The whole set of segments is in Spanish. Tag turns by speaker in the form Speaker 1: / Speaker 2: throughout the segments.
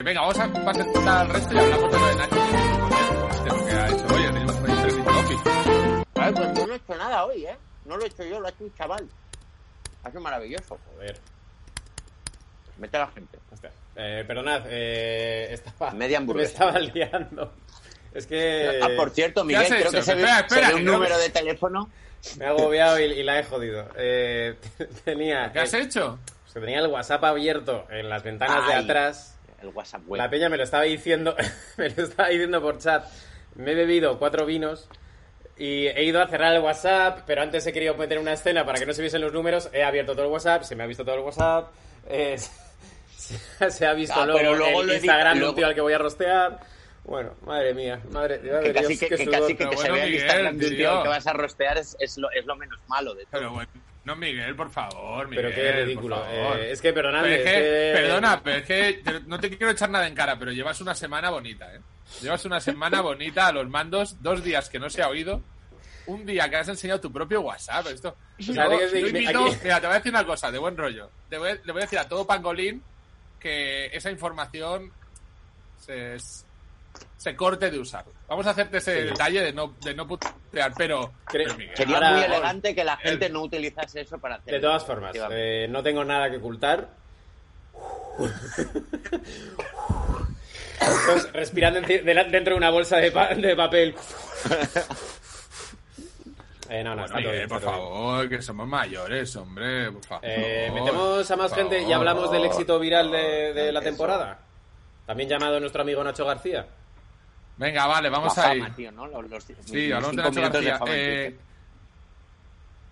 Speaker 1: Venga, vamos a pasar al resto y hablamos de lo de Nacho. De lo que ha hecho hoy, en el Trending Topic.
Speaker 2: Ay, pues yo no he hecho nada hoy, ¿eh? No lo he hecho yo, lo ha hecho un chaval. Ha sido maravilloso.
Speaker 3: Joder.
Speaker 2: Mete a la gente.
Speaker 3: hostia. Eh, perdonad, eh, estaba,
Speaker 2: Media hamburguesa.
Speaker 3: me estaba liando. Es que
Speaker 2: Ah, por cierto,
Speaker 1: ¿qué
Speaker 2: Miguel,
Speaker 1: has
Speaker 2: creo
Speaker 1: hecho?
Speaker 2: que se ve,
Speaker 1: Espera, espera,
Speaker 2: se ve
Speaker 1: que
Speaker 2: un
Speaker 1: no-
Speaker 2: número de teléfono.
Speaker 3: me he agobiado y, y la he jodido. Eh, tenía,
Speaker 1: ¿Qué has
Speaker 3: eh,
Speaker 1: hecho?
Speaker 3: pues que tenía el WhatsApp abierto en las ventanas de
Speaker 2: Ay.
Speaker 3: atrás.
Speaker 2: El WhatsApp
Speaker 3: La
Speaker 2: web.
Speaker 3: peña me lo estaba diciendo, me lo estaba diciendo por chat. Me he bebido cuatro vinos y he ido a cerrar el WhatsApp, pero antes he querido meter una escena para que no se viesen los números. He abierto todo el WhatsApp, se me ha visto todo el WhatsApp, eh, se, se ha visto
Speaker 2: Ah,
Speaker 3: luego,
Speaker 2: pero luego
Speaker 3: el
Speaker 2: lo he di-
Speaker 3: Instagram de un
Speaker 2: luego-
Speaker 3: tío al que voy a rostear. Bueno, madre mía, madre, madre
Speaker 2: Que
Speaker 3: Dios,
Speaker 2: casi que,
Speaker 3: qué
Speaker 2: que
Speaker 3: sudor.
Speaker 2: casi que,
Speaker 1: pero
Speaker 2: que se
Speaker 1: bueno,
Speaker 2: vea el
Speaker 1: Miguel,
Speaker 2: Instagram de un tío
Speaker 1: tío.
Speaker 2: que vas a rostear es, es lo, es lo menos malo de todo.
Speaker 1: Pero bueno, no Miguel, por favor, Miguel.
Speaker 3: Pero qué ridículo.
Speaker 1: por favor.
Speaker 3: Eh, es que perdonadme.
Speaker 1: Pero es que-
Speaker 3: es que-
Speaker 1: Perdona, pero es que te- no te quiero echar nada en cara, pero llevas una semana bonita, ¿eh? Llevas una semana bonita a los mandos, dos días que no se ha oído, un día que has enseñado tu propio WhatsApp. Esto. O sea,
Speaker 3: Claro,
Speaker 1: yo-
Speaker 3: es de-
Speaker 1: yo invito-
Speaker 3: aquí-
Speaker 1: mira, te voy a decir una cosa, de buen rollo. Te voy- le voy a decir a todo pangolín que esa información se, se corte de usar. Vamos a hacerte ese
Speaker 3: Sí.
Speaker 1: detalle de no, de no putear, pero...
Speaker 3: Cre-
Speaker 1: pero, Miguel,
Speaker 2: Sería
Speaker 3: Ahora-
Speaker 2: muy elegante que la
Speaker 1: el-
Speaker 2: gente no utilizase eso para hacer.
Speaker 3: De todas formas,
Speaker 2: efectivamente.
Speaker 3: eh, no tengo nada que ocultar. Entonces, Pues, respirando enci- dela- dentro de una bolsa de, pa- de papel. Eh, no, no,
Speaker 1: Bueno,
Speaker 3: está todo
Speaker 1: Miguel,
Speaker 3: bien, está
Speaker 1: por
Speaker 3: todo bien.
Speaker 1: favor, que somos mayores, hombre, por favor.
Speaker 3: Eh, metemos a más
Speaker 1: por
Speaker 3: gente y
Speaker 1: favor.
Speaker 3: hablamos del éxito viral de, de la
Speaker 2: Eso.
Speaker 3: temporada. También llamado nuestro amigo Nacho García.
Speaker 1: Venga, vale, vamos
Speaker 2: la
Speaker 1: ahí.
Speaker 2: fama, tío, ¿no? Los, los- mis-
Speaker 1: Sí,
Speaker 2: mis
Speaker 1: hablamos de
Speaker 2: cinco
Speaker 1: Nacho
Speaker 2: minutos de
Speaker 1: García.
Speaker 2: fama en
Speaker 1: Eh,
Speaker 2: Twitter.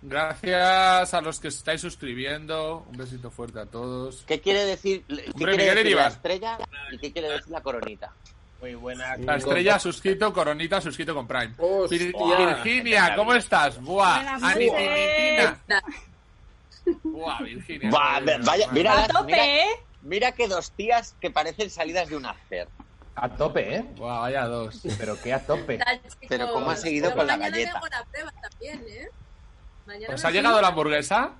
Speaker 1: gracias a los que os estáis suscribiendo. Un besito fuerte a todos.
Speaker 2: ¿Qué quiere decir, qué quiere
Speaker 1: Miguel
Speaker 2: decir la
Speaker 1: Iribar.
Speaker 2: estrella y qué quiere decir la coronita?
Speaker 4: Muy buena.
Speaker 1: La estrella suscrito, coronita suscrito con Prime.
Speaker 3: Hostia.
Speaker 1: Vir- Virginia, ¿cómo estás? Buah,
Speaker 5: Buenas
Speaker 1: Anitiritina.
Speaker 5: noches.
Speaker 1: Buah, Virginia.
Speaker 2: Va- vaya, mira,
Speaker 5: A
Speaker 2: las- mira,
Speaker 5: tope, ¿eh?
Speaker 2: mira que dos tías que parecen salidas de un after.
Speaker 4: A tope, ¿eh?
Speaker 1: Buah, vaya dos.
Speaker 4: Pero qué a tope.
Speaker 2: Pero ¿cómo ha seguido
Speaker 6: Pero
Speaker 2: con la
Speaker 6: mañana
Speaker 2: galleta?
Speaker 6: me hago la prueba también, ¿eh? Mañana
Speaker 1: ¿Os
Speaker 6: me
Speaker 1: Pues ha
Speaker 6: hago-
Speaker 1: llegado la hamburguesa?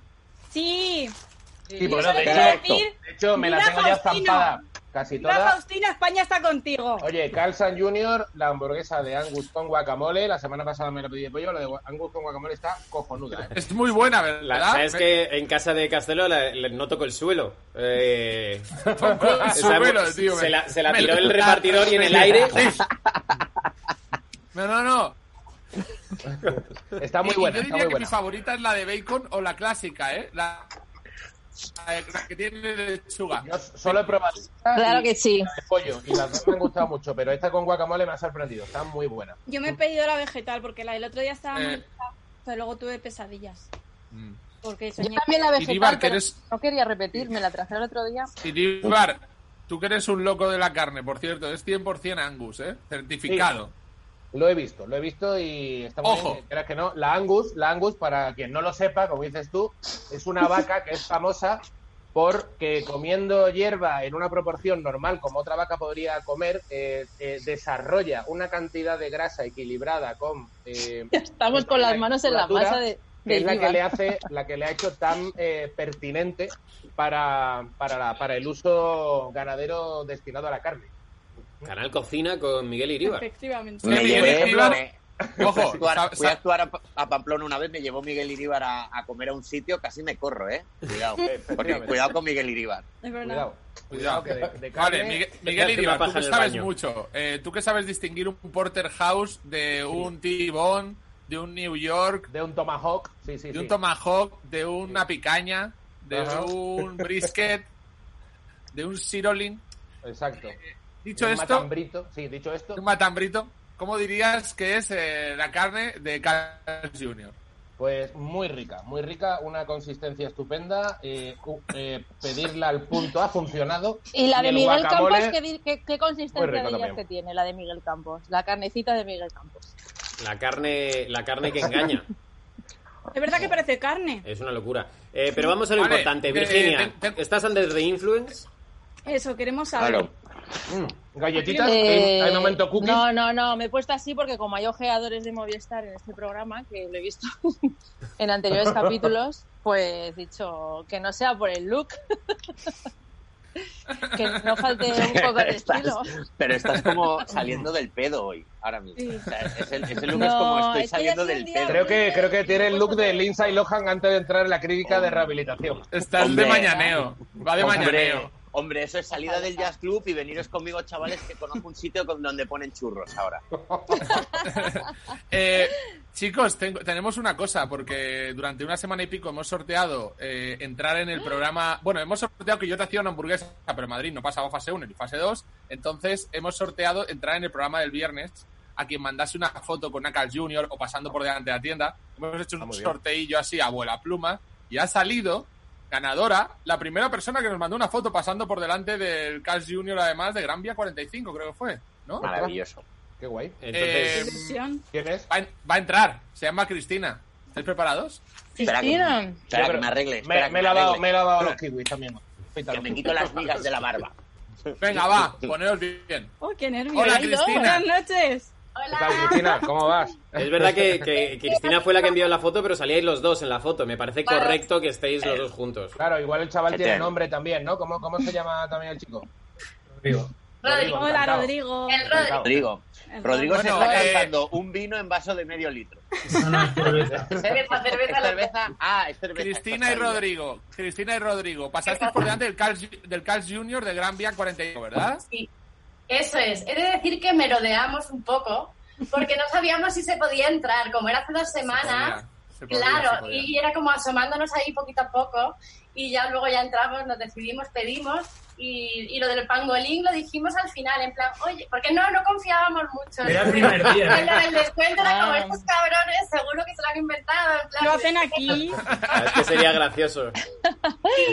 Speaker 5: Sí.
Speaker 4: Sí, bueno, de
Speaker 2: Espera,
Speaker 4: hecho,
Speaker 5: esto.
Speaker 4: de hecho, me la
Speaker 5: Mira,
Speaker 4: tengo ya
Speaker 5: Faustino.
Speaker 4: estampada. Casi
Speaker 5: Mira,
Speaker 4: toda.
Speaker 5: Faustina, España está contigo.
Speaker 4: Oye, Carlson Jr., la hamburguesa de Angus con guacamole. La semana pasada me la pedí de pollo. La de gua- Angus con guacamole está cojonuda. ¿eh?
Speaker 1: Es muy buena,
Speaker 3: La-
Speaker 1: ¿verdad?
Speaker 3: ¿Sabes que en casa de Castelo la- le- no tocó el suelo? Eh,
Speaker 1: el suelo,
Speaker 3: se-
Speaker 1: ah, tío,
Speaker 3: se,
Speaker 1: me-
Speaker 3: la, se la
Speaker 1: me-
Speaker 3: tiró el repartidor y en el aire.
Speaker 1: No, no, no.
Speaker 4: ¿eh? Está muy
Speaker 1: Y- y
Speaker 4: buena,
Speaker 1: Yo
Speaker 4: está
Speaker 1: diría
Speaker 4: muy
Speaker 1: que
Speaker 4: buena.
Speaker 1: mi favorita es la de bacon o la clásica, ¿eh? La, la de- la que tiene lechuga.
Speaker 4: Yo solo he probado esta
Speaker 6: Claro
Speaker 4: y
Speaker 6: que sí.
Speaker 4: la de pollo. Y las dos me han gustado mucho. Pero esta con guacamole me ha sorprendido. Está muy buena.
Speaker 5: Yo me he pedido la vegetal porque la del otro día estaba
Speaker 1: Eh.
Speaker 5: muy rica, pero luego tuve pesadillas.
Speaker 1: Mm.
Speaker 5: Porque
Speaker 6: Yo
Speaker 5: soñé
Speaker 6: también la vegetal,
Speaker 1: Iribar, que
Speaker 6: pero
Speaker 1: eres-
Speaker 6: no quería repetir, me la traje el otro día.
Speaker 1: Iribar, tú que eres un loco de la carne, por cierto, es 100% Angus, ¿eh? Certificado.
Speaker 4: Lo he visto, lo he visto y está muy
Speaker 1: Ojo.
Speaker 4: bien, creas que no. La Angus, la Angus, para quien no lo sepa, como dices tú, es una vaca que es famosa porque comiendo hierba en una proporción normal como otra vaca podría comer, eh, eh, desarrolla una cantidad de grasa equilibrada con... eh,
Speaker 6: Estamos con las manos en la
Speaker 4: musculatura,
Speaker 6: masa de.
Speaker 4: que
Speaker 6: de
Speaker 4: es la que
Speaker 6: Iribar.
Speaker 4: le hace la que le ha hecho tan eh, pertinente para, para, la- para el uso ganadero destinado a la carne.
Speaker 3: Canal Cocina con Miguel Iribar.
Speaker 5: Efectivamente.
Speaker 1: Me
Speaker 2: Me
Speaker 1: llevé,
Speaker 2: llevé, por ejemplo,
Speaker 1: Iribar.
Speaker 2: me-
Speaker 1: Ojo,
Speaker 2: fui a actuar,
Speaker 1: sa-
Speaker 2: fui a,
Speaker 1: sa-
Speaker 2: actuar a, Pa- a Pamplona una vez, me llevó Miguel Iríbar a, a comer a un sitio, casi me corro, ¿eh? Cuidado, porque cuidado con Miguel Iríbar.
Speaker 5: Es verdad.
Speaker 4: Cuidado. Cuidado que de, de carne-
Speaker 1: Vale, Miguel,
Speaker 3: Dejar
Speaker 1: Miguel
Speaker 3: que
Speaker 1: Iribar,
Speaker 3: una
Speaker 1: tú
Speaker 3: paja
Speaker 1: que
Speaker 3: en el
Speaker 1: sabes
Speaker 3: baño.
Speaker 1: mucho, eh, tú que sabes distinguir un porterhouse de un tibón, de un New York,
Speaker 4: de un tomahawk, sí, sí,
Speaker 1: de un
Speaker 4: sí.
Speaker 1: tomahawk, de una picaña, de
Speaker 4: Ajá.
Speaker 1: un brisket, de un sirolin.
Speaker 4: Exacto.
Speaker 1: Eh, Dicho
Speaker 4: un
Speaker 1: esto,
Speaker 4: matambrito. Sí, dicho esto,
Speaker 1: un matambrito, ¿cómo dirías que es eh, la carne de Carl Jr.?
Speaker 4: Pues muy rica, muy rica, una consistencia estupenda. eh, cu- eh, pedirla al punto ha funcionado.
Speaker 6: Y la
Speaker 4: Y
Speaker 6: de
Speaker 4: el
Speaker 6: Miguel
Speaker 4: guacamole-
Speaker 6: Campos, ¿qué, di- qué- qué
Speaker 4: Muy
Speaker 6: consistencia
Speaker 4: rico
Speaker 6: de ellas
Speaker 4: también.
Speaker 6: que tiene la de Miguel Campos? La carnecita de Miguel Campos.
Speaker 3: La carne, la carne que engaña.
Speaker 5: Es verdad que parece carne.
Speaker 3: Es una locura. Eh, pero vamos a lo
Speaker 1: Vale,
Speaker 3: importante.
Speaker 1: eh,
Speaker 3: Virginia,
Speaker 1: ten- ten-
Speaker 3: ¿estás under the influence?
Speaker 5: Eso, queremos saber.
Speaker 4: Mm, Galletitas, hay,
Speaker 6: Eh,
Speaker 4: hay momento cookies.
Speaker 6: No, no, no, me he puesto así porque como hay ojeadores de Movistar en este programa, que lo he visto en anteriores capítulos, pues dicho que no sea por el look. que no falte un poco de estilo.
Speaker 2: Estás- pero estás como saliendo del pedo hoy, ahora mismo. O sea, ese, ese look es
Speaker 6: No,
Speaker 2: como estoy
Speaker 6: es que
Speaker 2: saliendo
Speaker 6: ya
Speaker 2: del
Speaker 6: estoy un día-
Speaker 2: pedo.
Speaker 4: Creo que, creo que tiene el look de Lindsay Lohan antes de entrar en la crítica de rehabilitación.
Speaker 1: Estás
Speaker 2: Hombre.
Speaker 1: de mañaneo. Va de
Speaker 2: Hombre,
Speaker 1: mañaneo.
Speaker 2: hombre, eso es salida del jazz club y veniros conmigo, chavales, que conozco un sitio con- donde ponen churros ahora.
Speaker 1: Eh, chicos, tengo- tenemos una cosa, porque durante una semana y pico hemos sorteado eh, entrar en el programa. Bueno, hemos sorteado que yo te hacía una hamburguesa, pero Madrid no pasaba fase 1 ni fase 2. Entonces, hemos sorteado entrar en el programa del viernes a quien mandase una foto con Nakal Junior o pasando por delante de la tienda. Hemos hecho un sorteillo así, abuela pluma, y ha salido ganadora la primera persona que nos mandó una foto pasando por delante del Carl Junior, además de Gran Vía 45, creo que fue, ¿no?
Speaker 2: Ah, Maravilloso.
Speaker 4: Qué guay.
Speaker 1: Eh,
Speaker 3: Entonces,
Speaker 5: Ilusión.
Speaker 4: ¿Quién es?
Speaker 1: Va, en- va a entrar. Se llama Cristina. ¿Estáis preparados?
Speaker 2: Espera que-
Speaker 6: Cristina,
Speaker 2: Espera
Speaker 4: Yo
Speaker 2: que
Speaker 4: creo-
Speaker 2: me arregle.
Speaker 4: Me,
Speaker 2: espera
Speaker 4: me he
Speaker 2: que
Speaker 4: lavado,
Speaker 2: arregle.
Speaker 4: me he lavado los kiwis también.
Speaker 2: Que me quito las migas de la barba.
Speaker 1: Venga, va, poneros bien.
Speaker 5: Uy, qué nervios.
Speaker 1: Hola,
Speaker 5: Ay, no.
Speaker 1: Cristina.
Speaker 5: Buenas noches.
Speaker 4: ¿Qué tal, Cristina? ¿Cómo vas?
Speaker 3: es verdad que, que Cristina fue la que envió la foto, pero salíais los dos en la foto. Me parece correcto que estéis los dos juntos.
Speaker 4: Claro, igual el chaval
Speaker 2: ¿Qué
Speaker 4: tiene
Speaker 2: tal?
Speaker 4: nombre también, ¿no? ¿Cómo, cómo se llama también el chico?
Speaker 7: Rodrigo.
Speaker 4: Rodrigo.
Speaker 5: Hola,
Speaker 4: encantado.
Speaker 5: Rodrigo.
Speaker 6: el Rodri.
Speaker 2: Rodrigo. Rodrigo se
Speaker 1: Bueno,
Speaker 2: está
Speaker 1: eh,
Speaker 2: cantando un vino en vaso de medio litro.
Speaker 7: No, no, es cerveza.
Speaker 6: Cerveza, cerveza,
Speaker 2: ¿Es cerveza? Ah, es cerveza.
Speaker 1: Cristina y
Speaker 2: Está bien.
Speaker 1: Rodrigo. Cristina y Rodrigo. Pasasteis por delante del Carl, del Carl Junior de Gran Vía 45, ¿verdad?
Speaker 8: Sí, eso es. He de decir que merodeamos un poco, porque no sabíamos si se podía entrar, como era hace dos semanas.
Speaker 1: Se podía, se podía, se
Speaker 8: Claro,
Speaker 1: podía.
Speaker 8: y era como asomándonos ahí poquito a poco, y ya luego ya entramos, nos decidimos, pedimos, y, y lo del pangolín lo dijimos al final, en plan, oye, porque no, no confiábamos mucho.
Speaker 7: Era el primer día.
Speaker 8: Pero el descuento era como
Speaker 6: Ah.
Speaker 8: estos cabrones, seguro que se lo han inventado. En plan,
Speaker 5: Lo hacen aquí.
Speaker 3: Ah, Es que sería gracioso.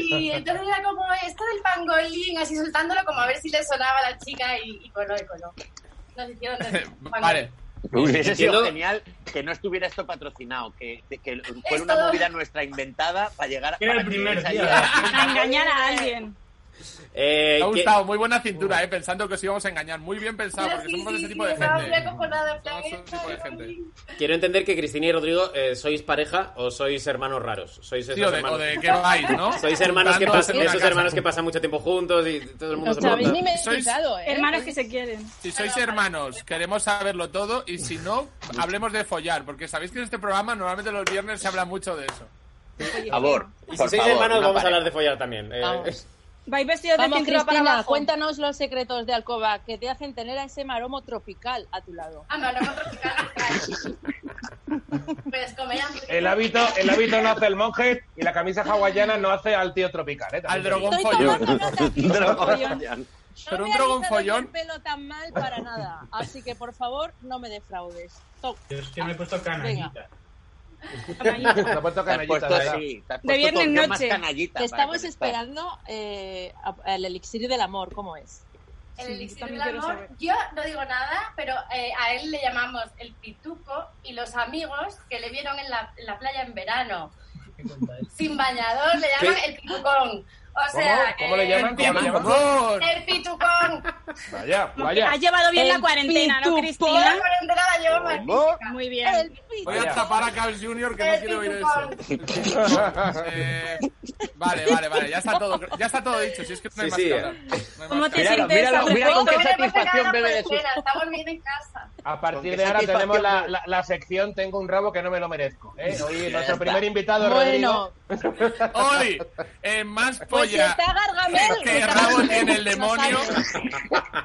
Speaker 8: Y entonces era como esto del pangolín, así soltándolo como a ver si le sonaba a la chica y, y coló, y coló. Nos hicieron del pangolín.
Speaker 3: Eh,
Speaker 1: Vale.
Speaker 2: Hubiese sido
Speaker 3: Entiendo-
Speaker 2: genial que no estuviera esto patrocinado, que, que fuera
Speaker 8: Esto-
Speaker 2: una movida nuestra inventada para llegar
Speaker 7: Era el
Speaker 2: para que
Speaker 7: primer
Speaker 2: hubiese
Speaker 7: día.
Speaker 2: ayudado.
Speaker 5: A engañar a alguien.
Speaker 3: Eh,
Speaker 1: Me ha
Speaker 3: ¿qué-
Speaker 1: gustado, muy buena cintura, eh, pensando que os íbamos a engañar. Muy bien pensado,
Speaker 8: Pero
Speaker 1: porque
Speaker 8: sí,
Speaker 1: somos
Speaker 8: sí,
Speaker 1: ese tipo
Speaker 8: sí,
Speaker 1: de
Speaker 8: estaba muy
Speaker 1: gente.
Speaker 8: acojonada, en plan,
Speaker 1: Somos ese
Speaker 8: esto
Speaker 1: tipo de
Speaker 8: del
Speaker 1: gente.
Speaker 8: pangolín.
Speaker 3: Quiero entender que Cristina y Rodrigo eh, sois pareja o sois hermanos raros. Sois esos
Speaker 1: Sí, o de,
Speaker 3: hermanos.
Speaker 1: o de qué vais, ¿no?
Speaker 3: Sois hermanos que
Speaker 1: Juntándoos
Speaker 3: pasan,
Speaker 1: en una
Speaker 3: esos
Speaker 1: casa.
Speaker 3: hermanos que pasan mucho tiempo juntos y todo el mundo
Speaker 6: Os
Speaker 3: se
Speaker 6: habéis
Speaker 3: pregunta.
Speaker 6: ni
Speaker 1: Sois-
Speaker 6: mentizado, ¿eh?
Speaker 5: Hermanos que se quieren.
Speaker 1: Si sois hermanos, queremos saberlo todo y si no, hablemos de follar, porque sabéis que en este programa normalmente los viernes se habla mucho de eso.
Speaker 2: Por
Speaker 5: Oye,
Speaker 2: favor.
Speaker 3: Y si
Speaker 2: por
Speaker 3: sois
Speaker 2: favor,
Speaker 3: hermanos
Speaker 2: una
Speaker 3: vamos a
Speaker 2: pareja.
Speaker 3: hablar de follar también. Eh,
Speaker 6: Vamos.
Speaker 5: Vais vestidos de
Speaker 6: Vamos,
Speaker 5: cintura para
Speaker 6: Cristina,
Speaker 5: abajo.
Speaker 6: cuéntanos los secretos de Alcoba que te hacen tener a ese maromo tropical a tu lado.
Speaker 8: Ah, no, no hemos tocado Pues como ya...
Speaker 4: El hábito, el hábito no hace el monje y la camisa hawaiana no hace al tío tropical, ¿eh?
Speaker 1: Al
Speaker 4: También te
Speaker 1: drogón
Speaker 4: digo.
Speaker 6: Estoy
Speaker 1: follón.
Speaker 6: tomando nota aquí, follón.
Speaker 1: Pero
Speaker 6: no
Speaker 1: un
Speaker 6: me
Speaker 1: dragón
Speaker 6: alisaré
Speaker 1: follón.
Speaker 6: el pelo tan mal para nada. Así que por favor, no me defraudes. Toc.
Speaker 7: Yo es que me he puesto canallita.
Speaker 4: Te ha puesto
Speaker 2: Te has
Speaker 4: canallita,
Speaker 2: puesto
Speaker 4: ¿verdad?
Speaker 2: así, te has
Speaker 5: De
Speaker 2: puesto
Speaker 5: viernes
Speaker 2: todavía más
Speaker 5: noche.
Speaker 6: Te
Speaker 2: canallita para
Speaker 6: estamos
Speaker 2: conectar.
Speaker 6: esperando eh, a- el elixir del amor, ¿cómo es?
Speaker 8: El
Speaker 5: Sí,
Speaker 8: elixir
Speaker 5: yo también
Speaker 8: del
Speaker 5: quiero
Speaker 8: amor.
Speaker 5: saber.
Speaker 8: Yo no digo nada, pero eh, a él le llamamos el pituco y los amigos que le vieron en la, en la playa en verano, sin bañador, le llaman el pitucón. O
Speaker 4: ¿Cómo?
Speaker 8: sea,
Speaker 4: ¿Cómo
Speaker 1: eh,
Speaker 8: que-
Speaker 4: le llaman? ¿Cómo le llaman?
Speaker 1: ¡Amor!
Speaker 8: El pitucón.
Speaker 4: Vaya, vaya.
Speaker 5: Has llevado bien
Speaker 6: El
Speaker 5: la cuarentena, ¿no,
Speaker 6: pitufo.
Speaker 8: La
Speaker 5: Cristina?
Speaker 8: cuarentena la llevo magnífica.
Speaker 5: Muy bien.
Speaker 6: El
Speaker 1: Voy a
Speaker 4: Vaya.
Speaker 1: tapar a Carl Junior que no
Speaker 8: El
Speaker 1: quiero oír
Speaker 8: pitucón.
Speaker 1: eso. Eh, vale, vale, vale, ya está todo, ya está todo dicho, si es que no hay
Speaker 3: Sí,
Speaker 1: más
Speaker 3: sí,
Speaker 1: que
Speaker 3: eh.
Speaker 1: hablar. No hay
Speaker 5: ¿Cómo
Speaker 1: más
Speaker 5: te
Speaker 1: que hablar.
Speaker 2: Míralo,
Speaker 5: sientes
Speaker 2: míralo,
Speaker 5: al
Speaker 2: míralo.
Speaker 8: No
Speaker 2: ¿Con qué
Speaker 8: tenemos que
Speaker 2: satisfacción
Speaker 8: sacar la
Speaker 2: bebe de su-
Speaker 8: cuarentena, Estamos bien en casa.
Speaker 4: A
Speaker 2: ¿Con
Speaker 4: partir
Speaker 2: qué
Speaker 4: de ahora
Speaker 2: satisfacción
Speaker 4: tenemos la,
Speaker 2: me-
Speaker 4: la- la sección Tengo un rabo que no me lo merezco. ¿eh? Hoy
Speaker 2: Ya
Speaker 4: nuestro
Speaker 2: está.
Speaker 4: primer invitado,
Speaker 6: Bueno,
Speaker 4: Rodrigo.
Speaker 1: Oli, eh, más
Speaker 6: pues si
Speaker 1: polla
Speaker 6: está Gargamel.
Speaker 1: que
Speaker 6: está
Speaker 1: rabo
Speaker 6: Gargamel,
Speaker 1: tiene el
Speaker 6: no
Speaker 1: demonio.
Speaker 6: sabes.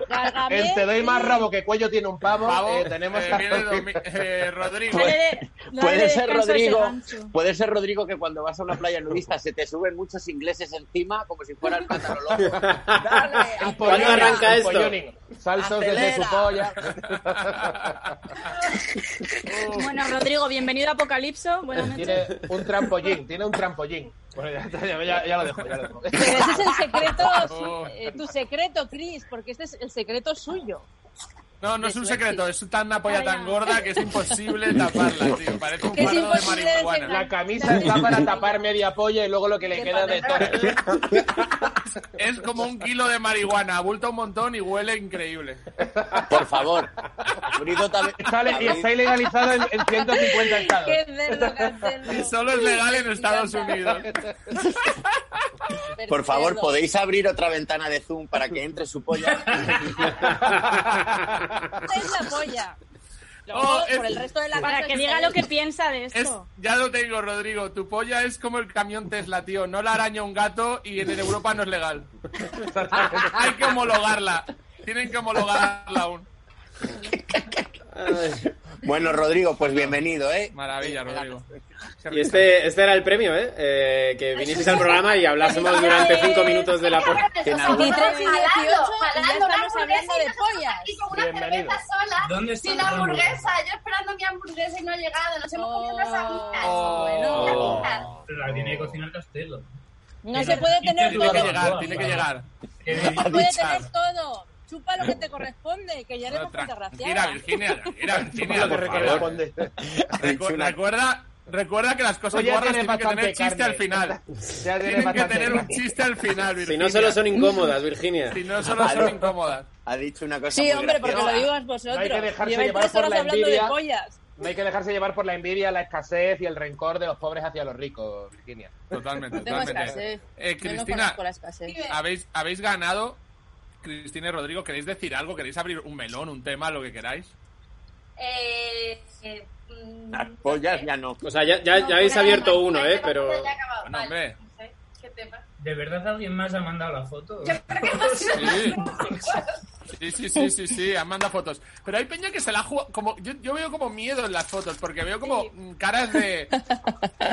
Speaker 6: Gargamel.
Speaker 4: En Te doy más rabo que cuello tiene un pavo.
Speaker 1: Pavo,
Speaker 4: eh, tenemos
Speaker 1: eh,
Speaker 4: a-
Speaker 1: viene Domi- eh, Rodrigo.
Speaker 5: Sale Dale, dale
Speaker 2: Puede
Speaker 5: descanso
Speaker 2: ser,
Speaker 5: a ese
Speaker 2: Rodrigo,
Speaker 5: gancho.
Speaker 2: puede ser, Rodrigo, que cuando vas a una playa nudista se te suben muchos ingleses encima como si fuera el pantalón loco. ¡Dale!
Speaker 3: ¿Cuándo arranca esto?
Speaker 4: Salsos desde su polla.
Speaker 5: Bueno, Rodrigo, bienvenido a Apocalipso. Buenas noches.
Speaker 4: Tiene un trampollín, tiene un trampollín. Bueno, ya, está, ya- ya- ya lo dejo, ya lo dejo.
Speaker 6: Pero ese es el secreto, eh, tu secreto, Chris, porque este es el secreto suyo.
Speaker 1: No, no es un secreto, es tan una polla
Speaker 5: Ah,
Speaker 1: tan
Speaker 5: ya.
Speaker 1: gorda que es imposible taparla, tío. Parece un
Speaker 6: Que es
Speaker 1: fardo de
Speaker 6: imposible
Speaker 1: marihuana.
Speaker 4: La camisa está para tapar media polla y luego lo que le
Speaker 6: Qué
Speaker 4: queda de
Speaker 6: padre.
Speaker 4: todo.
Speaker 1: Es como un kilo de marihuana, abulta un montón y huele increíble.
Speaker 2: Por favor. Brito también.
Speaker 4: Sale y está ilegalizado en, en 150 estados.
Speaker 6: Qué cerdo, Cancelo.
Speaker 1: Solo es legal en
Speaker 6: Me
Speaker 1: Estados
Speaker 6: encanta.
Speaker 1: Unidos.
Speaker 6: Ver
Speaker 2: Por favor,
Speaker 6: cerdo.
Speaker 2: ¿podéis abrir otra ventana de Zoom para que entre su polla?
Speaker 6: Es la polla. Lo
Speaker 1: Oh,
Speaker 6: juro,
Speaker 1: es-
Speaker 6: Por el resto de la
Speaker 5: Para
Speaker 6: casa
Speaker 5: que
Speaker 6: es-
Speaker 5: diga lo que piensa de
Speaker 1: Es,
Speaker 5: esto.
Speaker 1: ya lo tengo, Rodrigo. Tu polla es como el camión Tesla, tío. No la araña un gato y en Europa no es legal. Hay que homologarla. Tienen que homologarla aún.
Speaker 2: Bueno, Rodrigo, pues bienvenido, ¿eh?
Speaker 1: Maravilla, Rodrigo.
Speaker 3: Y este, este era el premio, ¿eh? Eh, Que vinieseis al programa y hablásemos durante cinco minutos de la polla.
Speaker 8: Esos
Speaker 6: 23 y 18
Speaker 8: jalando,
Speaker 6: y ya
Speaker 8: jalando
Speaker 6: estamos hablando
Speaker 8: una
Speaker 6: de
Speaker 8: hamburguesa y
Speaker 6: pollas.
Speaker 8: Y con una
Speaker 4: Bienvenido.
Speaker 8: cerveza sola,
Speaker 7: ¿Dónde está
Speaker 8: sin
Speaker 7: la
Speaker 8: hamburguesa. Yo esperando mi hamburguesa y no ha llegado. Nos hemos comido unas amigas.
Speaker 1: Oh.
Speaker 6: Bueno,
Speaker 7: Pero la tiene que cocinar Castelo.
Speaker 6: no se puede tener
Speaker 7: Tiene
Speaker 1: Tiene que
Speaker 6: todo.
Speaker 1: llegar, tiene que llegar.
Speaker 6: No se puede tener todo. Chupa lo que te corresponde, que ya eres bastante
Speaker 1: Tranquila,
Speaker 6: graciada.
Speaker 1: Virginia. Tranquila, Virginia.
Speaker 4: Lo que
Speaker 1: Por favor.
Speaker 4: corresponde.
Speaker 1: Recu- Recuerda, recuerda que las cosas
Speaker 4: Oye,
Speaker 1: guarras
Speaker 4: tiene
Speaker 1: tienen que tener
Speaker 4: bastante
Speaker 1: chiste
Speaker 4: carne.
Speaker 1: al final.
Speaker 4: Ya tiene
Speaker 1: Tienen que
Speaker 4: bastante
Speaker 1: tener un
Speaker 4: gracia.
Speaker 1: chiste al final,
Speaker 3: Si
Speaker 1: Virginia.
Speaker 3: no solo son incómodas, Virginia.
Speaker 1: Si no solo son incómodas.
Speaker 2: Ha dicho una cosa
Speaker 6: Sí,
Speaker 2: muy
Speaker 6: hombre, porque
Speaker 2: graciosa.
Speaker 6: lo digas
Speaker 4: No hay que
Speaker 6: vosotros.
Speaker 4: dejarse
Speaker 6: Lleváis
Speaker 4: llevar
Speaker 6: tres
Speaker 4: por
Speaker 6: horas
Speaker 4: la
Speaker 6: hablando de
Speaker 4: envidia.
Speaker 6: pollas.
Speaker 4: No hay que dejarse llevar por la envidia, la escasez y el rencor de los pobres hacia los ricos, Virginia.
Speaker 1: Totalmente,
Speaker 6: Tengo
Speaker 1: totalmente.
Speaker 6: escasez.
Speaker 1: Eh,
Speaker 6: Yo no
Speaker 1: Cristina,
Speaker 6: conozco la escasez.
Speaker 1: habéis, habéis ganado. Cristina y Rodrigo, ¿queréis decir algo? ¿Queréis abrir un melón, un tema, lo que queráis?
Speaker 8: Eh, eh, mm,
Speaker 2: Las pollas ya no.
Speaker 3: O sea, ya, Ah, ya, ya habéis
Speaker 8: No,
Speaker 3: abierto
Speaker 8: vale,
Speaker 3: uno,
Speaker 8: vale,
Speaker 3: ¿eh? Pero...
Speaker 8: ya he acabado.
Speaker 1: Bueno,
Speaker 8: Vale,
Speaker 1: hombre.
Speaker 8: no sé, ¿Qué tema?
Speaker 7: ¿De verdad alguien más ha mandado la foto?
Speaker 8: Yo creo que no sé.
Speaker 1: Sí. Sí, sí, sí, sí, sí, han mandado fotos. Pero hay peña que se la juega. Como, yo, yo veo como miedo en las fotos, porque veo como mm, caras de,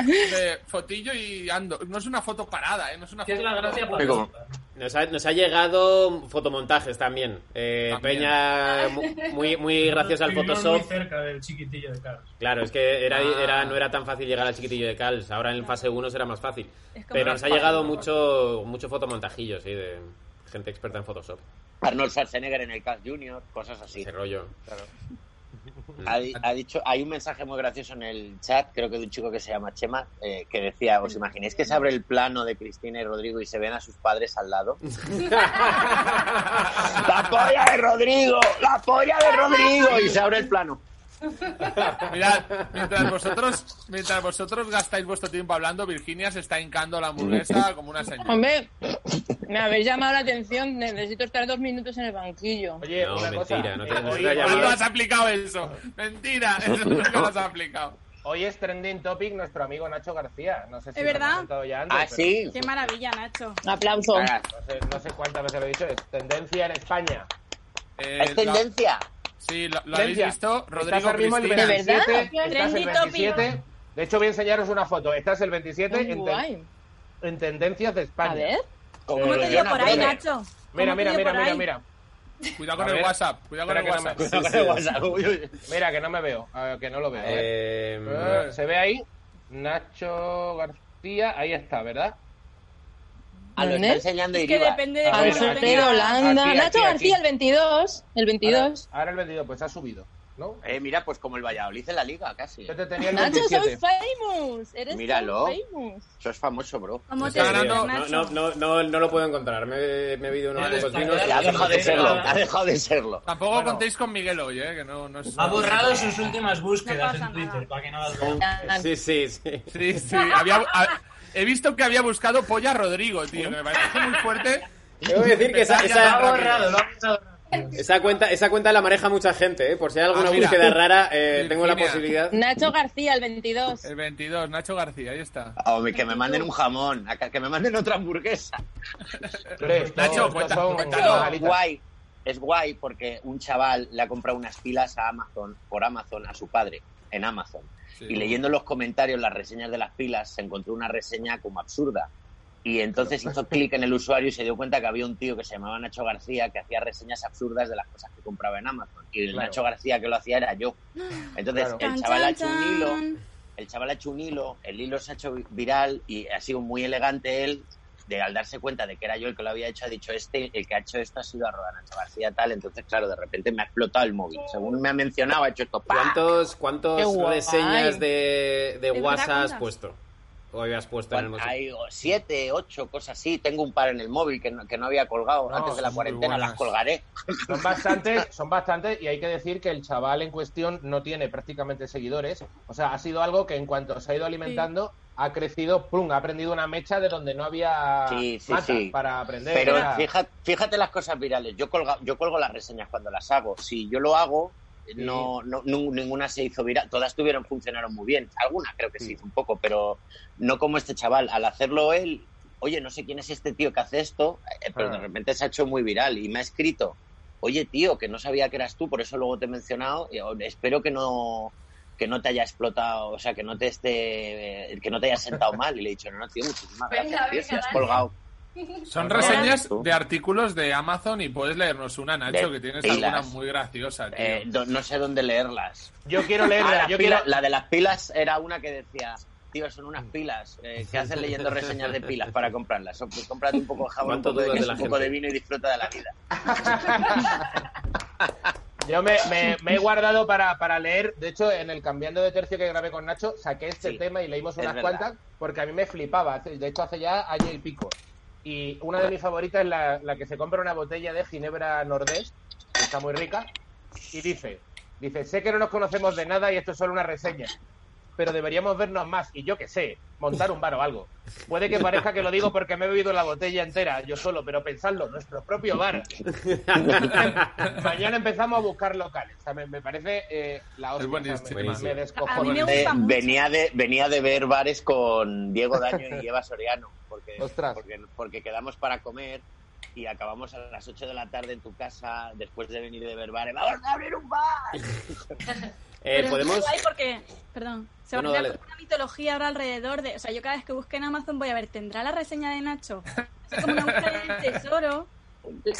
Speaker 1: de fotillo y ando. No es una foto parada, ¿eh? No es una
Speaker 7: ¿Qué
Speaker 1: foto.
Speaker 7: es la gracia
Speaker 2: Me
Speaker 7: para
Speaker 2: como.
Speaker 3: Nos ha, nos ha llegado fotomontajes también. Eh,
Speaker 1: También.
Speaker 3: Peña mu- muy, muy gracias al
Speaker 7: Vivimos
Speaker 3: Photoshop.
Speaker 7: muy cerca del chiquitillo de Carlos.
Speaker 3: Claro, es que era,
Speaker 1: Ah.
Speaker 3: era, no era tan fácil llegar al chiquitillo de Cals. Ahora en fase 1 será más fácil.
Speaker 5: Es como
Speaker 3: Pero
Speaker 5: más
Speaker 3: nos ha
Speaker 5: fácil,
Speaker 3: llegado
Speaker 5: ¿no?
Speaker 3: mucho, mucho fotomontajillo, sí, de gente experta en Photoshop.
Speaker 2: Arnold Schwarzenegger en el Cast Junior, cosas así.
Speaker 3: Ese rollo.
Speaker 2: Ha, di- ha dicho, hay un mensaje muy gracioso en el chat, creo que de un chico que se llama Chema, eh, que decía, ¿os imagináis que se abre el plano de Cristina y Rodrigo y se ven a sus padres al lado? ¡La polla de Rodrigo! ¡La polla de Rodrigo! Y se abre el plano.
Speaker 7: pues.
Speaker 1: Mirad, mientras vosotros, mientras vosotros gastáis vuestro tiempo hablando, Virginia se está hincando la hamburguesa como una señora.
Speaker 6: Hombre, me habéis llamado la atención. Necesito estar dos minutos en el banquillo.
Speaker 4: Oye,
Speaker 3: No,
Speaker 4: una
Speaker 3: mentira,
Speaker 4: cosa. Eh,
Speaker 3: no te- no te
Speaker 4: hoy,
Speaker 3: ha
Speaker 1: ¿Cuándo
Speaker 3: llamado.
Speaker 1: has aplicado eso? Mentira, eso no lo has aplicado.
Speaker 4: hoy es trending topic nuestro amigo Nacho García. No sé si
Speaker 5: ¿Es
Speaker 4: lo he
Speaker 5: verdad?
Speaker 4: comentado ya antes,
Speaker 2: ¿Ah,
Speaker 4: pero
Speaker 2: sí?
Speaker 5: Qué maravilla, Nacho.
Speaker 6: Un aplauso.
Speaker 2: Ah,
Speaker 4: No sé, no sé cuántas veces lo he dicho. Es tendencia en España.
Speaker 1: Eh,
Speaker 4: Este
Speaker 2: ¿Es
Speaker 1: lo-
Speaker 2: tendencia?
Speaker 1: sí, lo, lo habéis
Speaker 4: Tendencia.
Speaker 1: visto,
Speaker 4: Estás
Speaker 1: Rodrigo
Speaker 4: ahora mismo el
Speaker 1: Cristina.
Speaker 6: ¿De verdad?
Speaker 4: 27, Estás el
Speaker 5: Trending topic.
Speaker 4: 27. De hecho, voy a enseñaros una foto. Estás el 27
Speaker 6: Muy
Speaker 4: en, te-
Speaker 6: guay.
Speaker 4: en tendencias de España.
Speaker 6: A ver.
Speaker 2: Como
Speaker 5: ¿Cómo
Speaker 2: lo eh,
Speaker 5: te
Speaker 2: de
Speaker 5: dio
Speaker 2: Jonas
Speaker 5: Eh, por ahí,
Speaker 2: Brothers.
Speaker 5: Nacho?
Speaker 4: Mira,
Speaker 5: ¿Cómo te
Speaker 4: mira,
Speaker 5: dio
Speaker 4: mira,
Speaker 5: por
Speaker 4: mira,
Speaker 5: ahí?
Speaker 4: mira.
Speaker 1: Cuidado con
Speaker 4: A
Speaker 1: el
Speaker 4: ver.
Speaker 1: WhatsApp, cuidado con el
Speaker 4: Espera que no
Speaker 1: WhatsApp.
Speaker 4: me-
Speaker 2: Cuidado con el WhatsApp, uy, uy.
Speaker 4: Mira, que no me veo. A ver, que no lo veo. a ver.
Speaker 3: Eh,
Speaker 4: Eh, ¿Se ve ahí? Nacho García. Ahí está, ¿verdad?
Speaker 2: Ah, lo está
Speaker 6: ¿Dónde?
Speaker 2: enseñando
Speaker 5: Es que
Speaker 2: Iribar.
Speaker 5: depende de
Speaker 4: A
Speaker 5: cómo
Speaker 4: ver,
Speaker 5: lo
Speaker 4: sorteo,
Speaker 5: tenga.
Speaker 4: Holanda. Aquí, Nacho aquí, García, aquí.
Speaker 6: el 22. El
Speaker 4: Ahora, ahora el 22, pues ha subido, ¿no?
Speaker 2: Eh, mira, pues como el Valladolid en la liga, casi.
Speaker 4: Yo te tenía el
Speaker 6: Nacho, soy
Speaker 4: 27.
Speaker 6: famous. Eres
Speaker 2: Míralo.
Speaker 6: tan famous.
Speaker 2: Eso es famoso, bro.
Speaker 5: ¿Cómo te
Speaker 1: Está
Speaker 5: dio,
Speaker 1: ganando-
Speaker 3: no,
Speaker 5: Nacho?
Speaker 3: no, no, no, no lo puedo encontrar. Me, me he bebido unos
Speaker 7: Él
Speaker 3: pocos
Speaker 7: está-
Speaker 3: vinos.
Speaker 7: él
Speaker 2: Ya ha dejado de
Speaker 7: Joder,
Speaker 2: serlo,
Speaker 7: nada.
Speaker 2: ha dejado de serlo.
Speaker 1: Tampoco
Speaker 4: Bueno.
Speaker 1: contéis con Miguel hoy, ¿eh? Que no, no es...
Speaker 7: Ha borrado sus últimas búsquedas
Speaker 5: No pasa
Speaker 7: en Twitter
Speaker 5: nada.
Speaker 7: para que no las vean.
Speaker 3: Sí, sí, sí.
Speaker 1: Sí, sí, había... ha- He visto que había buscado polla Rodrigo, tío, que me parece muy fuerte.
Speaker 3: Debo decir que esa,
Speaker 7: Lo ha
Speaker 3: esa,
Speaker 7: borrado, lo ha borrado.
Speaker 3: esa cuenta, esa cuenta la maneja mucha gente, ¿eh? Por si hay alguna
Speaker 1: Ah, mira.
Speaker 3: búsqueda rara, eh, tengo la
Speaker 1: Virginia.
Speaker 3: posibilidad.
Speaker 6: Nacho García, el 22.
Speaker 4: Eh,
Speaker 1: El 22, Nacho García, ahí está.
Speaker 2: Hombre, que me manden un jamón, a que que me manden otra hamburguesa.
Speaker 4: Hombre, esto-
Speaker 1: Nacho,
Speaker 4: esto
Speaker 1: cuenta-
Speaker 4: son-
Speaker 1: cuéntanos.
Speaker 4: son
Speaker 2: es
Speaker 4: galitas.
Speaker 2: guay, es guay porque un chaval le ha comprado unas pilas a Amazon, por Amazon, a su padre. en Amazon.
Speaker 1: Sí.
Speaker 2: Y leyendo los comentarios, las reseñas de las pilas, se encontró una reseña como absurda. Y entonces hizo clic en el usuario y se dio cuenta que había un tío que se llamaba Nacho García que hacía reseñas absurdas de las cosas que compraba en Amazon. Y el
Speaker 4: Claro.
Speaker 2: Nacho García que lo hacía era yo. Entonces
Speaker 4: Claro.
Speaker 2: el chaval ha hecho un hilo el chaval ha hecho un hilo, el hilo se ha hecho viral y ha sido muy elegante él. De al darse cuenta de que era yo el que lo había hecho, ha dicho este, el que ha hecho esto ha sido Arroba Nacho García, tal. Entonces, claro, de repente me ha explotado el móvil. Según me ha mencionado, ha hecho esto. ¡pam!
Speaker 3: ¿Cuántos,
Speaker 6: Qué
Speaker 3: cuántos
Speaker 6: guay.
Speaker 3: reseñas de, de
Speaker 5: verdad
Speaker 3: WhatsApp has
Speaker 5: cuentas?
Speaker 3: puesto? O habías puesto en el Eh,
Speaker 2: Cuan-
Speaker 3: móvil.
Speaker 2: Hay o- siete, ocho, cosas así. Tengo un par en el móvil que no, que no había colgado
Speaker 1: No,
Speaker 2: antes de la
Speaker 1: son muy
Speaker 2: cuarentena,
Speaker 1: buenas.
Speaker 2: las colgaré.
Speaker 4: Son bastantes, son bastantes y hay que decir que el chaval en cuestión no tiene prácticamente seguidores. O sea, ha sido algo que en cuanto se ha ido alimentando, ha crecido, plum, ha aprendido una mecha de donde no había
Speaker 2: Sí, sí,
Speaker 4: mata
Speaker 2: sí.
Speaker 4: para aprender.
Speaker 2: Pero
Speaker 4: Era-
Speaker 2: fíjate, fíjate las cosas virales. Yo, colga- yo colgo las reseñas cuando las hago. Si yo lo hago, no, no- nu- ninguna se hizo viral. Todas tuvieron, funcionaron muy bien. Alguna creo que
Speaker 4: Mm.
Speaker 2: se hizo un poco, pero no como este chaval. Al hacerlo él, oye, no sé quién es este tío que hace esto, eh, pero de
Speaker 4: Ah.
Speaker 2: repente se ha hecho muy viral y me ha escrito. Oye, tío, que no sabía que eras tú, por eso luego te he mencionado. y, oh, Espero que no que no te haya explotado, o sea, que no te esté, eh, que no te haya sentado mal. Y le he dicho, no, no, tío, muchísimas
Speaker 8: Venga,
Speaker 2: gracias, tío,
Speaker 8: venga,
Speaker 2: si has
Speaker 8: dale.
Speaker 2: colgado.
Speaker 1: Son
Speaker 4: Ajá.
Speaker 1: reseñas de artículos de Amazon y puedes leernos una, Nacho,
Speaker 2: De
Speaker 1: que tienes
Speaker 2: pilas.
Speaker 1: alguna muy graciosa, tío.
Speaker 2: Eh, do- no sé dónde leerlas.
Speaker 4: Yo quiero
Speaker 2: Ah,
Speaker 4: leerla,
Speaker 2: las
Speaker 4: Eh, yo quiero...
Speaker 2: pilas- La de las pilas era una que decía, tío, son unas pilas. Eh, ¿Qué haces leyendo reseñas de pilas para comprarlas? O, pues, cómprate un poco de jabón, un
Speaker 3: ¿Cuánto
Speaker 2: poco de,
Speaker 3: dudas de
Speaker 2: queso,
Speaker 3: la
Speaker 2: un poco
Speaker 3: gente?
Speaker 2: de vino y disfruta de la vida.
Speaker 4: Yo me, me- me he guardado para, para leer. De hecho, en el cambiando de tercio que grabé con Nacho, saqué este
Speaker 2: Sí,
Speaker 4: tema y leímos
Speaker 2: es
Speaker 4: unas
Speaker 2: verdad.
Speaker 4: cuantas porque a mí me flipaba. Hace- De hecho, hace ya año y pico. Y una de mis favoritas es la, la que se compra una botella de Ginebra Nordés, que está muy rica, y dice, dice, sé que no nos conocemos de nada y esto es solo una reseña, pero deberíamos vernos más y yo qué sé, montar un bar o algo. Puede que parezca que lo digo porque me he bebido la botella entera yo solo, pero pensadlo, nuestro propio bar. Mañana empezamos a buscar locales. O sea, me, me parece eh, la hostia.
Speaker 1: Es buen
Speaker 4: O sea, me-
Speaker 3: buenísimo.
Speaker 4: me, descojono.
Speaker 5: A mí me
Speaker 2: Eh,
Speaker 5: gusta mucho.
Speaker 2: venía, de, venía de ver bares con Diego Daño y Eva Soriano, porque,
Speaker 4: Ostras.
Speaker 2: porque, porque quedamos para comer y acabamos a las 8 de la tarde en tu casa después de venir de ver bares. ¡Vamos a abrir un bar!
Speaker 3: Eh,
Speaker 5: Pero
Speaker 3: podemos.
Speaker 5: Es guay porque, perdón, se va
Speaker 3: No, no,
Speaker 5: a crear
Speaker 3: dale.
Speaker 5: como una mitología ahora alrededor de. O sea, yo cada vez que busque en Amazon voy a ver, ¿tendrá la reseña de Nacho? Es como una búsqueda del tesoro.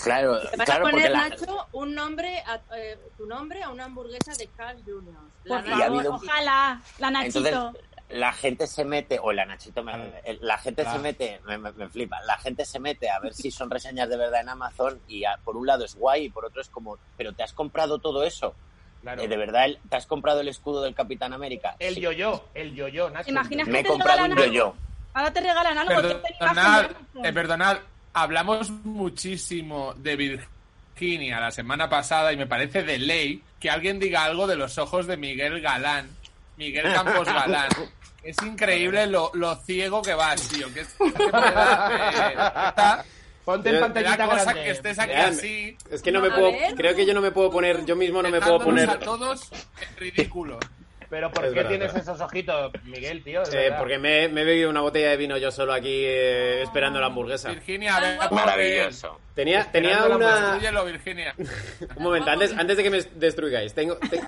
Speaker 2: Claro,
Speaker 6: Te vas
Speaker 2: claro,
Speaker 6: a
Speaker 2: porque
Speaker 6: poner,
Speaker 2: la,
Speaker 6: Nacho, un nombre a, eh, tu nombre a una hamburguesa de Carl Jr. La
Speaker 5: Por
Speaker 2: Y ha
Speaker 5: favor,
Speaker 2: habido-
Speaker 5: ojalá, la Nachito.
Speaker 2: Entonces, la gente se mete, o la Nachito, me-
Speaker 4: Ah.
Speaker 2: el- la gente
Speaker 4: Ah.
Speaker 2: se mete, me, me- me flipa, la gente se mete a ver si son reseñas de verdad en Amazon y a- por un lado es guay y por otro es como, pero te has comprado todo eso.
Speaker 4: Claro.
Speaker 2: Eh, de verdad, el- te has comprado el escudo del Capitán América.
Speaker 4: El
Speaker 2: Sí.
Speaker 4: yo-yo, el yo-yo, Nacho.
Speaker 5: ¿Te imaginas
Speaker 2: Me he
Speaker 5: te
Speaker 2: comprado un
Speaker 5: regalan algo?
Speaker 2: yo-yo.
Speaker 5: Ahora te regalan algo. que te
Speaker 1: Perdonad, eh, perdonad, hablamos muchísimo de Virginia la semana pasada y me parece de ley que alguien diga algo de los ojos de Miguel Galán, Miguel Campos Galán. Es increíble lo, lo ciego que vas, tío. Que es, que me da,
Speaker 4: Ponte
Speaker 3: Yo-
Speaker 4: en
Speaker 3: me
Speaker 1: me da
Speaker 4: pantallita
Speaker 1: Eh, cosa
Speaker 4: grande.
Speaker 1: que estés aquí
Speaker 3: Vean,
Speaker 1: así.
Speaker 3: Es que no me
Speaker 5: A
Speaker 3: puedo.
Speaker 5: ver.
Speaker 3: Creo que yo no me puedo poner. Yo mismo no me puedo
Speaker 1: dejándonos
Speaker 3: poner.
Speaker 1: a todos en ridículo.
Speaker 4: Pero ¿por
Speaker 3: Es
Speaker 4: qué
Speaker 3: verdad,
Speaker 4: tienes
Speaker 3: verdad.
Speaker 4: esos ojitos, Miguel, tío? De
Speaker 3: Eh,
Speaker 4: verdad.
Speaker 3: porque me, me he bebido una botella de vino yo solo aquí eh, esperando la hamburguesa.
Speaker 1: Virginia, a ver,
Speaker 5: Tan guapo.
Speaker 2: Maravilloso.
Speaker 3: Tenía, tenía
Speaker 4: Esperando la
Speaker 3: una.
Speaker 1: Destruyelo, Virginia.
Speaker 3: Un momento, antes, antes de que me destruyáis, tengo. te-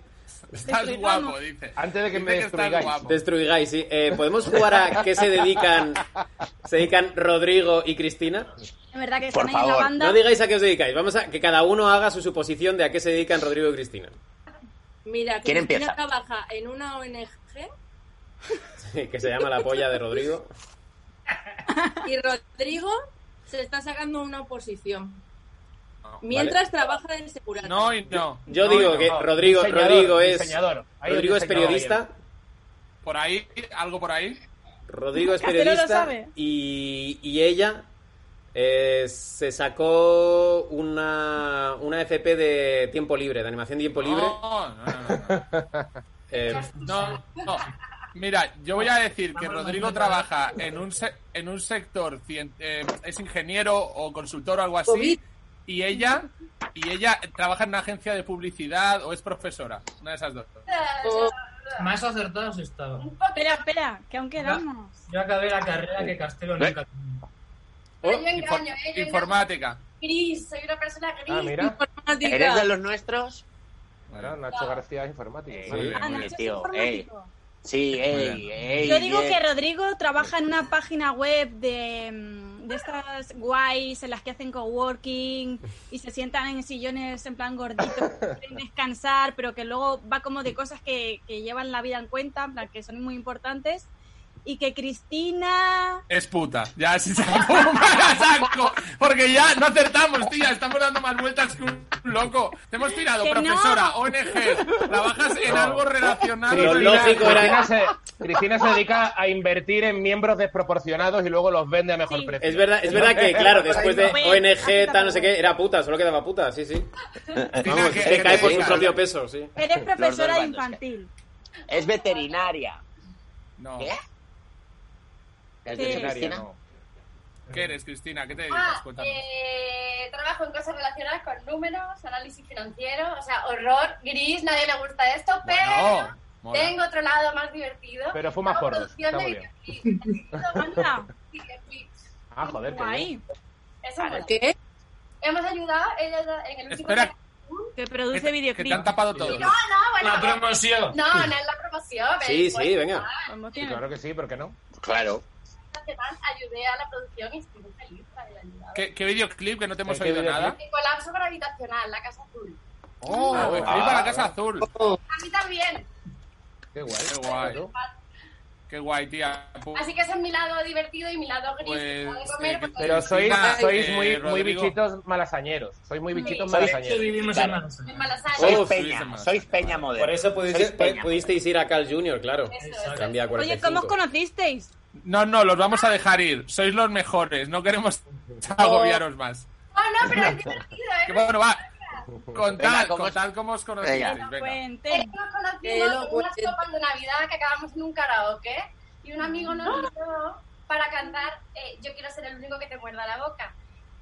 Speaker 1: Estás guapo, dice.
Speaker 4: Antes de que
Speaker 1: Dice
Speaker 4: me
Speaker 1: estás
Speaker 4: destruyáis.
Speaker 1: guapo.
Speaker 3: Destruigáis, sí. Eh, ¿Podemos jugar a qué se dedican, se dedican Rodrigo y Cristina?
Speaker 5: Es verdad que
Speaker 2: Por
Speaker 5: están ahí en la
Speaker 2: favor,
Speaker 5: banda.
Speaker 3: No digáis a qué os dedicáis. Vamos a que cada uno haga su suposición de a qué se dedican Rodrigo y Cristina.
Speaker 6: Mira,
Speaker 2: ¿Quién
Speaker 6: Cristina
Speaker 2: empieza?
Speaker 6: trabaja en una ONG
Speaker 3: Sí, que se llama la polla de Rodrigo.
Speaker 6: y Rodrigo se está sacando una oposición. Mientras trabaja en seguridad.
Speaker 1: No y no.
Speaker 3: Yo
Speaker 1: No y
Speaker 3: digo
Speaker 1: no.
Speaker 3: que Rodrigo,
Speaker 4: diseñador,
Speaker 3: Rodrigo es.
Speaker 4: diseñador. Ahí el
Speaker 3: Rodrigo es
Speaker 4: diseñador,
Speaker 3: periodista.
Speaker 1: Por ahí, algo por ahí.
Speaker 3: Rodrigo es
Speaker 5: Castelo lo
Speaker 3: periodista.
Speaker 5: sabe.
Speaker 3: Y, y ella eh, se sacó una, una FP de tiempo libre, de animación
Speaker 1: Oh,
Speaker 3: tiempo libre.
Speaker 1: No, no, no,
Speaker 3: Eh,
Speaker 1: no. No, no. Mira, yo voy a decir que Rodrigo trabaja en un se- en un sector cien- eh, es ingeniero o consultor o algo así
Speaker 6: Covid.
Speaker 1: y ella y ella trabaja en una agencia de publicidad o es profesora, una de esas dos.
Speaker 6: O-
Speaker 7: Más acertados estaba.
Speaker 5: Espera, espera, que aún quedamos.
Speaker 7: Yo acabé la carrera que Castelo
Speaker 3: ¿Eh?
Speaker 7: nunca tuvo.
Speaker 3: Oh,
Speaker 8: Pero yo
Speaker 1: Infor-
Speaker 8: engaño, ¿eh? Yo engaño.
Speaker 1: informática.
Speaker 8: gris, soy una persona gris.
Speaker 4: Ah, mira.
Speaker 6: informática.
Speaker 2: ¿Eres de los nuestros?
Speaker 4: Claro, Nacho García es informático.
Speaker 2: Eh,
Speaker 4: Madre
Speaker 2: sí.
Speaker 4: mía.
Speaker 5: Ah, Nacho es
Speaker 2: tío,
Speaker 5: informático.
Speaker 2: Sí, ey, ey.
Speaker 5: Yo digo
Speaker 2: bien.
Speaker 5: que Rodrigo trabaja en una página web de, mm, de estas guays en las que hacen coworking y se sientan en sillones en plan gorditos, quieren descansar, pero que luego va como de cosas que, que llevan la vida en cuenta, en plan que son muy importantes. Y que Cristina.
Speaker 1: Es puta. Ya, si saco, la saco. Porque ya no acertamos, tía. Estamos dando más vueltas que un loco. Te hemos tirado,
Speaker 5: Que no.
Speaker 1: profesora, ONG. Trabajas en
Speaker 4: No.
Speaker 1: algo relacionado.
Speaker 3: Lo
Speaker 1: con-
Speaker 3: lógico era-
Speaker 4: Cristina se, Cristina se dedica a invertir en miembros desproporcionados y luego los vende a mejor
Speaker 5: Sí.
Speaker 4: precio.
Speaker 3: Es verdad, es verdad que, claro, después de
Speaker 5: Pues,
Speaker 3: ONG, tal, no sé qué, era puta, solo quedaba puta, sí, sí.
Speaker 1: Cristina,
Speaker 3: Vamos,
Speaker 1: que-
Speaker 3: se
Speaker 1: que
Speaker 3: cae
Speaker 1: te
Speaker 3: por su
Speaker 1: diga.
Speaker 3: propio peso, sí.
Speaker 5: Eres profesora
Speaker 2: bandos,
Speaker 5: infantil.
Speaker 2: Es veterinaria.
Speaker 1: No.
Speaker 2: ¿Qué? ¿Es
Speaker 5: Sí.
Speaker 4: Veterinaria,
Speaker 2: veterinaria?
Speaker 4: no.
Speaker 1: ¿Qué eres, Cristina? ¿Qué te dedicas?
Speaker 8: Ah,
Speaker 1: Cuéntame.
Speaker 8: eh, trabajo en cosas relacionadas con números, análisis financiero, o sea, horror, gris, nadie le gusta esto,
Speaker 1: Bueno,
Speaker 8: pero
Speaker 1: mola.
Speaker 8: tengo otro lado más divertido.
Speaker 4: Pero fumas
Speaker 8: Hago
Speaker 4: porros,
Speaker 8: producción
Speaker 4: está
Speaker 8: de
Speaker 4: muy bien.
Speaker 8: videoclips, he producido
Speaker 5: Anda.
Speaker 8: videoclips.
Speaker 4: Ah, joder, qué bien.
Speaker 5: Guay.
Speaker 8: Eso mola.
Speaker 6: ¿Qué?
Speaker 8: Hemos ayudado ella en el último...
Speaker 1: Espera.
Speaker 8: día-
Speaker 5: Que
Speaker 1: Que
Speaker 5: produce
Speaker 1: te- que te han
Speaker 5: videoclips.
Speaker 1: tapado todo.
Speaker 8: No, no,
Speaker 7: La
Speaker 8: bueno...
Speaker 7: promoción.
Speaker 8: No, no es pues, la promoción. pero
Speaker 3: Sí,
Speaker 8: después,
Speaker 3: sí, venga.
Speaker 4: Sí,
Speaker 5: Promociona.
Speaker 4: claro que sí, ¿por qué no?
Speaker 2: Claro.
Speaker 8: además, ayudé a la producción y estoy muy feliz por haber ayudado.
Speaker 1: ¿Qué, qué videoclip que no te hemos
Speaker 4: ¿Qué
Speaker 1: oído
Speaker 4: videoclip?
Speaker 1: nada?
Speaker 8: El colapso gravitacional, la casa azul.
Speaker 1: Oh,
Speaker 3: Ah,
Speaker 1: el clip a la Casa Azul.
Speaker 8: A mí también.
Speaker 4: Qué guay.
Speaker 1: Qué guay. Qué guay, tía. Pu-
Speaker 8: Así que ese es mi lado divertido y mi lado gris.
Speaker 1: Pues,
Speaker 8: que acabo de
Speaker 1: eh,
Speaker 8: comer, porque-
Speaker 4: Pero sois,
Speaker 1: Cristina,
Speaker 4: sois
Speaker 1: eh,
Speaker 4: muy, muy
Speaker 1: Rodrigo.
Speaker 4: bichitos malasañeros. Sois muy bichitos
Speaker 8: Sí.
Speaker 7: Por eso
Speaker 4: malasañeros.
Speaker 7: vivimos
Speaker 2: Claro.
Speaker 7: en Manzana.
Speaker 8: en Malasaña.
Speaker 2: Sois
Speaker 3: Oh,
Speaker 1: sí,
Speaker 2: peña,
Speaker 1: sí,
Speaker 2: sois peña
Speaker 3: Por
Speaker 2: moderna.
Speaker 3: eso eh, pudisteis,
Speaker 2: Sois peña.
Speaker 3: pudisteis ir a Carl Jr., claro.
Speaker 8: Eso, eso.
Speaker 3: Cambia a
Speaker 5: Oye, ¿cómo os
Speaker 3: 45.
Speaker 5: conocisteis?
Speaker 1: No, no, los vamos a dejar ir. Sois los mejores. No queremos
Speaker 8: Oh.
Speaker 1: agobiaros más.
Speaker 8: No, Oh, no, pero es divertido,
Speaker 1: Que
Speaker 8: ¿eh?
Speaker 1: bueno, va. Contad,
Speaker 2: Venga, ¿cómo os-
Speaker 1: contad cómo os conocisteis.
Speaker 2: Venga.
Speaker 1: Venga.
Speaker 5: Cuente.
Speaker 8: Nos
Speaker 6: Que
Speaker 8: conocimos
Speaker 6: lo
Speaker 8: en
Speaker 5: pues,
Speaker 8: unas
Speaker 6: cuente.
Speaker 8: copas de Navidad que acabamos en un karaoke y un amigo nos invitó para cantar eh, Yo quiero ser el único que te muerda la boca.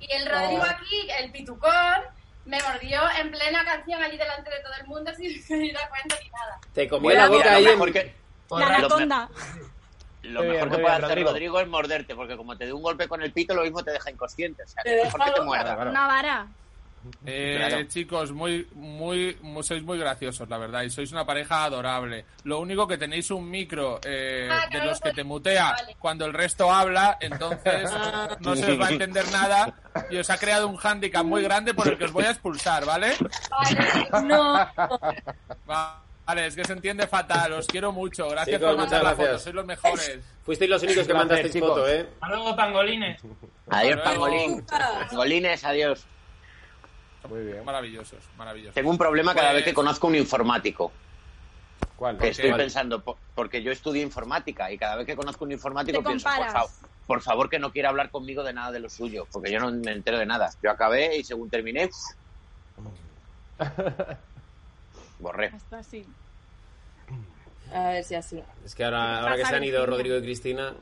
Speaker 8: Y el Rodrigo aquí, el pitucón, me mordió en plena canción allí delante de todo el mundo sin que me diera cuenta ni nada.
Speaker 3: Te comió
Speaker 2: Mira,
Speaker 3: la
Speaker 2: mira,
Speaker 3: boca
Speaker 2: lo
Speaker 3: ahí
Speaker 2: mejor
Speaker 3: en...
Speaker 2: que-
Speaker 5: La
Speaker 2: Lo-
Speaker 5: anaconda.
Speaker 2: Lo
Speaker 4: Muy
Speaker 2: mejor
Speaker 4: bien, muy
Speaker 2: que
Speaker 4: bien,
Speaker 2: puede hacer
Speaker 4: Rodrigo.
Speaker 2: Rodrigo. es morderte, porque como te dé un golpe con el pito, lo mismo te deja inconsciente. O sea,
Speaker 6: Te
Speaker 2: que
Speaker 6: deja
Speaker 2: mejor que te
Speaker 6: loca.
Speaker 2: muerda.
Speaker 4: Claro.
Speaker 5: Una vara.
Speaker 1: Eh,
Speaker 2: Claro.
Speaker 1: Chicos, muy, muy, muy- sois muy graciosos, la verdad. Y sois una pareja adorable. Lo único que tenéis un micro eh,
Speaker 8: Ah, que
Speaker 1: de
Speaker 8: no
Speaker 1: los
Speaker 8: lo
Speaker 1: que
Speaker 8: puedo-
Speaker 1: te mutea
Speaker 8: Vale. Ah.
Speaker 1: cuando el resto habla, entonces no se os va a entender nada. Y os ha creado un hándicap muy grande por el que os voy a expulsar, ¿vale?
Speaker 8: Vale.
Speaker 6: No.
Speaker 1: Va- Vale, es que se entiende fatal. Os quiero mucho. Gracias
Speaker 3: Chicos,
Speaker 1: por mandar
Speaker 3: muchas
Speaker 1: la foto.
Speaker 3: gracias.
Speaker 1: Sois los mejores.
Speaker 3: Fuisteis los únicos que
Speaker 4: Un placer,
Speaker 3: mandasteis
Speaker 4: chicos.
Speaker 3: foto, ¿eh?
Speaker 7: Hasta luego, pangolines.
Speaker 2: Adiós,
Speaker 1: Hasta luego.
Speaker 2: pangolín. Pangolines, adiós.
Speaker 4: Muy bien.
Speaker 1: Maravillosos, maravillosos.
Speaker 2: Tengo un problema cada
Speaker 1: Pues-
Speaker 2: vez que conozco un informático.
Speaker 4: ¿Cuál?
Speaker 2: Que estoy
Speaker 1: ¿Cuál?
Speaker 2: pensando, po- porque yo estudio informática y cada vez que conozco un informático
Speaker 5: Te
Speaker 2: pienso, por,
Speaker 5: comparas.
Speaker 2: fa- por favor, que no quiera hablar conmigo de nada de lo suyo, porque yo no me entero de nada. Yo acabé y según terminé, borré.
Speaker 5: Hasta así.
Speaker 6: A ver si así.
Speaker 3: Es que ahora, ahora que se han ido Rodrigo y Cristina,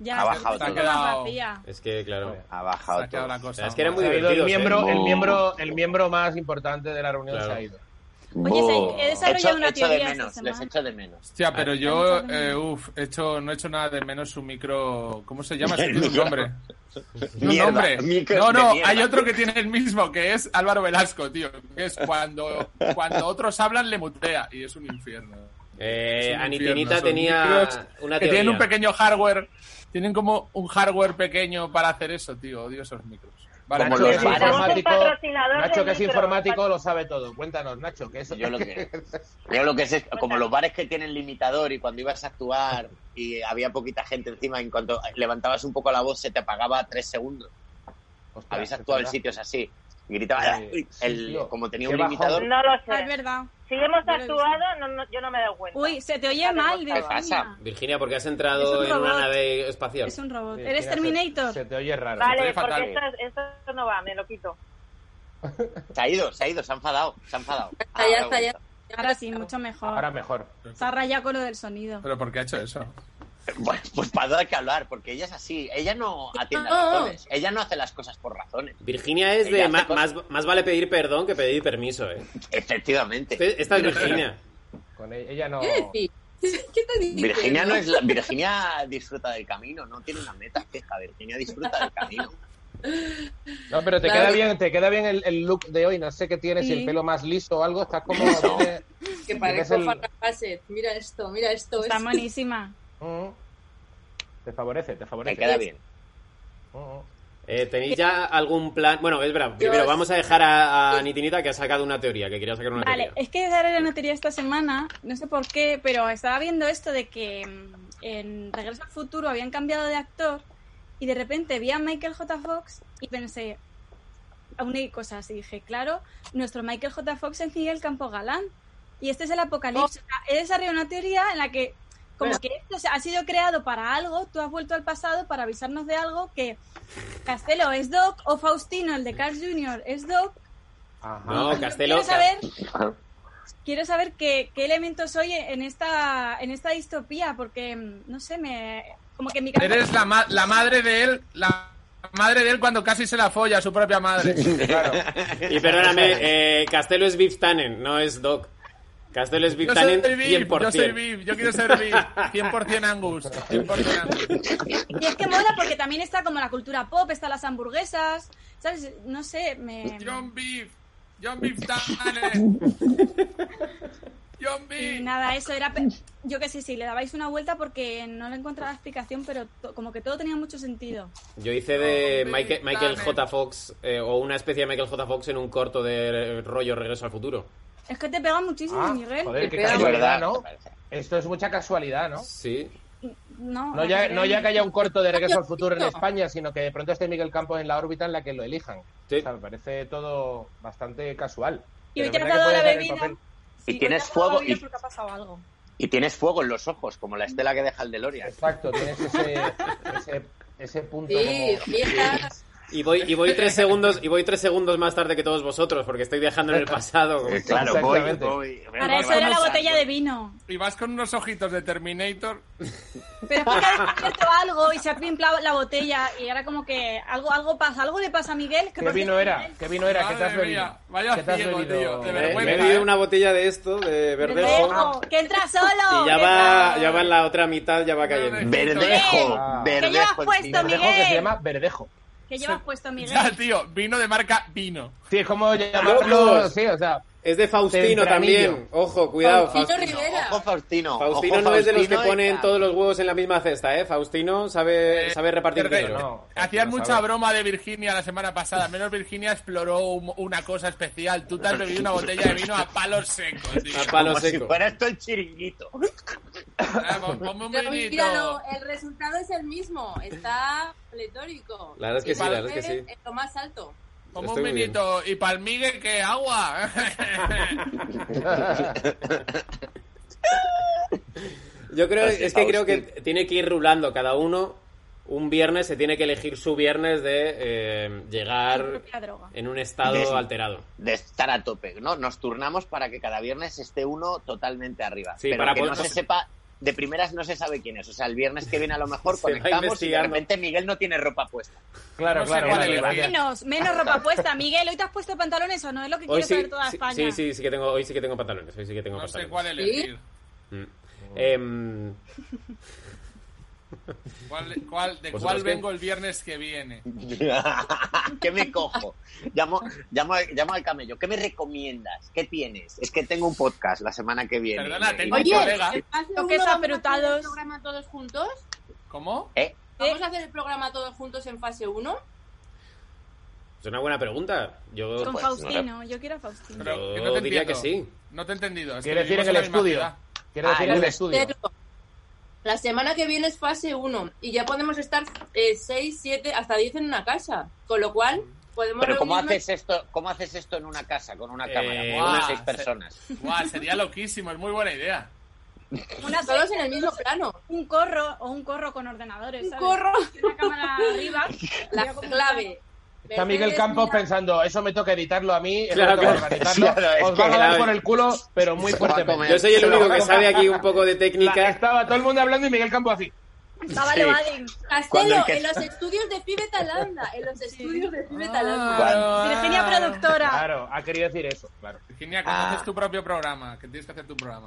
Speaker 5: Ya,
Speaker 2: Ha bajado
Speaker 5: está
Speaker 1: todo.
Speaker 5: como más
Speaker 1: Quedado-
Speaker 5: vacía.
Speaker 3: es que, claro.
Speaker 2: Ha
Speaker 1: Se
Speaker 2: bajado
Speaker 1: ha quedado
Speaker 2: todo.
Speaker 1: la cosa.
Speaker 3: Es que era muy
Speaker 4: Se ha ido el
Speaker 3: divertidos,
Speaker 4: miembro,
Speaker 2: ¿eh?
Speaker 4: el miembro, el miembro más importante de la reunión
Speaker 3: Claro.
Speaker 4: se ha ido.
Speaker 5: Oye,
Speaker 2: Buh.
Speaker 5: se- he desarrollado
Speaker 2: Echo-
Speaker 5: una
Speaker 2: echo
Speaker 5: teoría
Speaker 2: de
Speaker 5: esta
Speaker 2: menos,
Speaker 5: semana.
Speaker 2: les echo de menos.
Speaker 1: Hostia, pero yo,
Speaker 5: Tanto de
Speaker 1: eh, uf, he hecho, no he hecho nada de menos su micro. ¿Cómo se llama? Ese tiene un nombre. Tiene un
Speaker 2: Mierda,
Speaker 1: nombre.
Speaker 2: micro
Speaker 1: No,
Speaker 2: de
Speaker 1: no,
Speaker 2: mierda.
Speaker 1: hay otro que tiene el mismo, que es Álvaro Velasco, tío. Que es cuando, cuando otros hablan, le mutea. Y es un infierno. Es
Speaker 3: Eh,
Speaker 1: un infierno,
Speaker 3: Anitinita
Speaker 1: son
Speaker 3: tenía
Speaker 1: micros
Speaker 3: una
Speaker 1: que
Speaker 3: teoría.
Speaker 1: tienen un pequeño hardware. Tienen como un hardware pequeño para hacer eso, tío. Odio esos micros. Vale,
Speaker 2: Como
Speaker 4: Nacho,
Speaker 2: los
Speaker 4: que es
Speaker 2: bares.
Speaker 4: Pues informático,
Speaker 9: Pues Somos el patrocinador
Speaker 4: Nacho,
Speaker 9: del
Speaker 4: que es
Speaker 9: micro.
Speaker 4: informático, lo sabe todo. Cuéntanos, Nacho, que es...
Speaker 2: Yo lo que, yo lo que sé es como los bares que tienen limitador y cuando ibas a actuar y había poquita gente encima, en cuanto levantabas un poco la voz se te apagaba tres segundos.
Speaker 4: Ostras,
Speaker 2: Habéis
Speaker 4: es
Speaker 2: actuado en
Speaker 4: verdad.
Speaker 2: sitios así. Y gritaba,
Speaker 4: Eh, sí,
Speaker 2: el-
Speaker 4: tío.
Speaker 2: como tenía
Speaker 4: Qué
Speaker 2: un
Speaker 4: bajón.
Speaker 2: limitador.
Speaker 9: No lo
Speaker 5: Ah, es
Speaker 9: sé.
Speaker 5: verdad.
Speaker 9: Si hemos
Speaker 5: Yo lo he
Speaker 9: actuado, no, no- yo no me he dado cuenta.
Speaker 5: Uy, se te oye
Speaker 9: Está
Speaker 5: mal,
Speaker 9: desbotado.
Speaker 5: Virginia.
Speaker 2: pasa?
Speaker 3: Virginia, porque has
Speaker 5: Es
Speaker 3: entrado
Speaker 5: un
Speaker 3: en una
Speaker 5: robot.
Speaker 3: nave espacial.
Speaker 5: Es un robot.
Speaker 4: Sí,
Speaker 5: ¿Eres
Speaker 4: mira, se-
Speaker 5: Terminator?
Speaker 4: Se te oye raro.
Speaker 9: Vale,
Speaker 1: estoy fatal.
Speaker 9: porque esto, esto no va, me lo quito.
Speaker 2: Se ha ido, se ha ido, se ha enfadado, se ha enfadado. Ah,
Speaker 6: Está ya, está ya.
Speaker 5: Ahora sí, mucho mejor.
Speaker 4: Ahora mejor.
Speaker 5: Se ha rayado con lo del sonido.
Speaker 1: Pero ¿por qué ha hecho eso?
Speaker 2: Bueno, pues para dar que hablar, porque ella es así. Ella no atiende a
Speaker 6: No.
Speaker 2: razones. Ella no hace las cosas por razones.
Speaker 3: Virginia es
Speaker 2: Ella
Speaker 3: de
Speaker 2: hace
Speaker 3: ma-
Speaker 2: cosas.
Speaker 3: más, más vale pedir perdón que pedir permiso, eh.
Speaker 2: Efectivamente.
Speaker 3: Este- Esta es Virginia.
Speaker 4: Con ella, ella no...
Speaker 6: ¿Qué decís? ¿Qué te dices?
Speaker 2: Virginia no es la- Virginia disfruta del camino, no tiene una meta fija. Virginia disfruta del camino.
Speaker 4: No, pero te
Speaker 6: Claro.
Speaker 4: queda bien, te queda bien el, el look de hoy. No sé qué tienes, si el
Speaker 6: Sí.
Speaker 4: pelo más liso o algo. Estás como. tiene-
Speaker 10: Que
Speaker 4: Tienes
Speaker 10: parezco
Speaker 4: el-
Speaker 10: Farrah Fawcett. Mira esto, mira esto.
Speaker 5: Está
Speaker 10: es-
Speaker 5: buenísima.
Speaker 4: Mm. Te favorece, te favorece.
Speaker 2: queda bien.
Speaker 4: Mm.
Speaker 3: Eh, ¿Tenéis ya algún plan? Bueno, es verdad, primero
Speaker 10: Yo-
Speaker 3: vamos a dejar a, a Nitinita que ha sacado una teoría, que quería sacar una
Speaker 5: Vale,
Speaker 3: teoría.
Speaker 5: es que daré la notería esta semana, no sé por qué, pero estaba viendo esto de que mm, en Regreso al Futuro habían cambiado de actor y de repente vi a Michael J. Fox y pensé, uní cosas y dije, claro, nuestro Michael J. Fox es Miguel Campo Galán y este es el apocalipsis. O sea, he desarrollado una teoría en la que como que esto o sea, ha sido creado para algo, tú has vuelto al pasado para avisarnos de algo que Castelo es Doc o Faustino, el de Carl Jr., es Doc
Speaker 4: Ajá.
Speaker 3: No, Castelo.
Speaker 5: eh, Quiero saber, quiero saber qué, qué elementos soy en esta, en esta distopía, porque mm, no sé, me como que mi cabeza-
Speaker 1: Eres la, ma- la madre de él, la madre de él cuando casi se la folla a su propia madre.
Speaker 3: Y perdóname, eh, Castelo es Biff Tannen, no es Doc. Castelo es Biff
Speaker 1: Yo
Speaker 3: Tannen
Speaker 1: soy VIP, yo soy
Speaker 3: 100%.
Speaker 1: VIP, yo quiero ser VIP, 100% Angus, 100% Angus.
Speaker 5: Y es que mola porque también está como la cultura pop, está las hamburguesas, ¿sabes? No sé, me
Speaker 1: John Beef, John Beef Tannen. John
Speaker 5: y
Speaker 1: Beef.
Speaker 5: nada, eso era pe- yo que sé, si le dabais una vuelta porque no le encontraba explicación, pero to- como que todo tenía mucho sentido.
Speaker 3: Yo hice de
Speaker 1: Biff
Speaker 3: Michael, Michael
Speaker 1: Tannen.
Speaker 3: J. Fox, eh, o una especie de Michael J. Fox en un corto de eh, rollo Regreso al Futuro.
Speaker 5: Es que te pega muchísimo,
Speaker 4: Ah,
Speaker 5: Miguel.
Speaker 4: joder, qué
Speaker 10: Te pega.
Speaker 2: Es
Speaker 4: casualidad,
Speaker 2: verdad,
Speaker 4: ¿no?
Speaker 2: me parece.
Speaker 4: Esto es mucha casualidad, ¿no?
Speaker 3: Sí.
Speaker 5: No,
Speaker 4: No ya,
Speaker 5: Miguel.
Speaker 4: no ya que haya un corto de regreso al futuro en España, sino que de pronto esté Miguel Campos en la órbita en la que lo elijan.
Speaker 3: Sí.
Speaker 4: O sea, me parece todo bastante casual.
Speaker 5: Y hoy
Speaker 4: Pero
Speaker 5: te
Speaker 4: es
Speaker 5: has
Speaker 4: verdad que
Speaker 5: dado
Speaker 4: puede
Speaker 5: la
Speaker 4: caer en
Speaker 5: bebida.
Speaker 4: papel.
Speaker 5: Sí,
Speaker 2: Y
Speaker 5: hoy
Speaker 2: tienes
Speaker 5: te has dado la
Speaker 2: fuego
Speaker 5: bebida
Speaker 2: y-
Speaker 5: porque ha pasado algo.
Speaker 2: Y tienes fuego en los ojos, como la estela que deja el DeLorean.
Speaker 4: Exacto, tienes ese, ese, ese punto
Speaker 10: Sí,
Speaker 4: como...
Speaker 10: fiestas.
Speaker 3: Y voy, y voy tres segundos, y voy tres segundos más tarde que todos vosotros, porque estoy viajando en el pasado. como-
Speaker 2: Eh, claro, voy,
Speaker 4: Exactamente.
Speaker 2: voy.
Speaker 5: Para eso era la botella de vino.
Speaker 1: Y vas con unos ojitos de Terminator.
Speaker 5: Pero es porque ha descubierto algo y se ha pimplado la botella y ahora como que algo, algo pasa, algo le pasa a Miguel. Que
Speaker 4: ¿Qué
Speaker 5: por
Speaker 4: vino
Speaker 5: cierto,
Speaker 4: era?
Speaker 5: Miguel-
Speaker 4: ¿Qué vino era? ¿Qué te has
Speaker 1: Madre
Speaker 4: bebido?
Speaker 1: mía, vaya
Speaker 4: ¿Qué te has
Speaker 1: ciego,
Speaker 4: bebido?
Speaker 1: tío, de
Speaker 3: Me-
Speaker 1: verdad.
Speaker 3: me,
Speaker 1: vergüenza,
Speaker 3: he bebido
Speaker 1: ¿eh?
Speaker 3: una botella de esto, de verdejo,
Speaker 5: Verdejo, que entra solo.
Speaker 3: y ya
Speaker 5: que
Speaker 3: va,
Speaker 5: entra-
Speaker 3: ya va en la otra mitad, ya va cayendo.
Speaker 1: Verde.
Speaker 2: Verdejo,
Speaker 4: Ah.
Speaker 5: ¿Qué llevas
Speaker 2: verdejo.
Speaker 5: puesto,
Speaker 2: encima.
Speaker 4: Verdejo que se
Speaker 5: Miguel.
Speaker 4: llama Verdejo.
Speaker 5: Que llevas puesto Miguel.
Speaker 1: Ya, tío, vino de marca vino.
Speaker 4: Sí, es como llamarlo...
Speaker 3: Locos.
Speaker 4: Sí, o sea...
Speaker 3: Es de Faustino
Speaker 4: Tempranillo.
Speaker 3: también. Ojo, cuidado.
Speaker 10: Faustino
Speaker 3: Faustino,
Speaker 10: Rivera.
Speaker 2: Ojo Faustino.
Speaker 3: Faustino
Speaker 2: ojo,
Speaker 3: no es de los que
Speaker 2: Faustino,
Speaker 3: ponen
Speaker 2: está.
Speaker 3: todos los huevos en la misma cesta, ¿eh? Faustino sabe,
Speaker 1: Eh,
Speaker 3: sabe repartir
Speaker 1: Verdejo,
Speaker 3: dinero.
Speaker 4: No,
Speaker 1: Hacían
Speaker 4: no
Speaker 1: mucha
Speaker 4: sabe.
Speaker 1: broma de Virginia la semana pasada. Menos Virginia exploró un- una cosa especial. Tú te has bebido una botella de vino a palos secos, tío.
Speaker 3: A palo
Speaker 2: Como si
Speaker 3: seco.
Speaker 2: fuera esto el chiringuito.
Speaker 1: Ah, pon- Ponme un
Speaker 5: pues,
Speaker 10: Pero míralo,
Speaker 1: vinito.
Speaker 10: el resultado es el mismo. Está pletórico.
Speaker 3: La verdad es que
Speaker 10: Y
Speaker 3: sí, la verdad es que
Speaker 10: Valverde
Speaker 3: sí.
Speaker 10: es lo más alto.
Speaker 1: Ponme
Speaker 3: Estoy
Speaker 1: un
Speaker 3: muy
Speaker 1: vinito. Y pa'l Miguel, que agua.
Speaker 3: Yo creo,
Speaker 2: Así,
Speaker 3: es que creo que
Speaker 2: Faustino.
Speaker 3: tiene que ir rulando cada uno. Un viernes se tiene que elegir su viernes de eh,
Speaker 5: Su
Speaker 3: llegar
Speaker 5: propia droga.
Speaker 3: en un estado
Speaker 2: De-
Speaker 3: alterado.
Speaker 2: De estar a tope, ¿no? Nos turnamos para que cada viernes esté uno totalmente arriba.
Speaker 3: Sí,
Speaker 2: pero
Speaker 3: para
Speaker 2: que no
Speaker 3: poder-
Speaker 2: se sepa... De primeras no se sabe quién es. O sea, el viernes que viene a lo mejor
Speaker 3: Se va
Speaker 2: conectamos y de
Speaker 3: investigando.
Speaker 2: repente Miguel no tiene ropa puesta.
Speaker 4: Claro,
Speaker 1: No sé
Speaker 4: claro.
Speaker 1: cuál
Speaker 4: claro,
Speaker 1: elegir.
Speaker 4: gracias.
Speaker 5: Menos, menos ropa puesta. Miguel, hoy te has puesto pantalones o no, es lo que
Speaker 3: Hoy
Speaker 5: quiere
Speaker 3: sí,
Speaker 5: saber toda
Speaker 3: sí,
Speaker 5: España.
Speaker 3: sí, sí, sí que tengo, hoy sí que tengo pantalones. Hoy sí que tengo
Speaker 1: No sé
Speaker 3: pantalones.
Speaker 1: cuál elegir.
Speaker 3: Mm. Em,
Speaker 1: ¿Cuál- cuál- ¿De
Speaker 3: ¿Vosotros
Speaker 1: cuál
Speaker 3: qué?
Speaker 1: vengo el viernes que viene?
Speaker 2: ¿Qué me cojo? Llamo, llamo, llamo al camello. ¿Qué me recomiendas? ¿Qué tienes? Es que tengo un podcast la semana que viene.
Speaker 1: Perdona, tengo
Speaker 2: Y-
Speaker 1: un
Speaker 10: Oye,
Speaker 1: colega.
Speaker 5: Lo que
Speaker 10: que
Speaker 5: es apretados.
Speaker 10: el programa todos juntos?
Speaker 1: ¿Cómo?
Speaker 2: ¿Eh?
Speaker 10: ¿Vamos a hacer el programa todos juntos en fase 1?
Speaker 3: es una buena pregunta. Yo,
Speaker 5: Con
Speaker 2: pues,
Speaker 5: Faustino, yo quiero a Faustino.
Speaker 1: Pero
Speaker 3: Yo
Speaker 1: que no te
Speaker 3: diría
Speaker 1: entiendo.
Speaker 3: que sí.
Speaker 1: No te he entendido. es
Speaker 4: Quiere
Speaker 1: que
Speaker 4: decir en
Speaker 1: vivimos
Speaker 4: el
Speaker 1: la misma
Speaker 4: estudio.
Speaker 1: ciudad.
Speaker 4: Quiere decir
Speaker 2: Ah,
Speaker 4: en el
Speaker 2: el
Speaker 4: estudio.
Speaker 10: La semana que viene es fase 1 y ya podemos estar 6, 7, hasta 10 en una casa. Con lo cual, podemos
Speaker 2: Pero ¿cómo
Speaker 10: reunirnos-
Speaker 2: haces esto? ¿Cómo haces esto en una casa con una
Speaker 3: Eh,
Speaker 2: cámara? Con
Speaker 1: guau,
Speaker 2: unas seis
Speaker 1: se-
Speaker 2: personas.
Speaker 1: Guau, sería loquísimo, es muy buena idea.
Speaker 5: Una
Speaker 10: todos en el mismo plano.
Speaker 5: un corro o un corro con ordenadores.
Speaker 10: Un
Speaker 5: ¿sabes?
Speaker 10: corro.
Speaker 5: Una cámara arriba.
Speaker 10: La clave.
Speaker 4: Está Miguel Campos pensando, eso me toca editarlo a mí, eso
Speaker 3: Claro,
Speaker 4: me toca
Speaker 3: claro.
Speaker 4: organizarlo.
Speaker 2: Claro, es
Speaker 4: Os
Speaker 2: que
Speaker 4: van a dar
Speaker 3: claro.
Speaker 4: por el culo, pero muy fuertemente.
Speaker 2: comer.
Speaker 3: yo soy el único que sabe aquí un poco de
Speaker 4: La-
Speaker 3: técnica.
Speaker 4: estaba todo el mundo hablando y Miguel Campos así.
Speaker 5: Sábalo,
Speaker 2: Sí.
Speaker 5: Adin.
Speaker 2: Cuando
Speaker 10: Castelo,
Speaker 2: el que-
Speaker 10: en los estudios de Pibe Talanda. En los estudios de Pibe Talanda.
Speaker 1: Ah,
Speaker 5: Virginia productora.
Speaker 4: Claro, ha querido decir eso, claro.
Speaker 1: Virginia, que no
Speaker 2: Ah.
Speaker 1: haces tu propio programa, que tienes que hacer tu programa.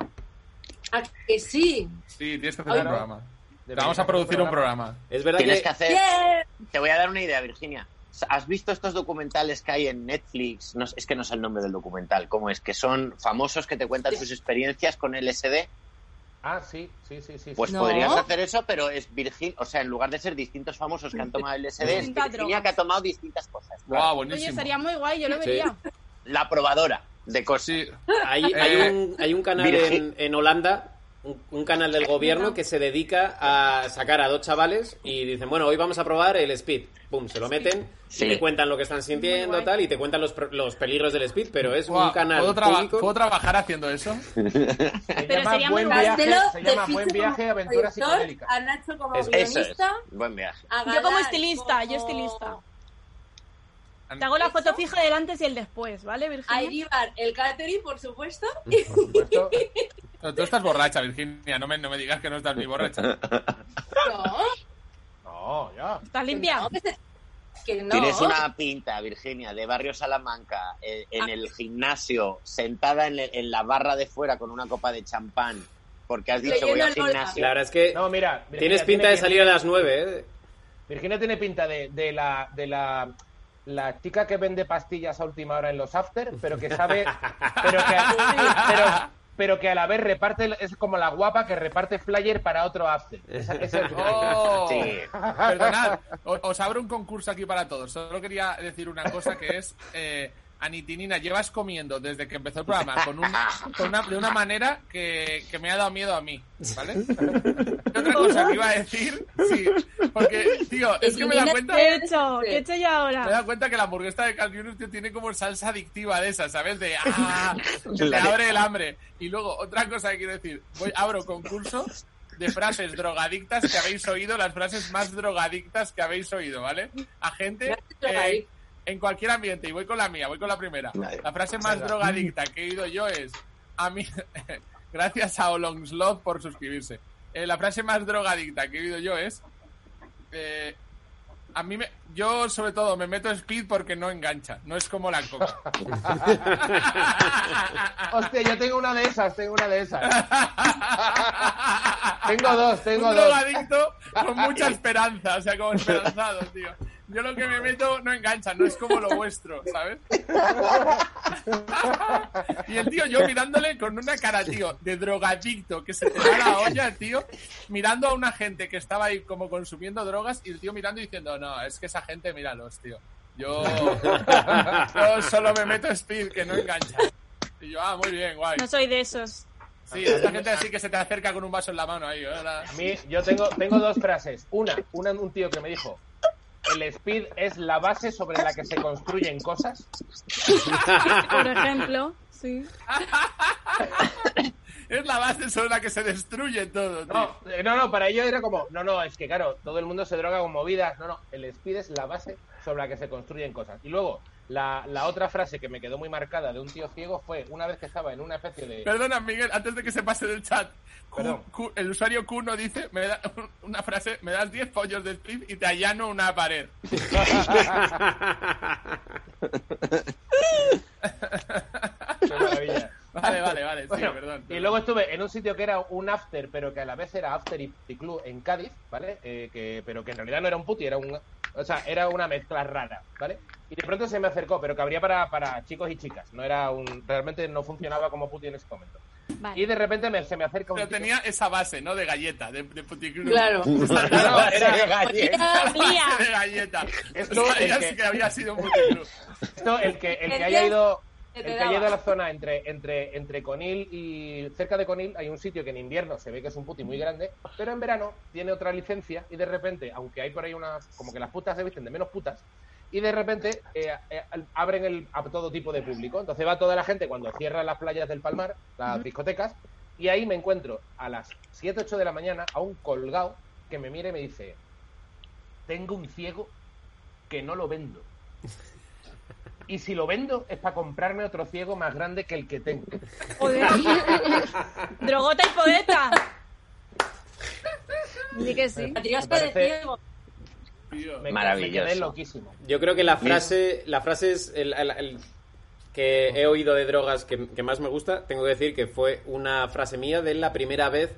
Speaker 10: ¿A que sí?
Speaker 1: Sí, tienes que hacer
Speaker 10: Ay,
Speaker 1: un
Speaker 4: no.
Speaker 1: programa. Te
Speaker 4: Debería
Speaker 1: vamos a
Speaker 4: hacer un
Speaker 1: producir un programa.
Speaker 3: Es verdad
Speaker 2: Tienes
Speaker 3: que
Speaker 2: que hacer.
Speaker 10: ¡Bien!
Speaker 2: Te voy a dar una idea, Virginia. ¿Has visto estos documentales que hay en Netflix? No, es que no sé el nombre del documental. ¿Cómo es? Que son famosos que te cuentan sus experiencias con LSD.
Speaker 4: Ah, sí, sí, sí, sí.
Speaker 2: Pues
Speaker 4: sí.
Speaker 2: podrías hacer eso, pero es Virgin, o sea, en lugar de ser distintos famosos que han tomado LSD, es
Speaker 5: Distintas
Speaker 2: Virginia
Speaker 5: drogas.
Speaker 2: que ha tomado distintas cosas.
Speaker 1: Guau,
Speaker 5: Oye,
Speaker 1: buenísimo.
Speaker 5: sería muy guay, yo lo
Speaker 2: Sí.
Speaker 5: vería.
Speaker 2: La probadora de cosas.
Speaker 3: Hay,
Speaker 2: Eh,
Speaker 3: hay un, hay un canal
Speaker 2: Virgi-
Speaker 3: en, en Holanda, un, un canal del gobierno que se dedica a sacar a dos chavales y dicen, bueno, hoy vamos a probar el speed. Pum, se lo meten,
Speaker 2: Sí.
Speaker 3: y te cuentan lo que están sintiendo, tal, y te cuentan los, pro- los peligros del speed, pero es
Speaker 1: Guau,
Speaker 3: un canal
Speaker 1: ¿puedo, traba-
Speaker 3: público.
Speaker 1: ¿Puedo trabajar haciendo eso?
Speaker 4: Se
Speaker 5: Pero
Speaker 4: llama
Speaker 5: sería muy
Speaker 4: Buen
Speaker 5: guay.
Speaker 4: Viaje,
Speaker 10: Castelo
Speaker 4: se
Speaker 10: te
Speaker 4: llama
Speaker 10: ficho
Speaker 4: Buen
Speaker 10: como
Speaker 4: Viaje, Aventuras
Speaker 10: productor,
Speaker 4: Psicodélicas.
Speaker 10: A Nacho como
Speaker 2: Es- eso es.
Speaker 10: guionista.
Speaker 2: Buen viaje.
Speaker 10: a
Speaker 5: Yo como
Speaker 10: Galán
Speaker 5: estilista, yo
Speaker 10: como-
Speaker 5: estilista. Te hago la foto fija del antes y el después, ¿vale,
Speaker 10: A
Speaker 5: Virginia?
Speaker 10: Iribar, el catering, por supuesto.
Speaker 4: Por supuesto.
Speaker 1: Pero tú estás borracha, Virginia. No me, no me digas que no estás ni borracha.
Speaker 10: No,
Speaker 4: No, ya.
Speaker 5: ¿Estás limpia?
Speaker 10: no, que, se- que no.
Speaker 2: Tienes una pinta, Virginia, de barrio Salamanca, eh, en
Speaker 10: Ah.
Speaker 2: el gimnasio, sentada en, el- en la barra de fuera con una copa de champán, porque has dicho
Speaker 10: Leyendo
Speaker 2: voy al
Speaker 10: el Golfa".
Speaker 2: gimnasio.
Speaker 3: La verdad es que
Speaker 4: No, mira. Virginia
Speaker 3: tienes
Speaker 4: tiene
Speaker 3: pinta de
Speaker 4: pin-
Speaker 3: salir a las 9, ¿eh?
Speaker 4: Virginia tiene pinta de, de la. De la la chica que vende pastillas a última hora en los after, pero que sabe, pero que, pero, pero que a la vez reparte, es como la guapa que reparte flyer para otro after. Esa- ese es el-
Speaker 1: ¡Oh!
Speaker 2: Sí.
Speaker 1: Perdonad, o- os abro un concurso aquí para todos. Solo quería decir una cosa que es, eh, Anitinina, llevas comiendo desde que empezó el programa con un- con una, de una manera que, que me ha dado miedo a mí, ¿vale? Y otra cosa que iba a decir, sí, porque, tío, es que me da cuenta...
Speaker 5: ¿Qué he hecho? ¿Qué he hecho yo
Speaker 1: Me he
Speaker 5: ahora?
Speaker 1: dado cuenta que la hamburguesa de Calvin Union tiene como salsa adictiva de esa, ¿sabes? De ¡ah! que te
Speaker 2: La-
Speaker 1: abre el hambre. Y luego, otra cosa que quiero decir, voy, abro concurso de frases drogadictas que habéis oído, las frases más drogadictas que habéis oído, ¿vale? A gente
Speaker 10: Frases
Speaker 1: eh,
Speaker 10: drogadictas.
Speaker 1: en cualquier ambiente, y voy con la mía, voy con la primera.
Speaker 2: Vale.
Speaker 1: La frase más drogadicta que he oído yo es, a mí, gracias a Olongsloth por suscribirse. Eh, la frase más drogadicta que he oído yo es, eh, a mí me, yo sobre todo me meto speed porque no engancha, no es como la coca.
Speaker 4: Hostia, yo tengo una de esas, tengo una de esas. Tengo dos, tengo
Speaker 1: Un
Speaker 4: dos.
Speaker 1: drogadicto con mucha esperanza, o sea, como esperanzado, tío. Yo lo que me meto no engancha, no es como lo vuestro, ¿sabes? Y el tío, yo mirándole con una cara, tío, de drogadicto que se te da la olla, tío, mirando a una gente que estaba ahí como consumiendo drogas y el tío mirando y diciendo, no, es que esa gente, míralos, tío. Yo, yo solo me meto speed, que no engancha. Y yo, ah, muy bien, guay.
Speaker 5: No soy de esos.
Speaker 1: Sí, esta gente así que se te acerca con un vaso en la mano ahí, hola.
Speaker 4: A mí, yo tengo, tengo dos frases. Una, una, un tío que me dijo, el speed es la base sobre la que se construyen cosas.
Speaker 5: Por ejemplo, sí.
Speaker 1: Es la base sobre la que se destruye todo, tío.
Speaker 4: No, eh, no, no, para ello era como, no, no, es que claro, todo el mundo se droga con movidas. No, no, el speed es la base sobre la que se construyen cosas. Y luego, la, la otra frase que me quedó muy marcada de un tío ciego fue, una vez que estaba en una especie de...
Speaker 1: Perdona, Miguel, antes de que se pase del chat. Q-
Speaker 4: Perdón.
Speaker 1: Q- el usuario Q1 dice, me da una frase, me das 10 pollos de split y te allano una pared.
Speaker 4: Qué maravilla.
Speaker 1: Vale, vale, vale, sí,
Speaker 4: Bueno,
Speaker 1: perdón.
Speaker 4: Y luego estuve en un sitio que era un after, pero que a la vez era after y y club en Cádiz, ¿vale? Eh, que, pero que en realidad no era un puti, era un, o sea, era una mezcla rara, ¿vale? Y de pronto se me acercó, pero cabría para, para chicos y chicas. No era un, realmente no funcionaba como puti en ese momento. Y
Speaker 5: Vale.
Speaker 4: de repente me, se me acerca un
Speaker 1: Pero
Speaker 4: tío-
Speaker 1: tenía esa base, ¿no? De galleta, de, de puticlub.
Speaker 10: Claro.
Speaker 4: No,
Speaker 1: ¿eh?
Speaker 4: era-
Speaker 1: La base
Speaker 5: Lía.
Speaker 1: de galleta.
Speaker 4: Esto,
Speaker 1: Sabías
Speaker 4: el que-
Speaker 1: que había sido un puticlub.
Speaker 4: esto, el que, el que
Speaker 10: El
Speaker 4: haya
Speaker 10: que-
Speaker 4: ido
Speaker 10: que
Speaker 4: el
Speaker 10: te
Speaker 4: que haya ido
Speaker 10: daba.
Speaker 4: a la zona entre, entre, entre Conil y cerca de Conil hay un sitio que en invierno se ve que es un puti muy grande, pero en verano tiene otra licencia y de repente, aunque hay por ahí unas, como que las putas se visten de menos putas, y de repente eh, eh, abren el, a todo tipo de público. Entonces va toda la gente cuando cierran las playas del Palmar, las discotecas, y ahí me encuentro a las 7, 8 de la mañana a un colgado que me mira y me dice, tengo un ciego que no lo vendo. Y si lo vendo es para comprarme otro ciego más grande que el que tengo.
Speaker 5: Joder. Drogota y poeta. Di que sí.
Speaker 10: Patriota
Speaker 4: Me parece-
Speaker 10: de ciego.
Speaker 1: Tío.
Speaker 4: Me,
Speaker 2: Maravilloso.
Speaker 4: me quedé loquísimo.
Speaker 3: Yo creo que la frase, la frase es el, el- el que he oído de drogas que, que más me gusta. Tengo que decir que fue una frase mía de la primera vez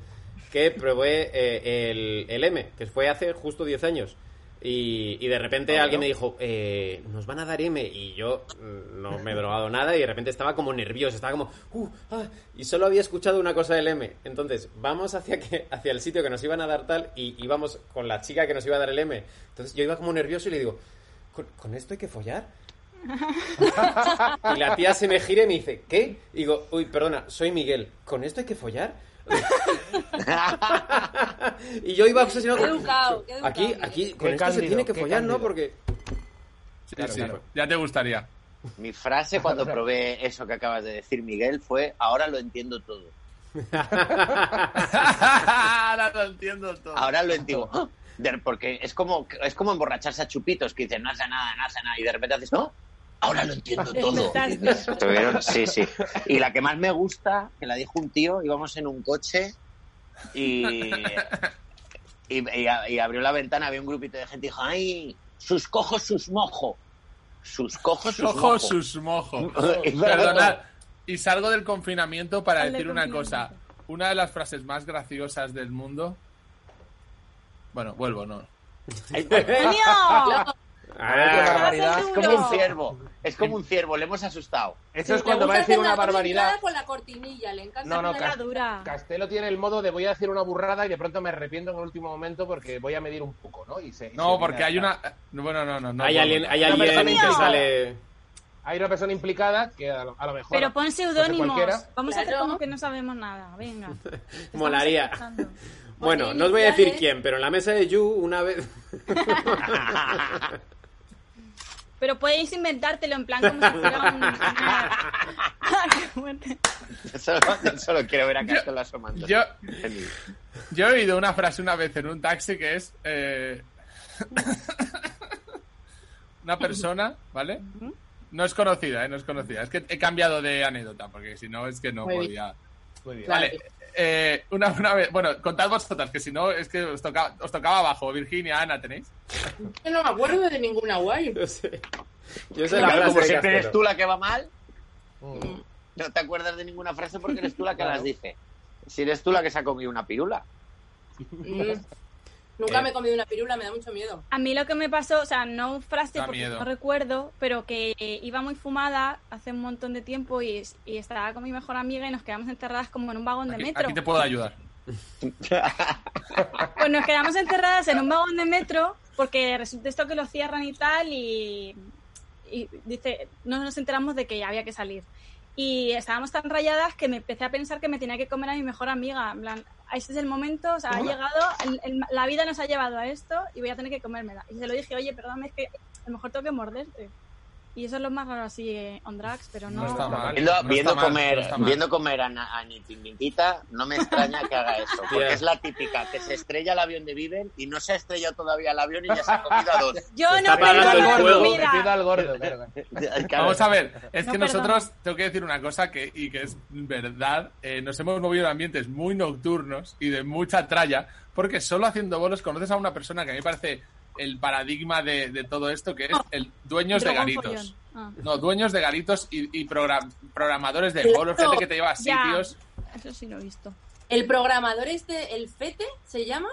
Speaker 3: que probé eh, el, el M, que fue hace justo 10 años. Y, y de repente
Speaker 1: Ah,
Speaker 3: alguien me
Speaker 1: bueno.
Speaker 3: dijo, eh, nos van a dar M. Y yo mm, no me he drogado nada y de repente estaba como nervioso, estaba como, "Uh, ah", y solo había escuchado una cosa del M. Entonces, vamos hacia, que, hacia el sitio que nos iban a dar tal y íbamos con la chica que nos iba a dar el M. Entonces yo iba como nervioso y le digo, ¿con, con esto hay que follar? Y la tía se me gira y me dice, ¿qué? Y digo, uy, perdona, soy Miguel, ¿con esto hay que follar? y yo iba obsesionado
Speaker 10: Qué
Speaker 3: con-
Speaker 10: educado, qué educado.
Speaker 3: Aquí, aquí, con
Speaker 1: Qué
Speaker 3: esto se
Speaker 1: cándido,
Speaker 3: tiene que
Speaker 1: qué
Speaker 3: follar,
Speaker 1: cándido.
Speaker 3: ¿no? Porque.
Speaker 1: Sí,
Speaker 3: Claro,
Speaker 1: sí,
Speaker 3: claro.
Speaker 1: Ya te gustaría.
Speaker 2: Mi frase cuando probé eso que acabas de decir, Miguel, fue, ahora lo entiendo todo.
Speaker 1: ahora lo entiendo todo.
Speaker 2: Ahora lo entiendo. ¡Ah! De- Porque es como, es como emborracharse a chupitos que dicen, no hace nada, no hace nada, y de repente haces, no, ahora lo entiendo todo.
Speaker 5: Despertaste.
Speaker 2: Tuvieron- Sí, sí. Y la que más me gusta, que la dijo un tío, íbamos en un coche y, y, y a- y abrió la ventana, había un grupito de gente y dijo, ay, sus cojos, sus mojo. Sus cojos, sus mojo.
Speaker 1: Ojo, sus mojos.
Speaker 2: Es verdad.
Speaker 1: Perdonad. Y salgo del confinamiento para
Speaker 5: Sal del
Speaker 1: decir una cosa.
Speaker 5: confinamiento.
Speaker 1: Una de las frases más graciosas del mundo. Bueno, vuelvo, no.
Speaker 2: Ay,
Speaker 5: ¡Antonio!
Speaker 2: qué
Speaker 3: Ah,
Speaker 2: barbaridad.
Speaker 5: Vas
Speaker 2: Es
Speaker 5: al
Speaker 2: como un
Speaker 5: duro.
Speaker 2: ciervo, es como un ciervo, le hemos asustado.
Speaker 4: Eso es
Speaker 10: Le
Speaker 4: cuando va a
Speaker 10: gusta
Speaker 4: decir
Speaker 10: hacer
Speaker 4: una
Speaker 10: la comida
Speaker 4: barbaridad.
Speaker 10: Con la cortinilla, le encanta.
Speaker 4: No, no,
Speaker 10: hacer la-
Speaker 4: claro.
Speaker 5: Era dura.
Speaker 4: Castelo tiene el modo de voy a decir una burrada y de pronto me arrepiento en el último momento porque voy a medir un poco, ¿no? Y se- y
Speaker 1: No,
Speaker 4: se
Speaker 1: porque
Speaker 4: olvida.
Speaker 1: hay una. eh, Bueno, no, no, no.
Speaker 3: hay
Speaker 1: vuelvo.
Speaker 3: alguien, hay
Speaker 4: Una
Speaker 3: alguien
Speaker 4: persona
Speaker 3: que
Speaker 4: implicada.
Speaker 3: sale.
Speaker 4: Hay una persona implicada que a lo, a lo mejor...
Speaker 5: Pero pon
Speaker 4: no
Speaker 5: seudónimos.
Speaker 4: sé cualquiera.
Speaker 5: Vamos a hacer
Speaker 10: Claro.
Speaker 5: como que no sabemos nada. Venga. Estamos
Speaker 3: Molaría.
Speaker 5: escuchando.
Speaker 3: Bueno,
Speaker 10: Porque
Speaker 3: no os voy a decir
Speaker 10: Pues iniciales-
Speaker 3: quién, pero en la mesa de Yu, una vez.
Speaker 5: Pero podéis inventártelo en plan como si fuera un... Qué fuerte.
Speaker 2: Solo, solo quiero ver a Castelo asomando.
Speaker 1: Yo, yo he oído una frase una vez en un taxi que es. eh, una persona, ¿vale? No es conocida, ¿eh? No es conocida. Es que he cambiado de anécdota, porque si no, es que no
Speaker 6: Muy bien.
Speaker 1: podía.
Speaker 4: Muy bien.
Speaker 1: Vale, eh, una, una vez. Bueno, contad vosotras, que si no, es que os, toca- os tocaba abajo. Virginia, Ana, ¿tenéis?
Speaker 10: Yo no me acuerdo de ninguna guay.
Speaker 3: Yo sé. Yo sé la
Speaker 2: Claro,
Speaker 3: frase
Speaker 2: como
Speaker 3: de
Speaker 2: siempre eres tú
Speaker 3: Castelo.
Speaker 2: la que va mal,
Speaker 4: Mm.
Speaker 2: no te acuerdas de ninguna frase porque eres tú la que
Speaker 4: Claro.
Speaker 2: las dice. Si eres tú la que se ha comido una pirula.
Speaker 10: Mm. Nunca
Speaker 3: Eh.
Speaker 10: me he comido una pirula, me da mucho miedo.
Speaker 5: A mí lo que me pasó, o sea, no frase
Speaker 1: Da
Speaker 5: porque
Speaker 1: miedo.
Speaker 5: no recuerdo, pero que iba muy fumada hace un montón de tiempo y, y estaba con mi mejor amiga y nos quedamos enterradas como en un vagón de
Speaker 1: Aquí,
Speaker 5: metro.
Speaker 1: aquí te puedo ayudar.
Speaker 5: Pues nos quedamos enterradas en un vagón de metro porque resulta esto que lo cierran y tal y, y dice, no nos enteramos de que había que salir. Y estábamos tan rayadas que me empecé a pensar que me tenía que comer a mi mejor amiga. En plan, este es el momento, o sea, ha llegado, el- el- la vida nos ha llevado a esto y voy a tener que comérmela. Y se lo dije, oye, perdóname, es que a lo mejor tengo que morderte. Y eso es lo más raro así eh, on drugs, pero no...
Speaker 1: No está mal.
Speaker 2: Viendo,
Speaker 1: No está
Speaker 2: viendo
Speaker 1: mal, no
Speaker 2: comer,
Speaker 1: está mal.
Speaker 2: viendo comer a, Na- a Nitimbitita, no me extraña que haga eso, porque
Speaker 3: Tía.
Speaker 2: es la típica, que se estrella el avión de Viven y no se ha estrellado todavía el avión y ya se ha comido a dos.
Speaker 5: Yo
Speaker 3: Se está
Speaker 5: no
Speaker 3: apagando
Speaker 5: perdono
Speaker 3: el
Speaker 5: en
Speaker 3: fuego.
Speaker 5: mi
Speaker 4: Le pido
Speaker 5: vida.
Speaker 4: al gordo, claro.
Speaker 2: Claro.
Speaker 1: Vamos a ver, es
Speaker 5: No,
Speaker 1: que
Speaker 5: perdón.
Speaker 1: nosotros, tengo que decir una cosa que, y que es verdad, eh, nos hemos movido en ambientes muy nocturnos y de mucha tralla, porque solo haciendo bolos conoces a una persona que a mí me parece el paradigma de, de todo esto, que es el dueños de
Speaker 5: Drogón
Speaker 1: garitos.
Speaker 5: follón. Ah,
Speaker 1: No, dueños de garitos y, y progra- programadores de bolos, gente que te lleva a
Speaker 5: Ya.
Speaker 1: sitios.
Speaker 5: eso sí lo he visto.
Speaker 10: El programador este, el Fete, ¿se llama?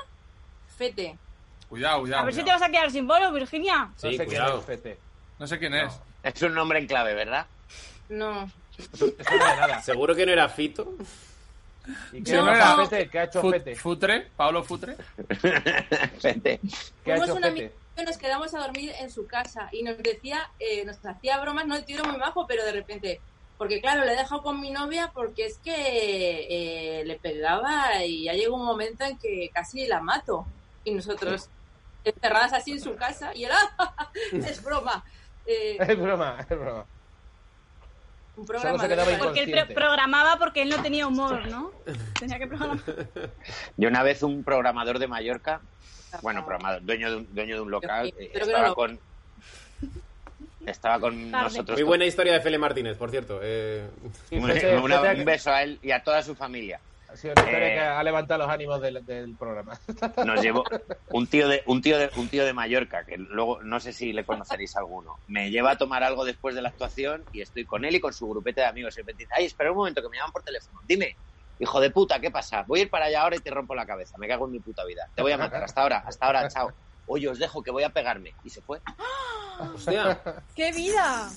Speaker 10: Fete.
Speaker 1: Cuidado, cuidado.
Speaker 5: A ver si te
Speaker 1: cuidado.
Speaker 5: vas a quedar sin bolo, Virginia.
Speaker 4: No
Speaker 3: Sí,
Speaker 4: sé qué es
Speaker 3: cuidado.
Speaker 4: Fete.
Speaker 1: No sé quién es.
Speaker 2: Es un nombre en clave, ¿verdad?
Speaker 10: No.
Speaker 4: Eso no es nada.
Speaker 3: Seguro que no era Fito.
Speaker 4: ¿Y
Speaker 5: Yo
Speaker 4: qué,
Speaker 1: no
Speaker 4: ha
Speaker 1: era-
Speaker 4: hecho Fete? ¿Qué ha hecho
Speaker 1: Fut-
Speaker 4: Fete?
Speaker 1: Futre, Pablo Futre.
Speaker 2: Gente.
Speaker 4: ¿Qué ha
Speaker 10: Fuimos
Speaker 4: hecho
Speaker 10: un
Speaker 4: Fete?
Speaker 10: amigo que nos quedamos a dormir en su casa y nos decía, eh, nos hacía bromas, no el tiro muy bajo, pero de repente, porque claro, le he dejado con mi novia porque es que eh, le pegaba y ya llegó un momento en que casi la mato. Y nosotros, encerradas así en su casa, y él, "Ah, es broma. Eh,
Speaker 4: Es broma, es broma.
Speaker 10: un programa
Speaker 4: se quedaba
Speaker 10: de-
Speaker 4: inconsciente.
Speaker 5: Porque él pro- programaba porque él no tenía humor, ¿no? Tenía que programar.
Speaker 2: Yo una vez un programador de Mallorca, bueno, programador, dueño de un, dueño de un local,
Speaker 10: Pero
Speaker 2: eh,
Speaker 10: que no
Speaker 2: estaba
Speaker 10: lo-
Speaker 2: con... Estaba con
Speaker 5: Tarde.
Speaker 2: nosotros
Speaker 3: Muy buena historia de Fele Martínez, por cierto. Eh,
Speaker 2: Un,
Speaker 4: Fete-
Speaker 2: una-
Speaker 4: Fete-
Speaker 2: un beso a él y a toda su familia.
Speaker 4: Ha sido una historia
Speaker 2: Eh.
Speaker 4: que ha levantado los ánimos del, del programa.
Speaker 2: Nos llevó un tío de un tío de un tío de Mallorca que luego no sé si le conoceréis alguno. Me lleva a tomar algo después de la actuación y estoy con él y con su grupete de amigos. Y me dice, ay, espera un momento que me llaman por teléfono. Dime, hijo de puta, ¿qué pasa? Voy a ir para allá ahora y te rompo la cabeza. Me cago en mi puta vida. Te voy a matar. Hasta ahora, hasta ahora, chao. oye, os dejo que voy a pegarme. Y se fue.
Speaker 6: Hostia. ¡Qué vida!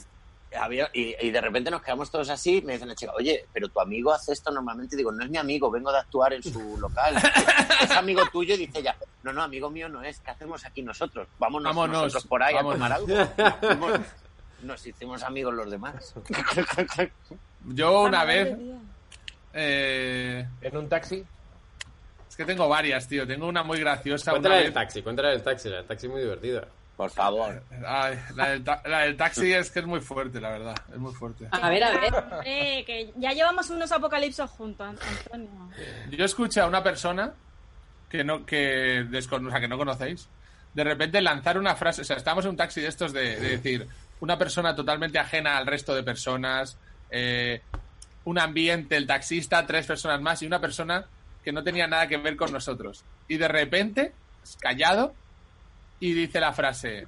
Speaker 2: Había- y, y de repente nos quedamos todos así. Me dice la chica, oye, pero tu amigo hace esto normalmente. Digo, no es mi amigo, vengo de actuar en su local. es amigo tuyo. Y dice ella, no, no, amigo mío no es. ¿Qué hacemos aquí nosotros? Vámonos,
Speaker 1: Vámonos,
Speaker 2: nosotros por ahí
Speaker 1: vámonos.
Speaker 2: a tomar algo. Nos fuimos- nos hicimos amigos los demás.
Speaker 1: Yo una vez.
Speaker 5: Ah, Madre mía.
Speaker 1: ¿En un taxi? Eh, Es que tengo varias, tío. Tengo una muy graciosa.
Speaker 3: Cuéntala
Speaker 1: una
Speaker 3: del
Speaker 1: vez-
Speaker 3: taxi, cuéntala del taxi, la del taxi es muy divertida.
Speaker 2: Por favor.
Speaker 1: Ay, la, del ta- la del taxi es que es muy fuerte, la verdad. Es muy fuerte.
Speaker 10: A ver, a ver.
Speaker 5: Hombre, Eh, que ya llevamos unos apocalipsos juntos, Antonio.
Speaker 1: Yo escuché a una persona que no, que, descono- o sea, que no conocéis, de repente lanzar una frase, o sea, estábamos en un taxi de estos de, de decir, una persona totalmente ajena al resto de personas, eh, un ambiente, el taxista, tres personas más y una persona que no tenía nada que ver con nosotros. Y de repente, callado, y dice la frase,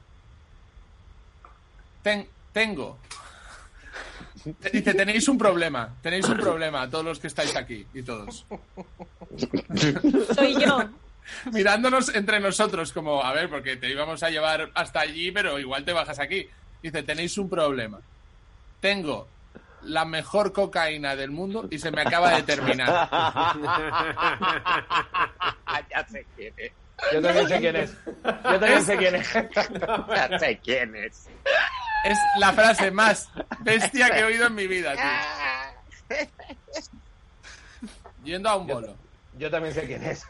Speaker 1: "Ten- tengo. Dice, tenéis un problema, tenéis un problema, todos los que estáis aquí y todos
Speaker 5: Soy yo.
Speaker 1: mirándonos entre nosotros como, a ver, porque te íbamos a llevar hasta allí, pero igual te bajas aquí. Dice, tenéis un problema. Tengo la mejor cocaína del mundo y se me acaba de terminar.
Speaker 2: ya sé quién es.
Speaker 4: Yo también sé quién es. Yo también sé quién es.
Speaker 2: Ya sé quién es.
Speaker 1: Es la frase más bestia que he oído en mi vida, tío. Yendo a un bolo.
Speaker 4: Yo también sé quién es.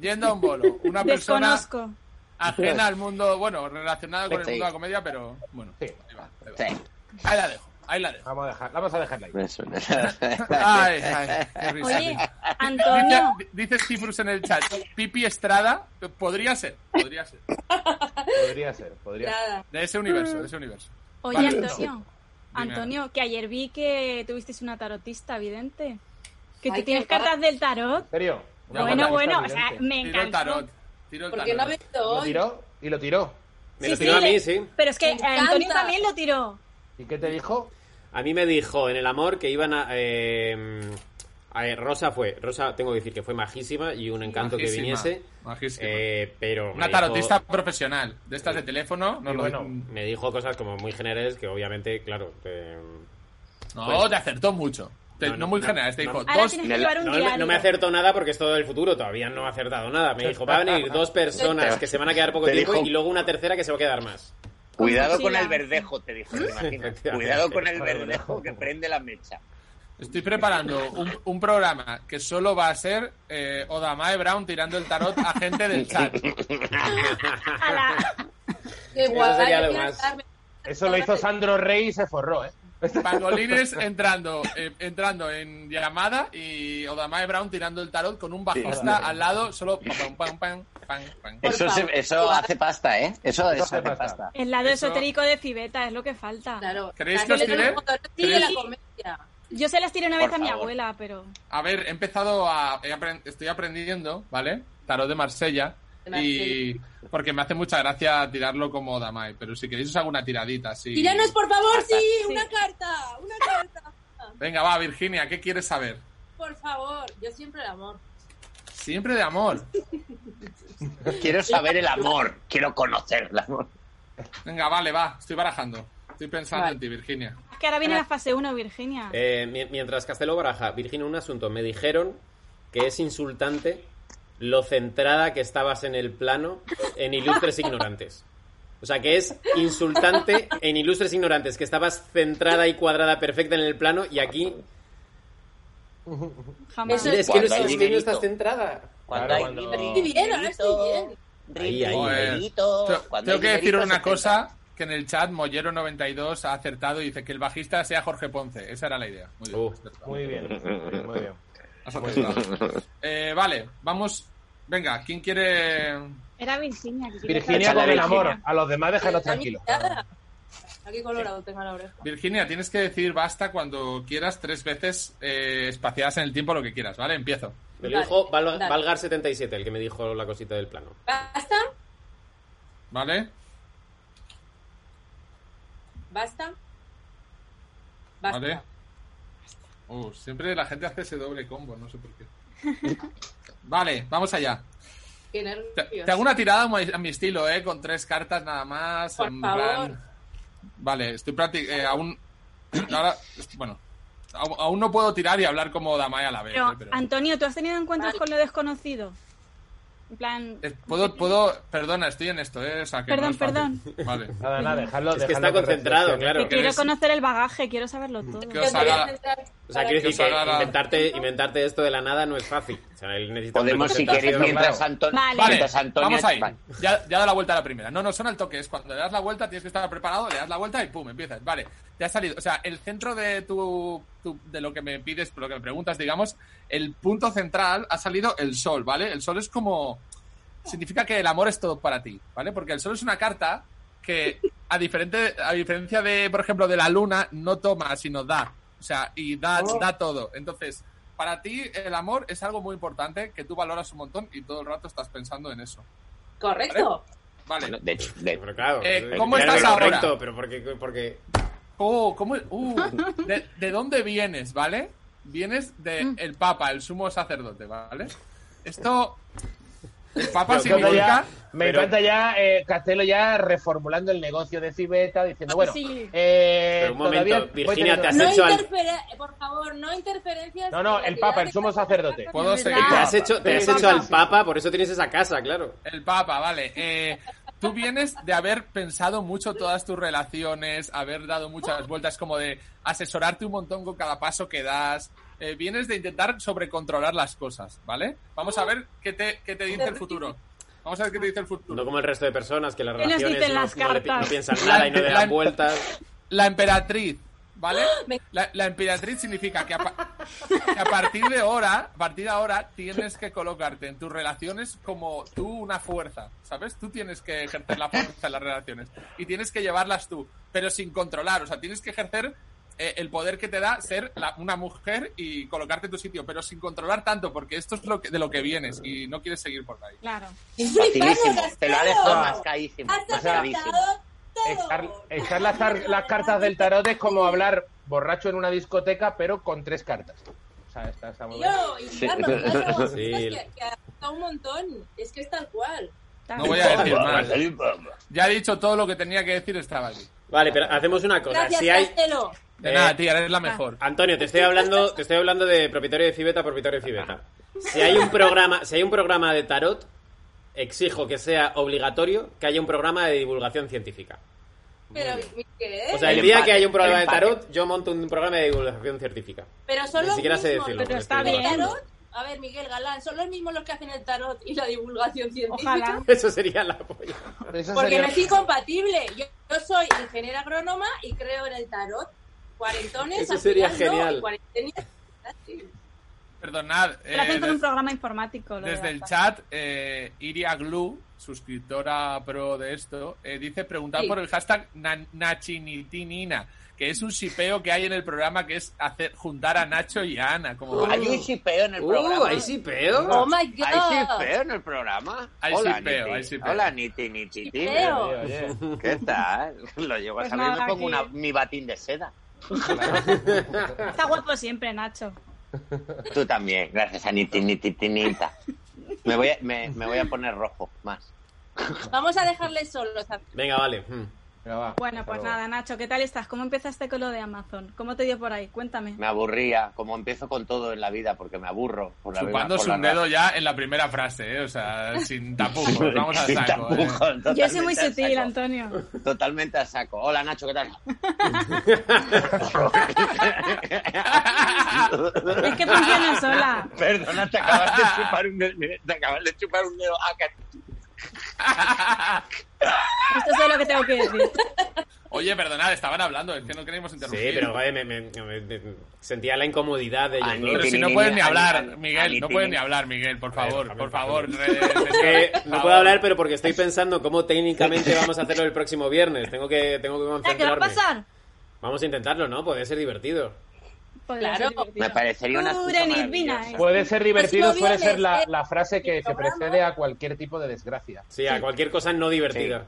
Speaker 1: Yendo a un bolo. Una persona
Speaker 5: Desconozco.
Speaker 1: ajena al mundo, bueno, relacionada con el
Speaker 2: Sí.
Speaker 1: mundo de la comedia, pero bueno.
Speaker 4: Sí,
Speaker 1: Ahí, va, ahí va.
Speaker 2: Sí,
Speaker 1: Ahí la dejo, ahí la dejo.
Speaker 4: vamos a, dejar, vamos a dejarla ahí.
Speaker 2: me suena.
Speaker 1: Ay, ay, qué risa.
Speaker 5: Oye,
Speaker 1: Dice,
Speaker 5: Antonio,
Speaker 1: dice Cifrus en el chat, Pipi Estrada, podría ser, podría ser.
Speaker 4: Podría ser, podría ser.
Speaker 10: Nada.
Speaker 1: De ese universo, de ese universo.
Speaker 5: oye,
Speaker 1: Vale,
Speaker 5: Antonio.
Speaker 1: Dime.
Speaker 5: Antonio, que ayer vi que tuvisteis una tarotista, evidente. Que
Speaker 10: Ay,
Speaker 5: tú
Speaker 10: qué
Speaker 5: tienes
Speaker 10: guapa.
Speaker 5: cartas del tarot.
Speaker 4: ¿En serio?
Speaker 1: Ya,
Speaker 5: Bueno,
Speaker 1: guapa,
Speaker 5: bueno, ah, o
Speaker 4: está
Speaker 5: sea,
Speaker 4: evidente.
Speaker 5: me
Speaker 1: Tiro el
Speaker 5: encantó.
Speaker 1: tarot. Tiro el
Speaker 10: ¿Por qué
Speaker 1: tarot.
Speaker 10: no ha visto
Speaker 4: Lo
Speaker 10: hoy?
Speaker 4: tiró y lo tiró.
Speaker 3: Me
Speaker 5: Sí,
Speaker 3: lo
Speaker 5: sí,
Speaker 3: tiró a
Speaker 5: le-
Speaker 3: mí, sí.
Speaker 5: Pero es que
Speaker 10: Me encanta.
Speaker 5: Antonio también lo tiró.
Speaker 4: ¿Y qué te dijo?
Speaker 3: A mí me dijo en el amor que iban a. eh, a ver, Rosa fue, Rosa tengo que decir que fue majísima y un encanto
Speaker 1: Majísima,
Speaker 3: que viniese.
Speaker 1: majísima.
Speaker 3: eh, pero me
Speaker 1: Una
Speaker 3: dijo-
Speaker 1: tarotista profesional, de estas de teléfono. No,
Speaker 4: Y
Speaker 1: lo-
Speaker 4: bueno.
Speaker 3: me dijo cosas como muy generales que obviamente, claro. eh,
Speaker 1: no
Speaker 3: Pues-
Speaker 1: te acertó mucho. Te-
Speaker 3: No,
Speaker 1: no,
Speaker 3: no,
Speaker 1: muy
Speaker 3: no,
Speaker 1: general, te
Speaker 3: no.
Speaker 1: dijo
Speaker 3: Ahora
Speaker 5: Ahora
Speaker 1: dos.
Speaker 5: tienes
Speaker 2: me
Speaker 5: que
Speaker 2: la-
Speaker 5: llevar un
Speaker 3: no, me,
Speaker 5: diario.
Speaker 3: no me acertó nada porque es todo el futuro, todavía no ha acertado nada. Me dijo, va a venir dos personas que se van a quedar poco
Speaker 2: Te
Speaker 3: tiempo
Speaker 2: dijo-
Speaker 3: y luego una tercera que se va a quedar más.
Speaker 2: Cuidado con
Speaker 5: mochila.
Speaker 2: el verdejo, te dijo. ¿te imaginas? Cuidado con el verdejo que prende la mecha.
Speaker 1: Estoy preparando un, un programa que solo va a ser eh, Odamae Brown tirando el tarot a gente del chat.
Speaker 5: A la-
Speaker 10: Qué
Speaker 3: Eso
Speaker 10: guay,
Speaker 3: sería
Speaker 10: yo
Speaker 3: lo
Speaker 10: quiero
Speaker 3: más.
Speaker 10: estarme-
Speaker 4: Eso lo hizo Sandro Rey y se forró, ¿eh?
Speaker 1: Pangolines entrando, eh, entrando en llamada y Odamae Brown tirando el tarot con un bajista al lado, solo pam, pam, pam, pam, pam, pam.
Speaker 2: Eso, se- eso hace pasta, ¿eh? Eso, eso
Speaker 4: hace
Speaker 2: hace
Speaker 4: pasta.
Speaker 2: pasta.
Speaker 5: el lado
Speaker 1: Eso-
Speaker 5: esotérico de Fibeta es lo que falta.
Speaker 10: Claro.
Speaker 1: ¿Queréis que
Speaker 10: Daniel
Speaker 1: os
Speaker 10: es
Speaker 1: tire?
Speaker 10: un motorcillo de la
Speaker 5: ¿Queréis?
Speaker 10: comedia.
Speaker 5: Yo se las tiré una vez
Speaker 2: Por
Speaker 5: a mi
Speaker 2: favor.
Speaker 5: abuela, pero
Speaker 1: A ver, he empezado a. he apren- estoy aprendiendo, ¿vale? Tarot de Marsella.
Speaker 10: De
Speaker 1: Y. Porque me hace mucha gracia tirarlo como Odamae, pero si queréis os hago una tiradita así.
Speaker 10: Tíranos, por favor, sí, una carta, una carta.
Speaker 1: Venga, va, Virginia, ¿qué quieres saber?
Speaker 10: Por favor, yo siempre el amor.
Speaker 1: Siempre de amor.
Speaker 2: Quiero saber el amor. Quiero conocer el amor.
Speaker 1: Venga, vale, va, estoy barajando. Estoy pensando
Speaker 10: Vale.
Speaker 1: en ti, Virginia.
Speaker 5: es que ahora viene la fase 1, Virginia.
Speaker 3: Eh, mi- mientras Castelo baraja, Virginia, un asunto. Me dijeron que es insultante lo centrada que estabas en el plano en Ilustres Ignorantes. O sea, que es insultante en Ilustres Ignorantes, que estabas centrada y cuadrada perfecta en el plano y aquí...
Speaker 5: Jamás.
Speaker 10: eso
Speaker 3: Es que no
Speaker 2: Cuando hay
Speaker 3: estás, que no
Speaker 2: dinerito.
Speaker 3: estás centrada.
Speaker 4: Claro, cuando-
Speaker 1: Oh,
Speaker 10: Estoy bien, ahora estoy bien.
Speaker 3: Ahí, ahí,
Speaker 1: Joder.
Speaker 3: ahí.
Speaker 2: Dinerito,
Speaker 1: Te-
Speaker 2: cuando
Speaker 1: Pues, Tengo
Speaker 2: hay
Speaker 1: que decir
Speaker 2: dinerito,
Speaker 1: una
Speaker 2: se
Speaker 1: cosa que en el chat Mollero92 ha acertado y dice que el bajista sea Jorge Ponce. Esa era la idea. Muy bien.
Speaker 3: Uh.
Speaker 4: Muy bien, muy bien.
Speaker 1: Has acertado. Eh, vale, vamos. Venga, ¿quién quiere...?
Speaker 5: Era Virginia. que quería
Speaker 4: Virginia
Speaker 5: saber.
Speaker 4: con el
Speaker 2: Virginia.
Speaker 4: amor. A los demás déjalos
Speaker 10: Está
Speaker 4: tranquilos.
Speaker 10: mirada. ¿A qué colorado tengo la oreja?
Speaker 1: Virginia, tienes que decir basta cuando quieras tres veces eh, espaciadas en el tiempo lo que quieras, ¿vale? Empiezo.
Speaker 3: Me lo dijo
Speaker 10: Dale,
Speaker 3: Val-
Speaker 10: dale.
Speaker 3: Valgar77, el que me dijo la cosita del plano.
Speaker 10: ¿Basta?
Speaker 1: ¿Vale?
Speaker 10: ¿Basta? ¿Basta?
Speaker 1: Vale. Uh, siempre la gente hace ese doble combo, no sé por qué. vale, vamos allá.
Speaker 10: Qué
Speaker 1: Te
Speaker 10: nervios.
Speaker 1: hago una tirada mo- a mi estilo, ¿eh? Con tres cartas nada más.
Speaker 10: Por
Speaker 1: en
Speaker 10: favor.
Speaker 1: plan- Vale, estoy practicando. aún. Ahora, bueno. au- Aún no puedo tirar y hablar como Damaya a la vez.
Speaker 5: Pero,
Speaker 1: ¿eh? Pero-
Speaker 5: Antonio, ¿tú has tenido encuentros con lo desconocido? En plan,
Speaker 1: Eh, Puedo, puedo. Perdona, estoy en esto, ¿eh? O sea, que
Speaker 5: Perdón,
Speaker 1: no es fácil. Vale.
Speaker 4: Nada, nada, dejadlo.
Speaker 3: Es que
Speaker 4: dejadlo
Speaker 3: está concentrado,
Speaker 4: reflexione.
Speaker 3: claro.
Speaker 5: quiero conocer el bagaje, quiero saberlo todo.
Speaker 1: Que os haga-
Speaker 3: O sea,
Speaker 1: que
Speaker 3: quiero decir
Speaker 1: os haga
Speaker 3: que
Speaker 1: la-
Speaker 3: inventarte, inventarte esto de la nada no es fácil. O sea, él necesita una
Speaker 2: Podemos, si queréis,
Speaker 3: concentración.
Speaker 2: mientras,
Speaker 3: Claro.
Speaker 2: Anto-
Speaker 5: Vale.
Speaker 1: Vale,
Speaker 2: mientras Antonio...
Speaker 1: vamos ahí.
Speaker 2: Vale.
Speaker 1: Ya, ya da la vuelta a la primera. No, no, son al toque. Es cuando le das la vuelta, tienes que estar preparado, le das la vuelta y pum, empiezas. Vale, te ha salido. O sea, el centro de tu, tu- de lo que me pides, lo que me preguntas, digamos, el punto central ha salido el sol, ¿vale? El sol es como. Significa que el amor es todo para ti, ¿vale? Porque el sol es una carta que, a, diferente, a diferencia de, por ejemplo, de la luna, no toma, sino da. O sea, y da, da todo. Entonces, para ti, el amor es algo muy importante que tú valoras un montón y todo el rato estás pensando en eso.
Speaker 10: Correcto.
Speaker 1: Vale.
Speaker 2: Bueno, de hecho, de-
Speaker 3: Pero claro,
Speaker 1: Eh,
Speaker 3: es-
Speaker 1: ¿cómo
Speaker 3: es
Speaker 1: estás ahora?
Speaker 3: correcto, pero porque, porque
Speaker 1: Oh, ¿cómo? uh, ¿de, de dónde vienes, vale? Vienes del el Papa, el sumo sacerdote, ¿vale? Esto. El Papa
Speaker 3: Pero
Speaker 4: Me encanta
Speaker 1: significa.
Speaker 4: ya- me
Speaker 3: Pero-
Speaker 4: encanta ya eh, Castelo ya reformulando el negocio de Cibeta,
Speaker 10: Ah,
Speaker 4: diciendo, bueno,
Speaker 5: Sí.
Speaker 4: eh,
Speaker 3: Pero un momento,
Speaker 4: todavía voy
Speaker 3: Virginia,
Speaker 4: teniendo-
Speaker 3: te has
Speaker 10: No
Speaker 3: hecho al-
Speaker 10: interfere- eh, por favor, no interferencias.
Speaker 4: No, no,
Speaker 10: con la
Speaker 4: el Papa,
Speaker 10: actividad
Speaker 4: el sumo
Speaker 10: de-
Speaker 4: sacerdote.
Speaker 1: Puedo seguir.
Speaker 3: te
Speaker 1: Ah,
Speaker 3: has hecho, te has
Speaker 1: sí,
Speaker 3: hecho
Speaker 1: sí,
Speaker 3: al Papa, por eso tienes esa casa, claro.
Speaker 1: El Papa, vale. Eh, tú vienes de haber pensado mucho todas tus relaciones, haber dado muchas vueltas, como de asesorarte un montón con cada paso que das. Eh, vienes de intentar sobrecontrolar las cosas, ¿vale? Vamos a ver qué te, qué te dice el futuro. Vamos a ver qué te dice el futuro.
Speaker 3: No como el resto de personas que las
Speaker 5: ¿Qué nos
Speaker 3: relaciones
Speaker 5: dicen
Speaker 3: no,
Speaker 5: las
Speaker 3: no le pi- no
Speaker 5: cartas?
Speaker 3: piensan nada y no le
Speaker 1: La-
Speaker 3: dan vueltas.
Speaker 1: La emperatriz, ¿vale?
Speaker 10: Me-
Speaker 1: La, la emperatriz significa que a, pa- que a partir de ahora, a partir de ahora, tienes que colocarte en tus relaciones como tú una fuerza, ¿sabes? Tú tienes que ejercer la fuerza en las relaciones y tienes que llevarlas tú, pero sin controlar, o sea, tienes que ejercer eh, el poder que te da ser la- una mujer y colocarte en tu sitio, pero sin controlar tanto, porque esto es lo que, de lo que vienes y no quieres seguir por ahí.
Speaker 5: Claro.
Speaker 2: Facilísimo.
Speaker 10: Flipamos,
Speaker 2: Te lo ha
Speaker 10: Castelo.
Speaker 2: dejado mascadísimo.
Speaker 10: Has
Speaker 2: mascadísimo.
Speaker 10: acertado todo.
Speaker 4: Echar, echar las, tar- las cartas del tarot es como hablar borracho en una discoteca, pero con tres cartas. O sea, está, está muy bien.
Speaker 10: Tío, y Carlos, claro,
Speaker 3: Sí.
Speaker 10: es que, que ha gustado un montón. Es que es tal cual.
Speaker 5: Tal.
Speaker 1: No voy a decir más.
Speaker 2: Vale,
Speaker 1: Ya he dicho todo lo que tenía que decir, estaba aquí.
Speaker 3: Vale, pero hacemos una cosa.
Speaker 10: Gracias,
Speaker 3: si hay...
Speaker 10: Castelo.
Speaker 1: De
Speaker 3: Eh,
Speaker 1: nada, tía, eres la mejor.
Speaker 3: Antonio, te estoy hablando, te estoy hablando de propietario de Fibeta, propietario de Fibeta. Si hay un programa, si hay un programa de tarot, exijo que sea obligatorio que haya un programa de divulgación científica.
Speaker 10: Pero, ¿qué?
Speaker 3: O sea, el,
Speaker 2: El
Speaker 3: día
Speaker 2: empate,
Speaker 3: que haya un programa
Speaker 2: el
Speaker 3: de
Speaker 2: empate.
Speaker 3: tarot, yo monto un programa de divulgación científica.
Speaker 10: pero son
Speaker 3: ni
Speaker 10: los
Speaker 3: siquiera sé
Speaker 10: mismos.
Speaker 3: decirlo,
Speaker 5: pero
Speaker 10: los
Speaker 5: está
Speaker 10: que hacen
Speaker 5: bien.
Speaker 10: tarot- a ver, Miguel Galán, son los mismos los que hacen el tarot y la divulgación científica.
Speaker 5: Ojalá.
Speaker 3: Eso sería la polla.
Speaker 4: Eso
Speaker 10: Porque
Speaker 4: sería-
Speaker 10: no es incompatible. Yo, yo soy ingeniera agrónoma y creo en el tarot. Cuarentones,
Speaker 3: Eso
Speaker 10: al
Speaker 3: sería
Speaker 10: final no,
Speaker 3: genial.
Speaker 10: y cuarentenias, así.
Speaker 1: Perdonad.
Speaker 5: Lo hacen
Speaker 1: eh,
Speaker 5: con
Speaker 1: de-
Speaker 5: un programa informático. lo de
Speaker 1: Desde el
Speaker 5: la-
Speaker 1: chat, eh, Iria Glu, suscriptora pro de esto, eh, dice preguntar
Speaker 10: Sí.
Speaker 1: por el hashtag na- Nachinitinina, que es un shipeo que hay en el programa que es hacer juntar a Nacho y a Ana. Como
Speaker 2: Hay un shipeo en el programa.
Speaker 3: Uh, ahí sí peo.
Speaker 10: Oh my god.
Speaker 2: ¿Hay shipeo en el programa?
Speaker 1: Hay
Speaker 2: Hola,
Speaker 1: shipeo,
Speaker 2: Niti.
Speaker 1: hay shipeo.
Speaker 2: Hola, Niti, Niti, Niti.
Speaker 10: Shipeo.
Speaker 4: Oye, oye.
Speaker 2: ¿Qué tal? Lo llevo
Speaker 5: Pues
Speaker 2: a saber y me
Speaker 5: nada,
Speaker 2: pongo
Speaker 5: aquí.
Speaker 2: una, mi batín de seda.
Speaker 5: Está guapo siempre, Nacho.
Speaker 2: Tú también, gracias a Niti, Niti, Tinita. Me voy a, me, me voy a poner rojo más.
Speaker 10: Vamos a dejarles solos. a-
Speaker 3: Venga, vale. Mm.
Speaker 4: Venga, va,
Speaker 5: Bueno,
Speaker 4: hasta
Speaker 5: pues
Speaker 4: luego.
Speaker 5: nada, Nacho, ¿qué tal estás? ¿Cómo empezaste con lo de Amazon? ¿Cómo te dio por ahí? Cuéntame.
Speaker 2: Me aburría, como empiezo con todo en la vida, porque me aburro. Por la
Speaker 1: chupándose
Speaker 2: por
Speaker 1: un
Speaker 2: la
Speaker 1: dedo ya en la primera frase, eh, o sea, sin tapujos.
Speaker 2: raza.
Speaker 1: Vamos al
Speaker 2: Sin
Speaker 1: saco. eh.
Speaker 2: tapujos,
Speaker 5: Yo soy
Speaker 2: totalmente
Speaker 5: muy
Speaker 2: al
Speaker 5: sutil,
Speaker 2: saco.
Speaker 5: Antonio.
Speaker 2: Totalmente a saco. Hola, Nacho, ¿qué tal?
Speaker 5: Es que funciona sola.
Speaker 2: Perdona, te acabas de chupar un dedo. Mira, Te acabas de chupar un dedo. Ah, que-
Speaker 5: Esto es lo que tengo que decir.
Speaker 1: Oye, perdonad, estaban hablando, es que no queríamos
Speaker 3: Sí,
Speaker 1: interrumpir.
Speaker 3: pero joder, me, me- me- me- sentía la incomodidad de ellos.
Speaker 2: Ay,
Speaker 3: ¿no?
Speaker 1: Pero
Speaker 2: Niti,
Speaker 1: si no
Speaker 2: Nini,
Speaker 1: puedes ni
Speaker 2: Ani,
Speaker 1: hablar,
Speaker 2: Ani,
Speaker 1: Miguel,
Speaker 2: Ani,
Speaker 1: no puedes
Speaker 2: Nini.
Speaker 1: ni hablar, Miguel, por
Speaker 3: ver,
Speaker 1: favor,
Speaker 3: a ver,
Speaker 1: por
Speaker 3: a ver.
Speaker 1: favor. redes
Speaker 3: Es que
Speaker 1: sociales,
Speaker 3: Eh, no
Speaker 1: por
Speaker 3: puedo
Speaker 1: favor.
Speaker 3: hablar, pero porque estoy pensando cómo técnicamente vamos a hacerlo el próximo viernes. Tengo que, tengo que
Speaker 5: Ya,
Speaker 3: concentrarme.
Speaker 5: ¿Qué va a pasar?
Speaker 3: Vamos a intentarlo, ¿no? Podría ser divertido.
Speaker 5: Podría ser
Speaker 10: Claro.
Speaker 5: divertido.
Speaker 2: Me parecería una
Speaker 5: Pura eh.
Speaker 2: excusa
Speaker 5: Nirvana,
Speaker 2: maravillosa.
Speaker 4: Puede ser divertido,
Speaker 10: Pues no
Speaker 4: suele
Speaker 10: vienes,
Speaker 4: ser la,
Speaker 10: eh,
Speaker 4: la frase que se
Speaker 10: programa.
Speaker 4: precede a cualquier tipo de desgracia.
Speaker 3: Sí, a cualquier cosa no divertida.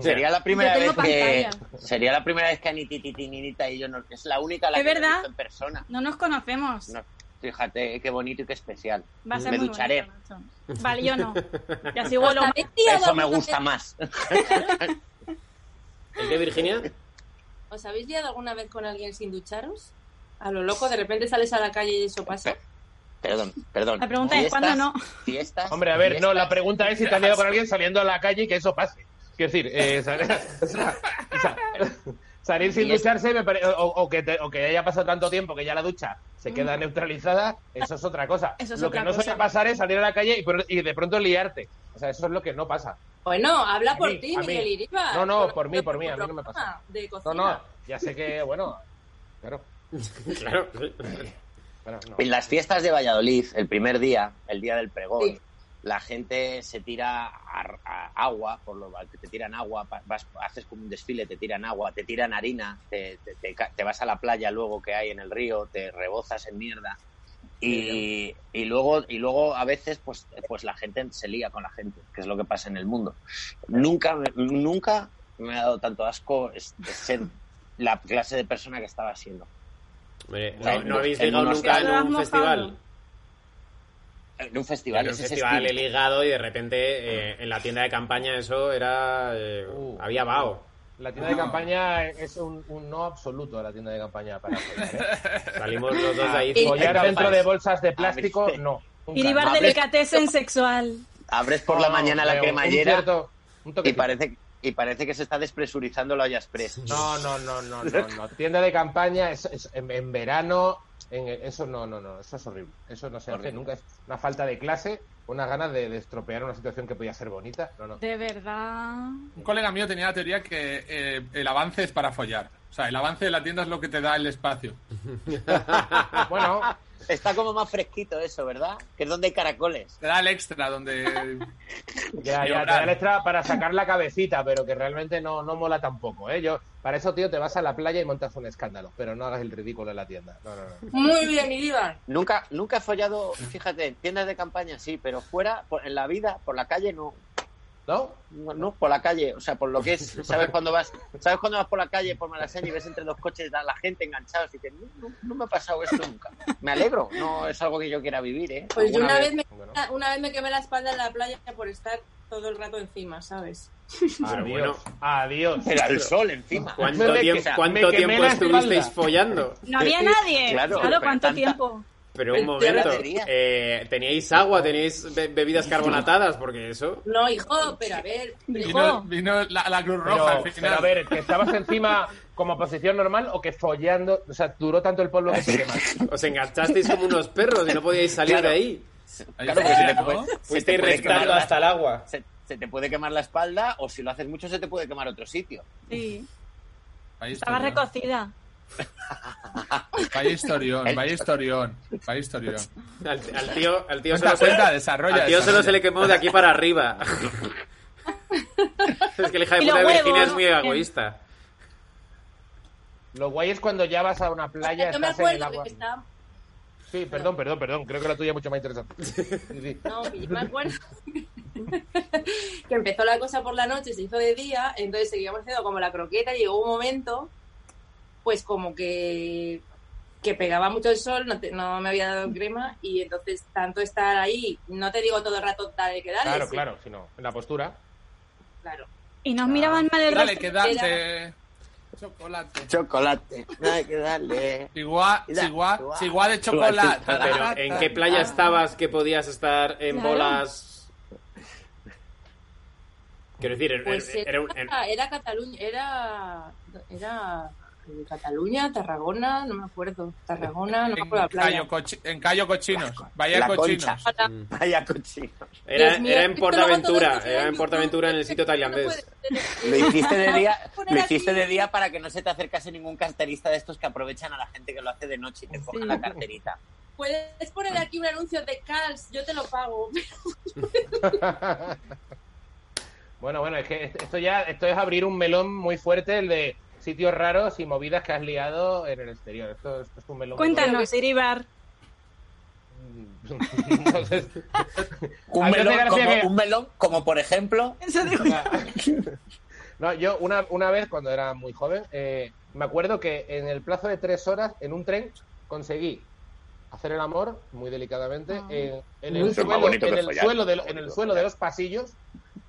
Speaker 2: Sería la primera
Speaker 5: Yo tengo
Speaker 2: vez que
Speaker 5: pantalla.
Speaker 2: sería la primera vez que Anitititinita y yo nos es la única a la
Speaker 5: Es
Speaker 2: que no he
Speaker 5: verdad.
Speaker 2: visto en persona.
Speaker 5: No nos conocemos.
Speaker 2: No, Fíjate eh, qué bonito y qué especial.
Speaker 5: Va a ser
Speaker 2: Me
Speaker 5: muy
Speaker 2: ducharé.
Speaker 5: bonito, macho. Vale, yo no. Y así vuelo más.
Speaker 2: Eso me
Speaker 10: eh,
Speaker 2: gusta más.
Speaker 3: ¿El qué, Virginia?
Speaker 10: ¿Os habéis liado alguna vez con alguien sin ducharos? A lo loco, de repente sales a la calle y eso pasa.
Speaker 2: Perdón, perdón.
Speaker 10: La pregunta es, ¿cuándo no?
Speaker 2: Fiestas.
Speaker 4: Hombre, a ver, no, la pregunta es si te has liado con alguien saliendo a la calle y que eso pase. Quiero decir, eh, sal- o sea, o sea, salir sin ducharse me pare- o, o que te- o que haya pasado tanto tiempo que ya la ducha se queda neutralizada, eso es otra cosa.
Speaker 10: Mm. Eso es
Speaker 4: lo
Speaker 10: otra
Speaker 4: que no
Speaker 10: cosa.
Speaker 4: suele pasar es salir a la calle y, por- y de pronto liarte. O sea, eso es lo que no pasa.
Speaker 10: Bueno, habla
Speaker 4: A
Speaker 10: por
Speaker 4: mí,
Speaker 10: ti,
Speaker 4: a mí.
Speaker 10: Miguel Iribar.
Speaker 4: No, no, por mí,
Speaker 10: nuestro
Speaker 4: por mí, a mí no me
Speaker 10: programa De
Speaker 4: No,
Speaker 10: cocina.
Speaker 4: no, ya sé que, bueno, claro.
Speaker 3: claro.
Speaker 2: En las fiestas de Valladolid, el primer día, el día del pregón, la gente se tira a- a agua, por lo que te tiran agua, pa- vas- haces como un desfile, te tiran agua, te tiran harina, te, te- te ca- te vas a la playa luego que hay en el río, te rebozas en mierda. Y, y luego y luego a veces pues pues la gente se lía con la gente que es lo que pasa en el mundo nunca me- nunca me ha dado tanto asco es- de ser la clase de persona que estaba siendo
Speaker 3: Hombre,
Speaker 2: Bueno,
Speaker 3: no, no habéis
Speaker 2: en
Speaker 3: ligado
Speaker 2: unos-
Speaker 3: nunca
Speaker 2: Lo has
Speaker 3: en un
Speaker 2: mojado.
Speaker 3: festival.
Speaker 2: en un festival
Speaker 3: en un
Speaker 2: ese
Speaker 3: festival
Speaker 2: estilo.
Speaker 3: he ligado y de repente eh, en la tienda de campaña eso era... eh, había vaho.
Speaker 4: La tienda de campaña es un, un no absoluto la tienda de campaña para follar, ¿eh?
Speaker 3: Salimos los dos ahí
Speaker 4: Ah, follar
Speaker 3: cincuenta
Speaker 4: dentro
Speaker 3: pares.
Speaker 4: de bolsas de plástico, no. nunca.
Speaker 5: Iribar
Speaker 2: Hables-
Speaker 5: delicatessen sexual.
Speaker 2: Abres por la
Speaker 4: No,
Speaker 2: mañana la
Speaker 4: pero
Speaker 2: cremallera
Speaker 4: un cierto-
Speaker 2: y parece y parece que se está despresurizando la olla express.
Speaker 4: No, no, no, no, no, no. Tienda de campaña es, es- en, en verano, en, e, eso no, no, no, eso es horrible. Eso no se hace
Speaker 2: Horrible.
Speaker 4: nunca. Es una falta de clase, unas ganas de, de estropear una situación que podía ser bonita. No, no.
Speaker 5: De verdad.
Speaker 1: Un colega mío tenía la teoría que eh, el avance es para follar. O sea, el avance de la tienda es lo que te da el espacio.
Speaker 4: bueno,
Speaker 2: está como más fresquito eso, ¿verdad? Que es donde hay caracoles.
Speaker 1: Te da el extra donde...
Speaker 4: Ya, ya, te da el extra para sacar la cabecita, pero que realmente no, no mola tampoco, ¿eh? Yo, para eso, tío, te vas a la playa y montas un escándalo, pero no hagas el ridículo en la tienda. No, no, no.
Speaker 10: Muy bien, Iribar.
Speaker 2: Nunca, nunca he follado, fíjate, en tiendas de campaña sí, pero fuera, por- en la vida, por la calle no.
Speaker 4: ¿No?
Speaker 2: No, no, por la calle, o sea, por lo que es, ¿sabes cuando vas sabes cuando vas por la calle por Malasaña y ves entre dos coches a la gente enganchados y dices, no, no, no me ha pasado esto nunca? Me alegro, no es algo que yo quiera vivir, ¿eh?
Speaker 10: Pues yo
Speaker 2: Alguna
Speaker 10: una vez, me, una vez me quemé la espalda en la playa por estar todo el rato encima, ¿sabes?
Speaker 3: Pero bueno,
Speaker 4: Adiós.
Speaker 2: Era el sol encima.
Speaker 3: ¿cuánto
Speaker 4: Me- me-
Speaker 3: tiempo,
Speaker 4: o sea,
Speaker 3: cuánto
Speaker 4: me quemé
Speaker 3: tiempo
Speaker 4: la
Speaker 3: estuvisteis
Speaker 4: espalda.
Speaker 3: follando?
Speaker 5: No había nadie.
Speaker 3: Claro,
Speaker 5: Claro,
Speaker 3: pero
Speaker 5: ¿cuánto tiempo?
Speaker 3: Pero un
Speaker 10: Pero
Speaker 3: momento,
Speaker 10: teoría.
Speaker 3: eh, ¿teníais agua? ¿Teníais be- bebidas carbonatadas? Porque eso...
Speaker 10: No, hijo, pero a ver.
Speaker 1: Vino,
Speaker 10: Hijo.
Speaker 1: vino la, la Cruz Roja
Speaker 4: Pero,
Speaker 1: al final.
Speaker 4: pero a ver, ¿que estabas encima como posición normal o que follando? O sea, duró tanto el polvo que se quema.
Speaker 3: Os enganchasteis como unos perros y no podíais salir
Speaker 2: Claro.
Speaker 3: de ahí.
Speaker 2: Claro, porque se te puede- se te
Speaker 3: Fuisteis
Speaker 2: puede
Speaker 3: rectando
Speaker 2: quemar la-
Speaker 3: hasta el agua.
Speaker 2: se, se te puede quemar la espalda o si lo haces mucho se te puede quemar otro sitio.
Speaker 5: Sí.
Speaker 1: Vaya
Speaker 5: Estaba
Speaker 1: historión.
Speaker 5: recocida.
Speaker 1: Vaya historión, vaya historión, vaya historión.
Speaker 3: Al, al tío, al tío,
Speaker 1: Cuenta,
Speaker 3: solo, se-
Speaker 1: cuenta, desarrolla,
Speaker 3: al tío solo
Speaker 1: desarrolla.
Speaker 3: se le quemó de aquí para arriba. es que la hija de
Speaker 5: Y los
Speaker 3: puta de Virginia
Speaker 5: huevos,
Speaker 3: es muy
Speaker 5: ¿no?
Speaker 3: egoísta.
Speaker 4: Lo guay es cuando ya vas a una playa,
Speaker 10: Yo me
Speaker 4: estás en el
Speaker 10: acuerdo
Speaker 4: agua.
Speaker 10: que estaba...
Speaker 4: Sí, perdón, perdón, perdón. Creo que la tuya es mucho más interesante. Sí, sí.
Speaker 10: No, que yo me acuerdo que empezó la cosa por la noche, se hizo de día, entonces seguíamos haciendo como la croqueta y llegó un momento, pues como que, que pegaba mucho el sol, no, te- no me había dado crema y entonces tanto estar ahí, no te digo todo el rato dale que dale,
Speaker 4: Claro,
Speaker 10: sí,
Speaker 4: claro, si no, en la postura.
Speaker 10: claro.
Speaker 5: Y nos miraban mal el
Speaker 1: Dale,
Speaker 5: resto.
Speaker 1: que date. Chocolate.
Speaker 2: Chocolate. Hay que darle.
Speaker 1: Chigua, chigua, chigua de chocolate.
Speaker 3: Pero, ¿en qué playa estabas que podías estar en
Speaker 10: Claro.
Speaker 3: bolas? Quiero decir, era-
Speaker 10: Pues
Speaker 3: era,
Speaker 10: era,
Speaker 3: un-
Speaker 5: Ah,
Speaker 3: era-
Speaker 10: era Cataluña, era, era eh, Cataluña, Tarragona, no me acuerdo, Tarragona, no me
Speaker 1: En
Speaker 10: acuerdo la playa.
Speaker 1: callo, Cochi- en callo Cochinos. Vaya
Speaker 2: La
Speaker 1: cochinos.
Speaker 2: concha.
Speaker 3: Mm.
Speaker 2: Vaya cochino.
Speaker 3: era-
Speaker 10: Dios mío,
Speaker 3: era en
Speaker 10: esto lo hago
Speaker 3: Portaventura,
Speaker 10: todos los
Speaker 3: era en
Speaker 10: años,
Speaker 3: Portaventura en el sitio
Speaker 10: No
Speaker 3: tailandés.
Speaker 10: puede ser.
Speaker 2: Lo hiciste de día, lo hiciste de día para que no se te acercase ningún carterista de estos que aprovechan a la gente que lo hace de noche y te cojan la carterita.
Speaker 10: Puedes poner aquí un anuncio de Cals, yo te lo pago.
Speaker 4: Bueno, bueno, es que esto ya esto es abrir un melón muy fuerte, el de sitios raros y movidas que has liado en el exterior. Esto, es- es un melón.
Speaker 5: Cuéntanos, Iribar.
Speaker 4: Entonces,
Speaker 2: Un
Speaker 4: a mí me hace
Speaker 2: melón,
Speaker 4: gracia
Speaker 2: como,
Speaker 4: que-
Speaker 2: un melón como, por ejemplo.
Speaker 5: Eso digo.
Speaker 4: No, yo una, una vez, cuando era muy joven, eh, me acuerdo que en el plazo de tres horas, en un tren, conseguí hacer el amor, muy delicadamente,
Speaker 11: Ah.
Speaker 4: en, en
Speaker 11: Eso es
Speaker 4: el,
Speaker 11: más
Speaker 4: suelo,
Speaker 11: bonito
Speaker 4: en
Speaker 11: que
Speaker 4: el
Speaker 11: follar,
Speaker 4: suelo,
Speaker 11: más
Speaker 4: de, lo-
Speaker 11: bonito
Speaker 4: en el
Speaker 11: que
Speaker 4: suelo de los pasillos,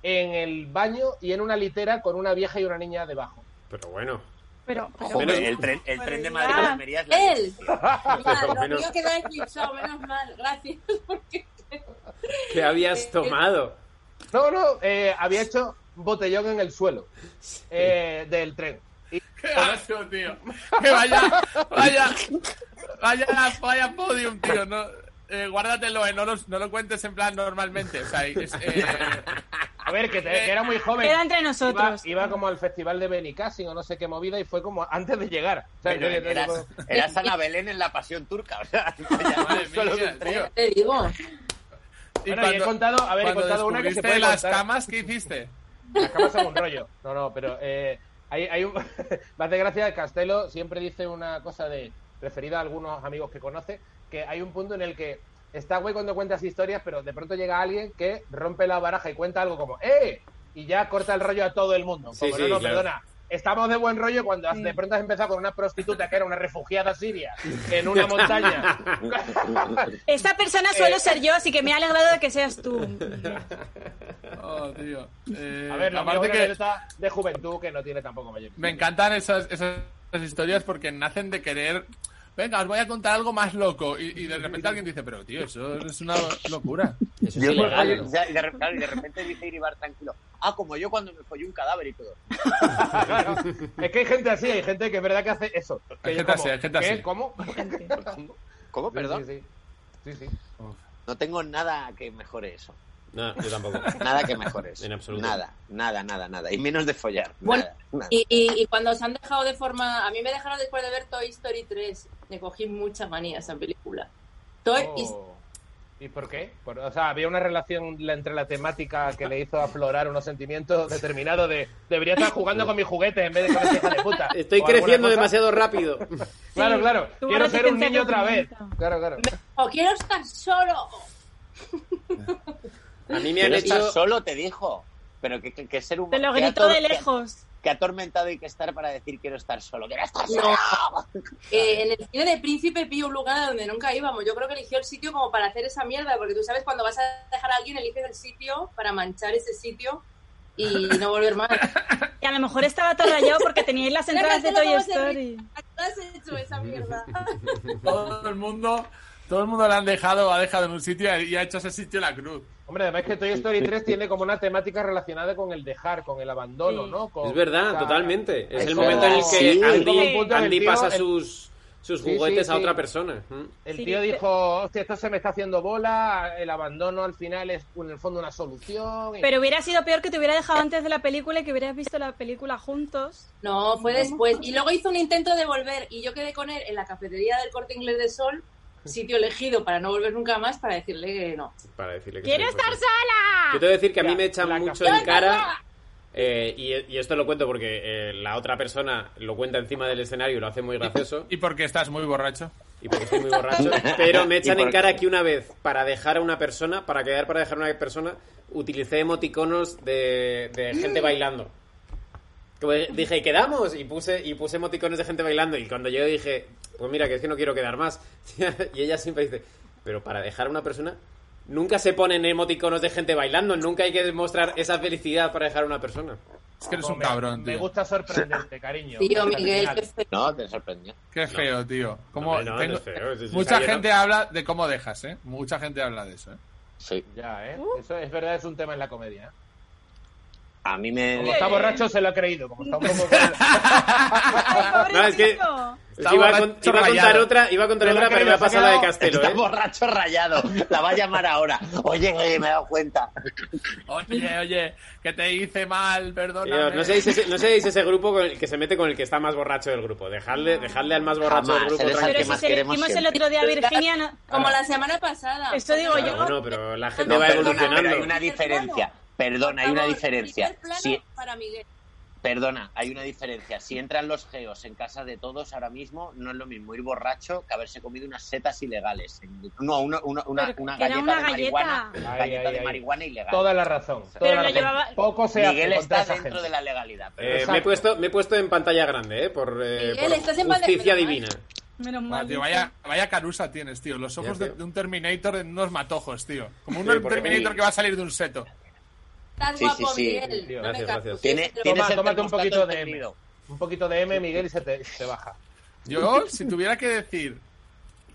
Speaker 4: en el baño y en una litera con una vieja y una niña debajo.
Speaker 3: Pero bueno.
Speaker 5: Pero,
Speaker 2: Joder, el tren, el tren de Madrid a Almería es la
Speaker 10: Él.
Speaker 3: Pero
Speaker 10: Mal, lo
Speaker 3: menos-
Speaker 10: mío queda eclipsado, menos mal. Gracias.
Speaker 3: ¿Qué
Speaker 10: Eh,
Speaker 3: habías tomado?
Speaker 4: No, no, eh, había hecho botellón en el suelo eh, del tren. Y-
Speaker 1: ¡Qué asco, tío! ¡Que vaya, vaya, vaya, vaya podium, tío! No, eh, guárdatelo, eh, no, los- no lo cuentes en plan normalmente. O sea, es, eh,
Speaker 4: A ver, que, te- que era muy joven.
Speaker 5: Queda entre nosotros.
Speaker 4: Iba, iba como al festival de Benicassin o no sé qué movida y fue como antes de llegar. O sea,
Speaker 2: Pero
Speaker 4: que- que-
Speaker 2: eras,
Speaker 4: que-
Speaker 2: eras Ana Belén en la pasión turca. O sea,
Speaker 1: madre mía, tío.
Speaker 10: Te digo.
Speaker 1: Y
Speaker 4: Bueno, y he contado- a ver, he
Speaker 1: cuando
Speaker 4: contado una que se
Speaker 1: descubriste
Speaker 4: puede
Speaker 1: las
Speaker 4: contar.
Speaker 1: camas que hiciste.
Speaker 4: Las camas son un rollo. No, no, pero eh, hay, hay un... me hace gracia, Castelo siempre dice una cosa de referida a algunos amigos que conoce, que hay un punto en el que está güey cuando cuentas historias, pero de pronto llega alguien que rompe la baraja y cuenta algo como ¡Eh! Y ya corta el rollo a todo el mundo.
Speaker 3: Sí,
Speaker 4: Como,
Speaker 3: sí,
Speaker 4: no, no,
Speaker 3: claro.
Speaker 4: perdona. Estamos de buen rollo cuando has- de pronto has empezado con una prostituta que era una refugiada siria en una montaña.
Speaker 5: Esa persona suelo ser yo, así que me ha alegrado de que seas tú.
Speaker 1: Oh, tío. Eh,
Speaker 4: A ver, la
Speaker 1: aparte
Speaker 4: parte
Speaker 1: que-
Speaker 4: que está de juventud que no tiene tampoco mayor.
Speaker 1: Me encantan esas, esas historias porque nacen de querer. Venga, os voy a contar algo más loco. Y, y de repente alguien dice, pero tío, eso es una locura.
Speaker 3: Eso es
Speaker 2: Yo,
Speaker 3: ilegal.
Speaker 2: o sea, y de, re- claro, y de repente dice Iribar tranquilo. Ah, como yo cuando me follé un cadáver y todo.
Speaker 4: Claro. Es que hay gente así, hay gente que es verdad que hace eso. Que
Speaker 1: Hay
Speaker 4: yo
Speaker 1: gente
Speaker 4: como,
Speaker 1: así, hay gente
Speaker 4: ¿qué?
Speaker 1: así.
Speaker 4: ¿Cómo?
Speaker 2: ¿Cómo? Perdón.
Speaker 4: Sí, sí, sí. Sí, sí.
Speaker 2: No tengo nada que mejore eso.
Speaker 3: No, yo tampoco.
Speaker 2: Nada que mejore eso.
Speaker 3: En absoluto.
Speaker 2: Nada, nada, nada, nada. Y menos de follar.
Speaker 10: Bueno,
Speaker 2: nada, nada.
Speaker 10: Y, y- y cuando se han dejado de forma. A mí me dejaron después de ver Toy Story 3. Le cogí mucha manía a esa película. Toy Story
Speaker 4: Oh. ¿Y por qué? Por- o sea, había una relación la- entre la temática que le hizo aflorar unos sentimientos determinados de debería estar jugando con mis juguetes en vez de con este hija de puta.
Speaker 3: Estoy
Speaker 4: O alguna
Speaker 3: creciendo
Speaker 4: cosa.
Speaker 3: demasiado rápido.
Speaker 4: Claro, claro.
Speaker 5: Tuvo
Speaker 4: Quiero ser un
Speaker 5: resistencia
Speaker 4: niño otra vez.
Speaker 5: cognitiva.
Speaker 4: Claro, claro.
Speaker 10: o quiero estar solo.
Speaker 3: A mí me han
Speaker 2: Pero estás
Speaker 3: hecho.
Speaker 2: solo, te dijo. Pero que, que- que ser humano.
Speaker 5: Te lo
Speaker 2: que
Speaker 5: grito
Speaker 2: ator-
Speaker 5: de
Speaker 2: que-
Speaker 5: lejos.
Speaker 2: Que, atormentado hay que estar para decir quiero estar solo. Quiero estar solo.
Speaker 10: No. Eh, en el cine de Príncipe Pío, un lugar a donde nunca íbamos. Yo creo que eligió el sitio como para hacer esa mierda, porque tú sabes, cuando vas a dejar a alguien, eliges el sitio para manchar ese sitio y no volver más.
Speaker 5: Que a lo mejor estaba todo rayado porque teníais las entradas de
Speaker 10: Cárratelo
Speaker 5: Toy
Speaker 10: como se ríe.
Speaker 5: Story.
Speaker 10: ¿A qué has hecho esa mierda?
Speaker 1: Todo el mundo, todo el mundo lo han dejado, ha dejado en un sitio y ha hecho ese sitio la cruz.
Speaker 4: Hombre, además que Toy Story 3 tiene como una temática relacionada con el dejar, con el abandono,
Speaker 5: Sí.
Speaker 4: ¿no? Con-
Speaker 3: Es
Speaker 4: o
Speaker 3: verdad,
Speaker 4: sea,
Speaker 3: totalmente. Es
Speaker 4: es
Speaker 3: el
Speaker 4: como-
Speaker 3: momento en el
Speaker 4: sí,
Speaker 3: que
Speaker 4: como un
Speaker 3: Andy,
Speaker 4: punto en el
Speaker 3: Andy
Speaker 4: tío,
Speaker 3: pasa
Speaker 4: el-
Speaker 3: sus, sus
Speaker 4: Sí, sí,
Speaker 3: juguetes a
Speaker 4: sí.
Speaker 3: otra persona. Mm.
Speaker 4: El
Speaker 5: Sí,
Speaker 4: tío
Speaker 5: te-
Speaker 4: dijo, hostia, esto se me está haciendo bola, el abandono al final es en el fondo una solución. y-
Speaker 5: Pero hubiera sido peor que te hubiera dejado antes de la película y que hubieras visto la película juntos.
Speaker 10: No, fue después. Y luego hizo un intento de volver y yo quedé con él en la cafetería del Corte Inglés de Sol, sitio elegido para no volver nunca más, para decirle que no.
Speaker 3: Para decirle que
Speaker 5: ¡Quiero
Speaker 3: soy
Speaker 5: estar
Speaker 3: fuerte. Yo
Speaker 5: sola!
Speaker 3: tengo que decir que a mí
Speaker 4: Ya,
Speaker 3: me echan
Speaker 4: la
Speaker 3: mucho
Speaker 4: café.
Speaker 3: en cara. eh, y, y esto lo cuento porque eh, la otra persona lo cuenta encima del escenario y lo hace muy gracioso.
Speaker 1: Y porque estás muy borracho.
Speaker 3: Y porque estoy muy borracho. Pero me
Speaker 2: Y
Speaker 3: echan en
Speaker 2: porque-
Speaker 3: cara que una vez, para dejar a una persona, para quedar para dejar a una persona, utilicé emoticonos de, de gente bailando. Como Dije, quedamos. Y puse, y puse emoticonos de gente bailando. Y cuando yo dije, pues mira, que es que no quiero quedar más. Y ella siempre dice, pero para dejar a una persona. Nunca se ponen emoticonos de gente bailando, nunca hay que demostrar esa felicidad para dejar a una persona.
Speaker 1: Es que eres
Speaker 4: Como
Speaker 1: un
Speaker 4: me-
Speaker 1: cabrón,
Speaker 4: Me
Speaker 1: tío.
Speaker 4: gusta sorprenderte, cariño.
Speaker 10: Tío,
Speaker 4: Hasta el
Speaker 10: Miguel,
Speaker 4: final.
Speaker 10: qué feo.
Speaker 2: No, te sorprendió.
Speaker 1: Qué feo, tío. Como
Speaker 3: Hombre, no,
Speaker 1: tengo-
Speaker 3: es feo, sí, sí,
Speaker 1: Mucha
Speaker 3: sí, yo no-
Speaker 1: gente habla de cómo dejas, ¿eh? Mucha gente habla de eso, ¿eh?
Speaker 2: Sí.
Speaker 4: Ya, ¿eh? Eso es verdad, es un tema en la comedia. ¿eh?
Speaker 2: A mí me.
Speaker 4: Como está borracho, se lo ha creído. Como está un poco...
Speaker 5: ¡Ay, pobre
Speaker 3: No, es que-
Speaker 5: tío!
Speaker 3: Es que iba, a con-
Speaker 1: borracho
Speaker 3: iba a contar
Speaker 1: rayado.
Speaker 3: otra, iba a contar
Speaker 4: Pero
Speaker 3: otra,
Speaker 4: que
Speaker 3: pero me ha
Speaker 4: nos ha
Speaker 3: pasado la de
Speaker 4: quedado-
Speaker 3: Castelo,
Speaker 2: Está
Speaker 3: ¿eh?
Speaker 2: borracho rayado. La va a llamar ahora. Oye, eh, me he dado cuenta.
Speaker 1: Oye, oye, que te hice mal, perdóname.
Speaker 3: Tío, no seáis ese, no seáis ese grupo con el que se mete con el que está más borracho del grupo. Dejadle, dejadle al más borracho
Speaker 2: Jamás,
Speaker 3: del grupo.
Speaker 2: eres el
Speaker 3: tranquilo.
Speaker 5: Pero
Speaker 2: que
Speaker 5: si
Speaker 2: más
Speaker 5: se le
Speaker 2: queremos
Speaker 5: dijimos el
Speaker 2: siempre.
Speaker 5: otro día a Virginia, no-
Speaker 10: Como la semana pasada.
Speaker 5: Eso digo
Speaker 3: Claro,
Speaker 5: yo.
Speaker 3: bueno, pero la gente
Speaker 10: No,
Speaker 3: va
Speaker 10: perdona,
Speaker 2: Perdona, pero
Speaker 3: evolucionando. Eh,
Speaker 2: hay una diferencia. Perdona, hay
Speaker 10: Por
Speaker 2: una
Speaker 10: favor,
Speaker 2: diferencia.
Speaker 10: primer plano
Speaker 2: Si,
Speaker 10: para Miguel.
Speaker 2: perdona, hay una diferencia. Si entran los geos en casa de todos ahora mismo, no es lo mismo ir borracho que haberse comido unas setas ilegales. No, una, una, una,
Speaker 5: Pero
Speaker 2: una
Speaker 5: que era
Speaker 2: galleta
Speaker 5: una
Speaker 2: de
Speaker 5: galleta.
Speaker 2: marihuana.
Speaker 4: Ay,
Speaker 2: galleta
Speaker 4: ay,
Speaker 2: de
Speaker 4: ay.
Speaker 2: marihuana ilegal.
Speaker 4: Toda la razón. toda
Speaker 5: Pero
Speaker 4: la
Speaker 5: lo
Speaker 4: razón.
Speaker 5: llevaba-
Speaker 4: Poco se
Speaker 2: Miguel
Speaker 4: hace contra
Speaker 2: está
Speaker 4: esa
Speaker 2: dentro
Speaker 4: gente.
Speaker 2: de la legalidad.
Speaker 3: Eh, me, he
Speaker 4: Exacto.
Speaker 3: puesto, me he puesto en pantalla grande, ¿eh? Por, eh,
Speaker 10: Miguel,
Speaker 3: por
Speaker 10: estás en pantalla-
Speaker 3: justicia
Speaker 10: pero, ¿eh?
Speaker 3: divina.
Speaker 5: Menos
Speaker 1: Buah,
Speaker 5: mal.
Speaker 1: Ah, tío, vaya, vaya carusa tienes, tío. Los ojos
Speaker 3: Ya,
Speaker 1: de, de un Terminator en unos matojos, tío. Como un
Speaker 2: Sí, porque-
Speaker 1: Terminator que va a salir de un seto.
Speaker 10: Estás
Speaker 2: Sí, sí,
Speaker 10: guapo,
Speaker 2: sí.
Speaker 10: Miguel.
Speaker 3: Tío,
Speaker 10: no me
Speaker 3: gracias, gracias.
Speaker 10: castigas.
Speaker 2: Tiene-
Speaker 10: Pero
Speaker 2: tiene-
Speaker 10: va-
Speaker 4: Toma,
Speaker 2: el
Speaker 4: tómate un
Speaker 2: termostato
Speaker 4: poquito de M.
Speaker 2: encendido.
Speaker 4: Un poquito de M, Miguel, y se te, se te baja.
Speaker 1: Yo, si tuviera que decir,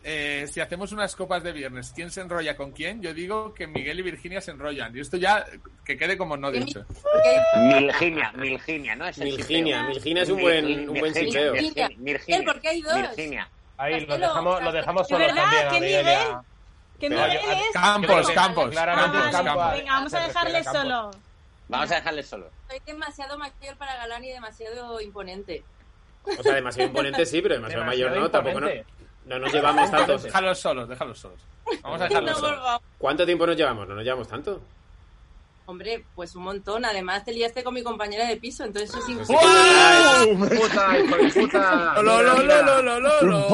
Speaker 1: eh, si hacemos unas copas de viernes, ¿quién se enrolla con quién? Yo digo que Miguel y Virginia se enrollan. Y esto ya que quede como no dicho.
Speaker 10: porque-
Speaker 2: Milginia, Milginia, ¿no? Es el
Speaker 3: Milginia,
Speaker 2: sitio.
Speaker 3: Milginia es un buen, un buen
Speaker 2: Milginia,
Speaker 3: siteo.
Speaker 2: Milginia, Milginia,
Speaker 10: Eh, porque hay dos.
Speaker 2: Milginia.
Speaker 4: Ahí, lo
Speaker 10: Marcelo,
Speaker 4: dejamos, lo
Speaker 10: Marcelo.
Speaker 4: dejamos
Speaker 5: ¿De
Speaker 4: solos
Speaker 5: verdad?
Speaker 4: también. a
Speaker 5: ¿Qué
Speaker 4: Miguel
Speaker 5: nivel?
Speaker 4: ya.
Speaker 5: Que
Speaker 1: Pero
Speaker 5: Miguel
Speaker 1: yo-
Speaker 5: es...
Speaker 1: Campos,
Speaker 5: Ah,
Speaker 1: campos.
Speaker 4: claramente
Speaker 1: campos,
Speaker 4: es Campos.
Speaker 1: campos.
Speaker 5: Venga, vamos a
Speaker 4: Se refiere
Speaker 5: dejarle
Speaker 4: a Campos.
Speaker 5: solo.
Speaker 2: Vamos a dejarle solo.
Speaker 10: Soy demasiado mayor para Galán y demasiado imponente.
Speaker 3: O sea, demasiado imponente sí, pero demasiado, mayor no.
Speaker 4: Demasiado
Speaker 3: Tampoco no,
Speaker 4: imponente.
Speaker 3: no nos llevamos tanto.
Speaker 1: Déjalos solos, déjalos solos. Vamos a
Speaker 10: No,
Speaker 1: dejarlos
Speaker 10: por
Speaker 1: solos.
Speaker 10: favor.
Speaker 3: ¿Cuánto tiempo nos llevamos? No nos llevamos tanto.
Speaker 10: Hombre, pues un montón. Además, te liaste con mi compañera de piso, entonces eso es
Speaker 3: sí.
Speaker 10: imposible.
Speaker 1: ¡Wow!
Speaker 4: Puta, hijo de puta.
Speaker 1: Lo, lo, lo, lo, lo, lo, lo.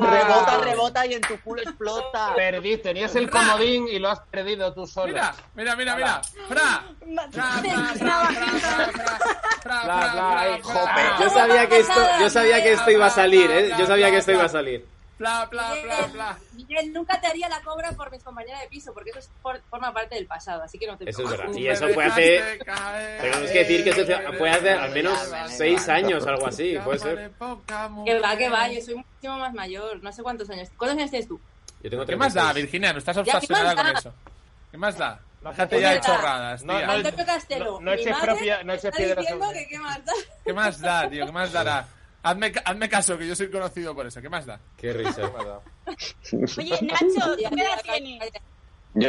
Speaker 2: Rebota, rebota y en tu culo explota.
Speaker 4: Perdiste, tenías el comodín y lo has perdido tú solo.
Speaker 1: Mira, mira, mira, mira. Fra. Fra, fra, fra, fra, fra, fra, fra,
Speaker 4: Bla,
Speaker 1: fra,
Speaker 4: bla,
Speaker 1: fra,
Speaker 4: eh.
Speaker 1: fra.
Speaker 4: Jope.
Speaker 3: Yo sabía que esto, yo sabía que esto iba a salir, ¿eh? Yo sabía que esto iba a salir.
Speaker 1: Bla, bla, bla,
Speaker 10: Miguel,
Speaker 1: bla.
Speaker 10: Miguel, nunca te haría la cobra por mis compañeras de piso, porque eso es por- forma parte del pasado, así que no te
Speaker 3: Eso es
Speaker 10: preocupes.
Speaker 3: verdad. Y
Speaker 1: Me
Speaker 3: eso fue hace,
Speaker 1: dejaste caer.
Speaker 3: tenemos que decir que eso fue hace al menos seis años, algo así, puede ser.
Speaker 10: Que va, que va, yo soy muchísimo más mayor, no sé cuántos años. ¿Cuántos años tienes tú?
Speaker 3: Yo tengo
Speaker 1: ¿Qué más da,
Speaker 3: 36.
Speaker 1: Virginia? No estás
Speaker 10: ¿qué
Speaker 1: obsesionada
Speaker 10: más
Speaker 1: con
Speaker 10: da?
Speaker 1: eso. ¿Qué más da?
Speaker 4: No,
Speaker 1: Déjate
Speaker 10: pues
Speaker 1: ya de
Speaker 10: nada.
Speaker 1: chorradas,
Speaker 4: No,
Speaker 1: tía.
Speaker 4: no,
Speaker 10: Antonio Castelo,
Speaker 4: no- no
Speaker 10: mi
Speaker 4: eches
Speaker 10: madre
Speaker 4: propia- no eches
Speaker 10: está
Speaker 4: piedras
Speaker 10: diciendo
Speaker 4: sobre-
Speaker 10: que qué más da.
Speaker 1: ¿Qué más da, tío? ¿Qué más dará? Hazme, ca- hazme caso, que yo soy conocido por eso. ¿Qué más da?
Speaker 3: Qué risa.
Speaker 5: Oye, Nacho,
Speaker 10: Ya,
Speaker 5: ¿tú qué
Speaker 10: ya,
Speaker 5: edad
Speaker 10: ya,
Speaker 5: tienes?
Speaker 10: ya.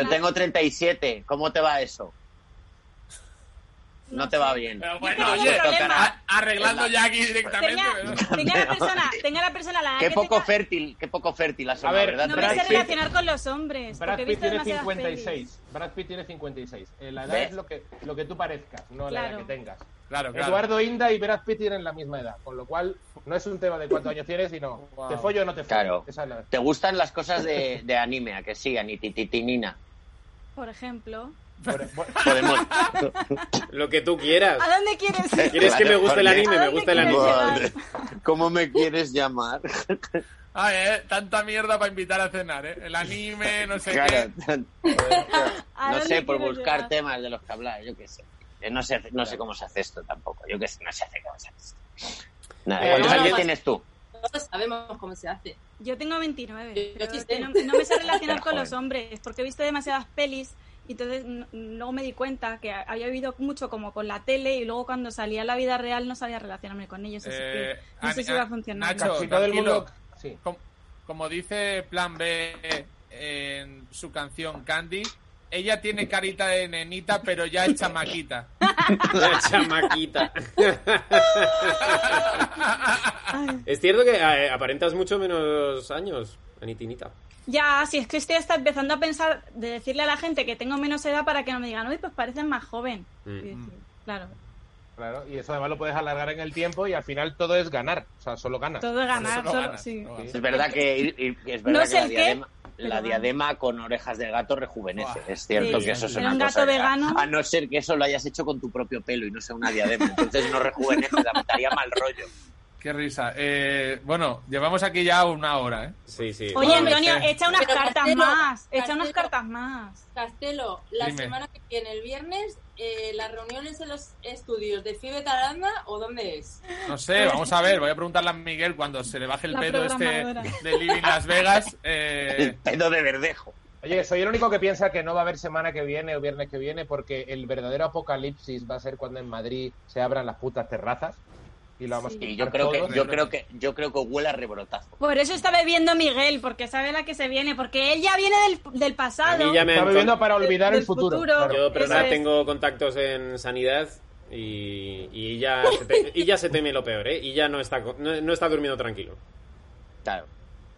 Speaker 2: Yo tengo 37. ¿Cómo te va eso? No te va bien.
Speaker 1: Pero
Speaker 5: Yo
Speaker 1: bueno,
Speaker 5: tengo
Speaker 1: oye, ah,
Speaker 5: un problema.
Speaker 1: a- arreglando ya aquí directamente.
Speaker 5: Tenga,
Speaker 1: pero-
Speaker 5: tenga la persona, tenga la persona la edad
Speaker 2: Qué
Speaker 5: que
Speaker 2: poco
Speaker 5: tenga,
Speaker 2: fértil, qué poco fértil ha sonado,
Speaker 4: ver,
Speaker 2: ¿verdad?
Speaker 5: Ah, No me sé
Speaker 2: 37.
Speaker 5: relacionar con los hombres.
Speaker 4: Brad
Speaker 5: porque he
Speaker 4: Pitt
Speaker 5: visto
Speaker 4: tiene
Speaker 5: demasiadas
Speaker 4: 56. Brad Pitt tiene 56. Eh, la edad
Speaker 2: ¿Ves?
Speaker 4: es lo que, lo que tú parezcas, no la edad
Speaker 5: Claro.
Speaker 4: que tengas.
Speaker 1: Claro, claro.
Speaker 4: Eduardo Inda y Brad Pitt tienen la misma edad, con lo cual no es un tema de cuántos años tienes, sino
Speaker 1: Wow.
Speaker 4: te follo o no te follo.
Speaker 2: Claro.
Speaker 4: Esa es la-
Speaker 2: ¿Te gustan las cosas de, de anime? ¿A que sí, Anitititinina?
Speaker 5: pelis, Por ejemplo.
Speaker 2: Podemos...
Speaker 3: Lo que tú quieras.
Speaker 5: ¿A dónde quieres ir?
Speaker 3: ¿Quieres que me guste el anime? Me gusta el anime.
Speaker 2: Madre, ¿Cómo me quieres llamar?
Speaker 1: Ay, eh, tanta mierda para invitar a cenar, ¿eh? El anime, no sé
Speaker 2: Claro.
Speaker 5: ¿A
Speaker 2: No
Speaker 5: dónde
Speaker 2: sé, por
Speaker 5: quieres
Speaker 2: buscar
Speaker 5: llegar?
Speaker 2: temas de los que hablar, yo qué sé. Eh, No sé, no sé cómo se hace esto tampoco. Yo qué sé, no sé hace cómo se hace esto. Nada,
Speaker 3: Eh,
Speaker 2: ¿Cuántos
Speaker 3: no,
Speaker 2: años
Speaker 10: no,
Speaker 2: tienes tú?
Speaker 10: Todos sabemos cómo se hace.
Speaker 5: Yo tengo 29.
Speaker 10: Yo
Speaker 5: pero
Speaker 10: sí sé.
Speaker 5: que no, no me sé relacionar con los
Speaker 2: Joder.
Speaker 5: hombres porque he visto demasiadas pelis y entonces n- luego me di cuenta que había vivido mucho como con la tele y luego cuando salía a la vida real no sabía relacionarme con ellos.
Speaker 1: qué.
Speaker 5: Así
Speaker 1: Eh,
Speaker 5: que no sé
Speaker 1: Ani-
Speaker 5: si va a funcionar.
Speaker 1: Nacho,
Speaker 4: Casi todo el
Speaker 1: tranquilo.
Speaker 4: mundo- sí.
Speaker 1: Com- Como, dice Plan B eh, en su canción Candy, ella tiene carita de nenita, pero ya es chamaquita.
Speaker 3: La chamaquita. es cierto que eh, aparentas mucho menos años, Anitinita.
Speaker 5: Ya, si es que estoy hasta empezando a pensar de decirle a la gente que tengo menos edad para que no me digan, uy, pues pareces más joven.
Speaker 3: Mm.
Speaker 5: Y decir, Claro,
Speaker 4: Claro, y eso además lo puedes alargar en el tiempo y al final todo es ganar, o sea, solo ganas.
Speaker 5: todo es ganar.
Speaker 1: Solo
Speaker 5: solo-
Speaker 1: ganas,
Speaker 5: sí.
Speaker 1: solo ganas.
Speaker 2: Es verdad que, ir- ir- es verdad
Speaker 5: No sé
Speaker 2: que la,
Speaker 5: el qué,
Speaker 2: diadema,
Speaker 5: pero
Speaker 2: la
Speaker 5: vamos.
Speaker 2: diadema con orejas de gato rejuvenece.
Speaker 1: Buah.
Speaker 2: es cierto
Speaker 5: Sí.
Speaker 2: que eso es
Speaker 5: Era
Speaker 2: una
Speaker 5: un gato
Speaker 2: cosa que-
Speaker 5: vegano.
Speaker 2: A no ser que eso lo hayas hecho con tu propio pelo y no sea una diadema. Entonces no rejuvenece, la metaría mal rollo.
Speaker 1: Qué risa. Eh, bueno, llevamos aquí ya una hora, ¿eh?
Speaker 3: Sí, sí.
Speaker 5: Oye, Antonio,
Speaker 1: sí.
Speaker 5: echa unas
Speaker 10: Pero
Speaker 5: cartas
Speaker 10: Castelo,
Speaker 5: más. Echa unas
Speaker 10: Castelo.
Speaker 5: cartas más.
Speaker 10: Castelo, la
Speaker 1: Dime.
Speaker 10: semana que viene, el viernes, eh, las reuniones en los estudios de FIBE Taranda o dónde es?
Speaker 1: No sé, vamos a ver. Voy a preguntarle a Miguel cuando se le baje el
Speaker 5: La
Speaker 1: pedo este
Speaker 5: programadora.
Speaker 1: de Living Las Vegas.
Speaker 2: El
Speaker 1: Eh,
Speaker 2: pedo de verdejo.
Speaker 4: Oye, soy el único que piensa que no va a haber semana que viene o viernes que viene porque el verdadero apocalipsis va a ser cuando en Madrid se abran las putas terrazas y lo vamos a
Speaker 2: Y yo
Speaker 4: quitar
Speaker 2: creo que,
Speaker 4: todo.
Speaker 2: yo creo que, yo creo que huele a rebrotazo.
Speaker 5: Por eso está bebiendo Miguel, porque sabe la que se viene, porque él ya viene del, del
Speaker 3: A
Speaker 5: pasado.
Speaker 3: mí ya me
Speaker 4: Está
Speaker 3: han
Speaker 4: viviendo para
Speaker 5: Del-
Speaker 4: olvidar el
Speaker 5: del
Speaker 4: futuro.
Speaker 5: futuro.
Speaker 4: claro.
Speaker 3: Yo, pero
Speaker 5: Eso
Speaker 3: nada,
Speaker 5: es.
Speaker 3: tengo contactos en sanidad y, y ya se te- y ya se teme lo peor, ¿eh? Y ya no está, co- no, no está durmiendo tranquilo.
Speaker 2: Claro.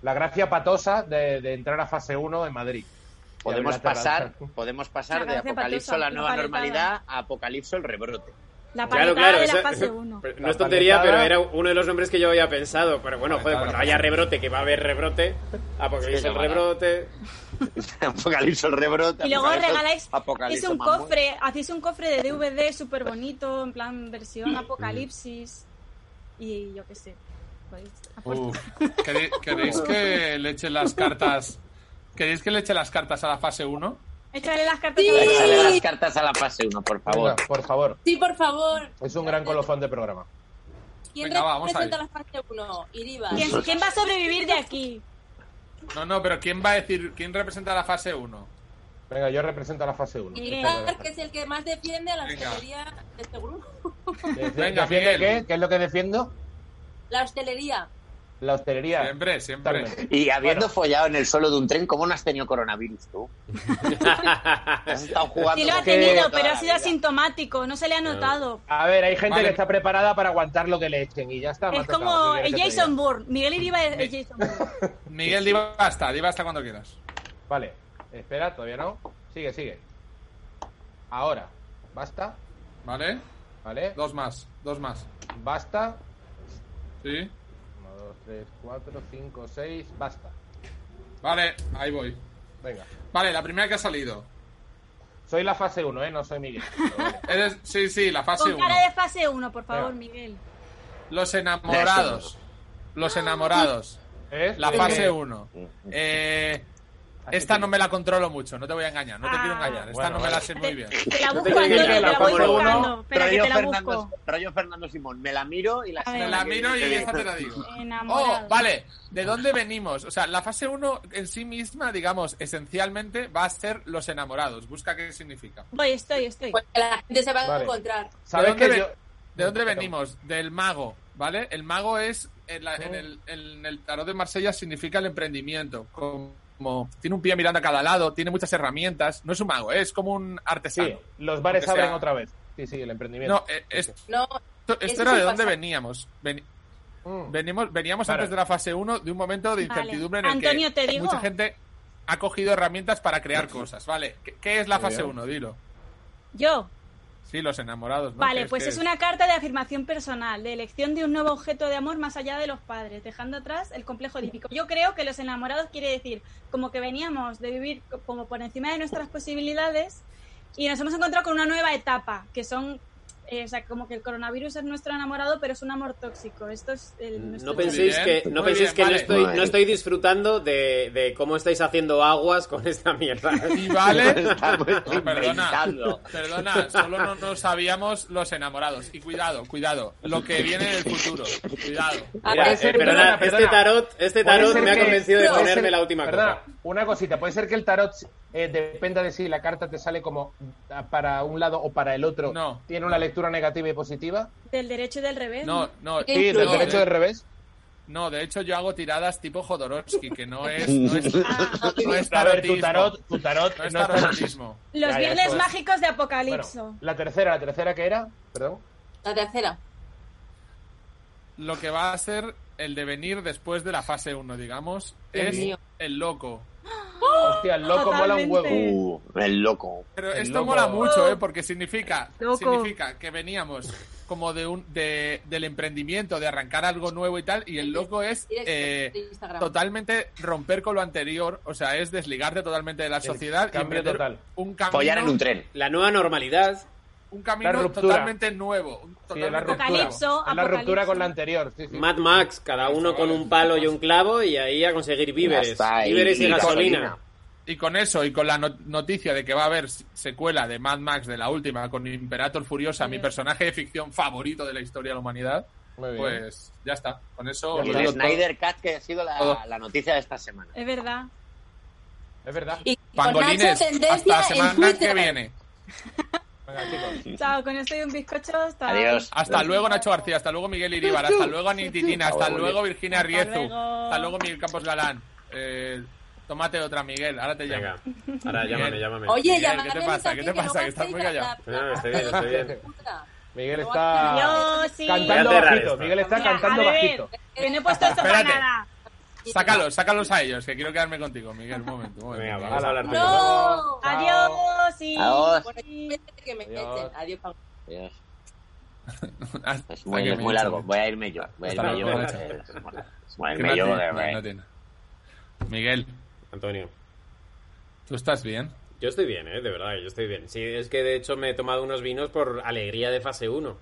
Speaker 4: La gracia patosa de, de entrar a fase 1 en Madrid. Y abrir
Speaker 2: Podemos
Speaker 4: la terraza.
Speaker 2: pasar, podemos pasar
Speaker 5: Una
Speaker 2: de
Speaker 5: gracia
Speaker 2: apocalipso a
Speaker 5: patosa,
Speaker 2: la
Speaker 5: una
Speaker 2: nueva
Speaker 5: paletada.
Speaker 2: normalidad a apocalipso el rebrote.
Speaker 5: La
Speaker 3: Claro,
Speaker 5: paletada
Speaker 3: claro.
Speaker 5: de la
Speaker 3: esa-
Speaker 5: fase 1.
Speaker 3: pero no
Speaker 4: La
Speaker 3: es tontería, pero
Speaker 4: paletada.
Speaker 3: era uno de los nombres que yo había pensado. Pero bueno, joder,
Speaker 1: Paletada,
Speaker 3: cuando haya rebrote, que va a haber rebrote, apocalipsis
Speaker 2: Sí,
Speaker 3: el
Speaker 2: no va a dar.
Speaker 3: rebrote.
Speaker 2: apocalipso el rebrote.
Speaker 5: Y luego
Speaker 2: apocalipso-
Speaker 5: regaláis, hacéis
Speaker 2: apocalipso
Speaker 5: un
Speaker 2: mamón.
Speaker 5: cofre, hacéis un cofre de DVD súper bonito, en plan versión apocalipsis. Y yo qué sé. podéis.
Speaker 1: Uf. ¿Queréis, queréis que le eche las cartas? ¿Queréis que le eche las cartas a la fase 1?
Speaker 5: Échale las cartas.
Speaker 2: Échale las cartas a la fase 1, por favor.
Speaker 4: Venga, por favor.
Speaker 10: Sí, por favor.
Speaker 4: Es un gran colofón de programa.
Speaker 10: ¿Quién
Speaker 1: Venga, va, vamos
Speaker 10: representa
Speaker 1: ahí.
Speaker 10: la fase 1? Iriba.
Speaker 5: ¿Quién, quién va a sobrevivir de aquí?
Speaker 1: No, no, pero ¿quién va a decir, quién representa la fase 1?
Speaker 4: Venga, yo represento a la fase 1.
Speaker 5: Miguel.
Speaker 10: que es el que más defiende a la
Speaker 1: Venga.
Speaker 10: hostelería de este grupo.
Speaker 1: Venga,
Speaker 4: ¿Defiende
Speaker 1: Miguel.
Speaker 4: qué? ¿Qué es lo que defiendo?
Speaker 10: La hostelería.
Speaker 4: La hostelería.
Speaker 1: Siempre, siempre.
Speaker 4: Totalmente.
Speaker 2: Y habiendo follado en el suelo de un tren, ¿cómo no has tenido coronavirus tú? has estado jugando.
Speaker 5: Sí lo ha
Speaker 2: con-
Speaker 5: tenido,
Speaker 2: toda
Speaker 5: pero
Speaker 2: la
Speaker 5: ha sido
Speaker 2: vida.
Speaker 5: asintomático, no se le ha notado.
Speaker 4: A ver, hay gente
Speaker 1: Vale.
Speaker 4: que está preparada para aguantar lo que le echen y ya está. me ha
Speaker 5: Es
Speaker 4: tocado,
Speaker 5: como
Speaker 4: ¿qué
Speaker 5: el
Speaker 4: quieres que te
Speaker 5: Jason Bourne. Miguel Iriba es es Jason Bourne.
Speaker 1: Miguel, di basta, di basta cuando quieras.
Speaker 4: diga? Vale, espera, todavía no. Sigue, sigue. Ahora, basta,
Speaker 1: ¿Vale?
Speaker 4: ¿vale?
Speaker 1: Dos más, dos más.
Speaker 4: Basta.
Speaker 1: ¿Sí?
Speaker 4: 1, 2, 3, 4, 5, 6, basta.
Speaker 1: Vale, ahí voy.
Speaker 4: Venga.
Speaker 1: Vale, la primera que ha salido.
Speaker 4: Soy la fase 1, ¿eh? No soy Miguel. Pero vale.
Speaker 1: Eres, sí, sí, la fase
Speaker 5: Con
Speaker 1: 1.
Speaker 5: cara de fase 1, por favor,
Speaker 4: Venga.
Speaker 5: Miguel.
Speaker 1: Los enamorados. Los enamorados.
Speaker 4: ¿Eh?
Speaker 1: La
Speaker 4: Sí,
Speaker 1: fase
Speaker 4: que-
Speaker 1: 1. Eh, esta no me la controlo mucho, no te voy a engañar,
Speaker 5: Ah.
Speaker 1: no te quiero engañar. Esta
Speaker 4: Bueno,
Speaker 1: no me la
Speaker 4: vale.
Speaker 1: sé muy bien.
Speaker 5: Te la
Speaker 3: digo
Speaker 5: busco,
Speaker 3: que
Speaker 5: Antonio, te
Speaker 3: la
Speaker 5: la voy
Speaker 3: Fórmula uno,
Speaker 5: buscando. Espera, que
Speaker 2: rollo
Speaker 5: te la
Speaker 2: Fernando,
Speaker 5: busco. Ah.
Speaker 2: rollo Fernando Simón. Me la miro y la
Speaker 5: A ver.
Speaker 1: Me la miro y esta te la digo.
Speaker 5: Enamorado.
Speaker 1: Oh, vale. ¿De dónde venimos? O sea, la fase 1 en sí misma, digamos, esencialmente va a ser los enamorados. Busca qué significa.
Speaker 5: Voy, estoy, estoy.
Speaker 10: Pues que la gente se va a
Speaker 4: Vale.
Speaker 10: encontrar.
Speaker 4: ¿Sabes
Speaker 1: ¿De dónde
Speaker 4: que
Speaker 1: ve-
Speaker 4: yo...
Speaker 1: ¿De dónde
Speaker 4: Perdón.
Speaker 1: venimos? Del mago, ¿vale? El mago es, en, la-
Speaker 4: Oh.
Speaker 1: en el, en el tarot de Marsella significa el emprendimiento. Como tiene un pie mirando a cada lado, tiene muchas herramientas. No es un mago, ¿eh? es como un
Speaker 4: Sí,
Speaker 1: artesano.
Speaker 4: Ah, los bares
Speaker 1: Aunque
Speaker 4: abren
Speaker 1: sea-
Speaker 4: otra vez. Sí, sí, el emprendimiento.
Speaker 1: No, eh, esto,
Speaker 10: No,
Speaker 1: esto
Speaker 10: Ese
Speaker 1: era
Speaker 10: es
Speaker 1: de
Speaker 10: el
Speaker 1: dónde
Speaker 10: pasado.
Speaker 1: veníamos. Ven-
Speaker 4: Mm.
Speaker 1: venimos, veníamos
Speaker 4: Claro.
Speaker 1: antes de la fase 1 de un momento de
Speaker 5: Vale.
Speaker 1: incertidumbre en el
Speaker 5: Antonio,
Speaker 1: que
Speaker 5: te digo.
Speaker 1: mucha gente ha cogido herramientas para crear cosas, ¿vale? ¿Qué, qué es la
Speaker 4: Muy
Speaker 1: fase
Speaker 4: bien.
Speaker 1: 1? Dilo.
Speaker 5: Yo.
Speaker 1: Sí, los enamorados, ¿no? ¿Qué
Speaker 5: Vale, pues
Speaker 1: qué
Speaker 5: es una carta de afirmación personal, de elección de un nuevo objeto de amor más allá de los padres, dejando atrás el complejo típico. Yo creo que los enamorados quiere decir como que veníamos de vivir co- como por encima de nuestras posibilidades y nos hemos encontrado con una nueva etapa, que son, eh, o sea, como que el coronavirus es nuestro enamorado, pero es un amor tóxico. Esto es el... nuestro-
Speaker 3: No penséis
Speaker 1: Muy
Speaker 3: que,
Speaker 1: bien,
Speaker 3: no,
Speaker 1: muy bien,
Speaker 3: penséis que no,
Speaker 1: vale.
Speaker 3: estoy,
Speaker 2: Vale.
Speaker 3: no estoy disfrutando de, de cómo estáis haciendo aguas con esta mierda.
Speaker 1: Y vale,
Speaker 2: Estamos
Speaker 1: No, Ah, perdona,
Speaker 2: pues, inventando.
Speaker 1: perdona, solo no nos sabíamos los enamorados. Y cuidado, cuidado, lo que viene en el futuro. Cuidado.
Speaker 3: Mira,
Speaker 4: Puede
Speaker 3: eh,
Speaker 4: ser,
Speaker 3: perdonad,
Speaker 4: perdona,
Speaker 3: este
Speaker 4: perdona.
Speaker 3: tarot, este
Speaker 4: Puede
Speaker 3: tarot
Speaker 4: ser
Speaker 3: me ha
Speaker 4: que-
Speaker 3: convencido de
Speaker 4: puede
Speaker 3: ponerme
Speaker 4: ser-
Speaker 3: la última
Speaker 4: perdona,
Speaker 3: cosa.
Speaker 4: una cosita. Puede ser que el tarot eh, dependa de si la carta te sale como ah, para un lado o para el otro.
Speaker 1: No.
Speaker 4: ¿Tiene una lectura negativa y positiva?
Speaker 5: Del derecho y del revés.
Speaker 1: No, no,
Speaker 10: Sí,
Speaker 4: Sí, del
Speaker 1: no,
Speaker 4: derecho
Speaker 1: de-
Speaker 4: del revés.
Speaker 1: no, de hecho yo hago tiradas tipo Jodorowsky, que no es, no es,
Speaker 5: Ah,
Speaker 1: no es
Speaker 4: A ver, tu
Speaker 1: tarotismo.
Speaker 4: tarot, tu tarot
Speaker 1: No es
Speaker 4: no está-
Speaker 1: tarotismo.
Speaker 5: los
Speaker 4: ya, ya,
Speaker 5: viernes
Speaker 4: eso es.
Speaker 5: mágicos de
Speaker 4: Bueno,
Speaker 5: Apocalipso.
Speaker 4: la tercera, la tercera que era, perdón.
Speaker 10: la tercera.
Speaker 1: Lo que va a ser el devenir después de la fase 1, digamos,
Speaker 10: Dios
Speaker 1: es
Speaker 10: mío.
Speaker 1: el loco.
Speaker 4: Hostia, el loco mola un
Speaker 5: Oh, Totalmente.
Speaker 4: huevo.
Speaker 2: Uh, el loco.
Speaker 1: Pero
Speaker 4: El
Speaker 1: esto
Speaker 4: loco.
Speaker 1: mola mucho,
Speaker 10: Oh.
Speaker 1: ¿eh? Porque significa,
Speaker 5: Loco.
Speaker 1: significa que veníamos como de un de, del emprendimiento, de arrancar algo nuevo y tal, y el loco es
Speaker 10: Directo
Speaker 1: eh,
Speaker 10: de Instagram.
Speaker 1: totalmente romper con lo anterior, o sea, es desligarte totalmente de la sociedad y
Speaker 4: cambio
Speaker 1: emprender
Speaker 4: total.
Speaker 1: un camino,
Speaker 2: Follar en un tren.
Speaker 3: La nueva normalidad.
Speaker 1: un
Speaker 4: La
Speaker 1: camino
Speaker 4: ruptura.
Speaker 1: totalmente nuevo. un-
Speaker 4: Sí, es la
Speaker 1: totalmente
Speaker 4: ruptura.
Speaker 1: nuevo.
Speaker 5: Apocalipso,
Speaker 4: Es la ruptura
Speaker 5: apocalipso.
Speaker 4: con la anterior. Sí, sí.
Speaker 3: Mad Max, cada uno con un palo y un clavo y ahí a conseguir víveres.
Speaker 2: está, y-
Speaker 3: víveres y,
Speaker 2: y
Speaker 3: gasolina.
Speaker 2: gasolina.
Speaker 1: Y con eso, y con la no- noticia de que va a haber s- secuela de Mad Max de la última, con Imperator Furiosa, mi personaje de ficción favorito de la historia de la humanidad,
Speaker 4: Muy bien.
Speaker 1: pues ya está. Con eso... os
Speaker 2: Y
Speaker 1: lo
Speaker 2: el
Speaker 1: digo todo.
Speaker 2: Snyder Cat que ha sido
Speaker 1: Todo.
Speaker 2: la, la noticia de esta semana.
Speaker 5: Es verdad.
Speaker 4: Es verdad.
Speaker 10: Y con Nacho
Speaker 1: Pangolines, hasta
Speaker 10: tendencia
Speaker 1: la
Speaker 10: en
Speaker 1: semana
Speaker 10: Twitter.
Speaker 1: que viene.
Speaker 4: Venga, chicos.
Speaker 5: Chao, con esto y un bizcocho. hasta-
Speaker 2: Adiós.
Speaker 1: Hasta luego, Nacho García. Hasta luego, Miguel Iríbar. Hasta luego, Anititina. Hasta luego, Virginia
Speaker 5: Hasta
Speaker 1: Riezu.
Speaker 5: luego.
Speaker 1: Hasta luego, Miguel Campos Galán. Eh, tómate otra, Miguel. Ahora te llamo.
Speaker 3: Venga, ahora llámame, llámame.
Speaker 10: Oye,
Speaker 1: Miguel,
Speaker 10: ya
Speaker 1: ¿qué te pasa? ¿Qué te pasa? Que estás muy callado.
Speaker 3: No, Eh, estoy bien, estoy bien.
Speaker 4: Miguel
Speaker 10: Pero
Speaker 4: está
Speaker 5: Adiós, sí.
Speaker 4: cantando
Speaker 3: Voy a cerrar
Speaker 4: bajito.
Speaker 3: esto.
Speaker 4: Miguel está
Speaker 5: Mira,
Speaker 4: cantando
Speaker 5: a ver,
Speaker 4: bajito.
Speaker 5: Que no he puesto esto para
Speaker 1: Espérate.
Speaker 5: nada.
Speaker 1: Sácalos, sácalos a ellos, que quiero quedarme contigo, Miguel. Un momento, un momento.
Speaker 3: Venga, vamos a hablar de eso.
Speaker 10: No.
Speaker 5: Adiós y...
Speaker 2: Adiós.
Speaker 10: Bueno, vete que me
Speaker 4: Adiós.
Speaker 10: echen. Adiós, Pablo.
Speaker 2: Adiós.
Speaker 1: Hasta
Speaker 2: Es muy,
Speaker 1: que
Speaker 2: es
Speaker 1: me
Speaker 2: muy largo.
Speaker 1: echen.
Speaker 2: Voy a irme yo. Voy a
Speaker 1: Hasta
Speaker 2: irme yo.
Speaker 1: luego,
Speaker 2: eh, Voy a
Speaker 1: Que no
Speaker 2: irme yo.
Speaker 1: tiene- no,
Speaker 2: eh,
Speaker 1: no tiene. Miguel,
Speaker 3: Antonio.
Speaker 1: ¿tú estás bien?
Speaker 3: Yo estoy bien, ¿eh? De verdad, yo estoy bien. Sí, es que de hecho me he tomado unos vinos por alegría de fase 1.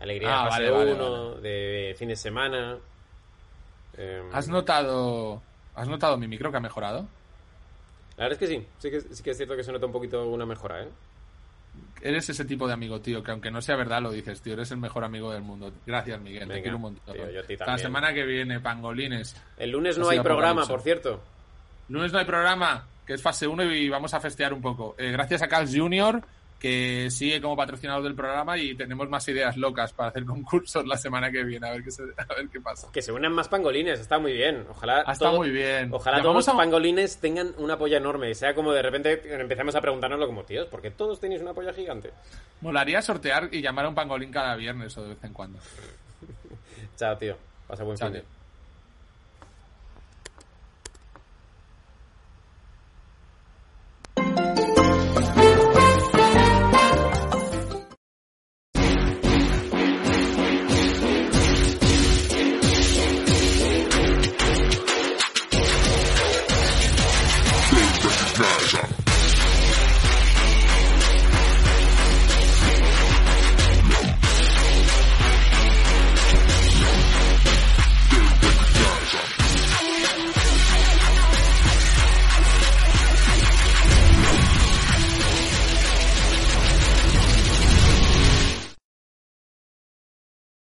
Speaker 3: Alegría
Speaker 1: Ah,
Speaker 3: de fase
Speaker 1: vale, vale,
Speaker 3: 1, de fin de semana. Em,
Speaker 1: ¿Has notado, ¿Has notado mi micro que ha mejorado?
Speaker 3: La verdad es que sí, sí que, sí que es cierto que se nota un poquito una mejora, ¿eh?
Speaker 1: Eres ese tipo de amigo, tío, que aunque no sea verdad lo dices, tío. Eres el mejor amigo del mundo. Gracias, Miguel. te
Speaker 3: Venga,
Speaker 1: quiero un montón.
Speaker 3: tío, yo a ti
Speaker 1: Hasta la
Speaker 3: también.
Speaker 1: semana que viene, pangolines.
Speaker 3: El lunes no
Speaker 1: Ha
Speaker 3: hay
Speaker 1: sido
Speaker 3: programa,
Speaker 1: apocalipsis.
Speaker 3: por cierto.
Speaker 1: Lunes no hay programa, que es fase 1 y vamos a festear un poco. Eh, gracias a Carl Junior, que sigue como patrocinador del programa y tenemos más ideas locas para hacer concursos la semana que viene, a ver qué, se- a ver qué pasa.
Speaker 3: Que se unan más pangolines, está muy bien. Ojalá.
Speaker 1: Ha estado muy bien.
Speaker 3: Ojalá
Speaker 1: Llamamos
Speaker 3: todos los pangolines tengan una polla enorme. Y sea como de repente empezamos a preguntárnoslo como tíos, porque todos tenéis una polla gigante.
Speaker 1: Molaría sortear y llamar a un pangolín cada viernes o de vez en cuando.
Speaker 3: Chao, tío. Pasa buen
Speaker 1: Chao,
Speaker 3: fin de-
Speaker 1: tío.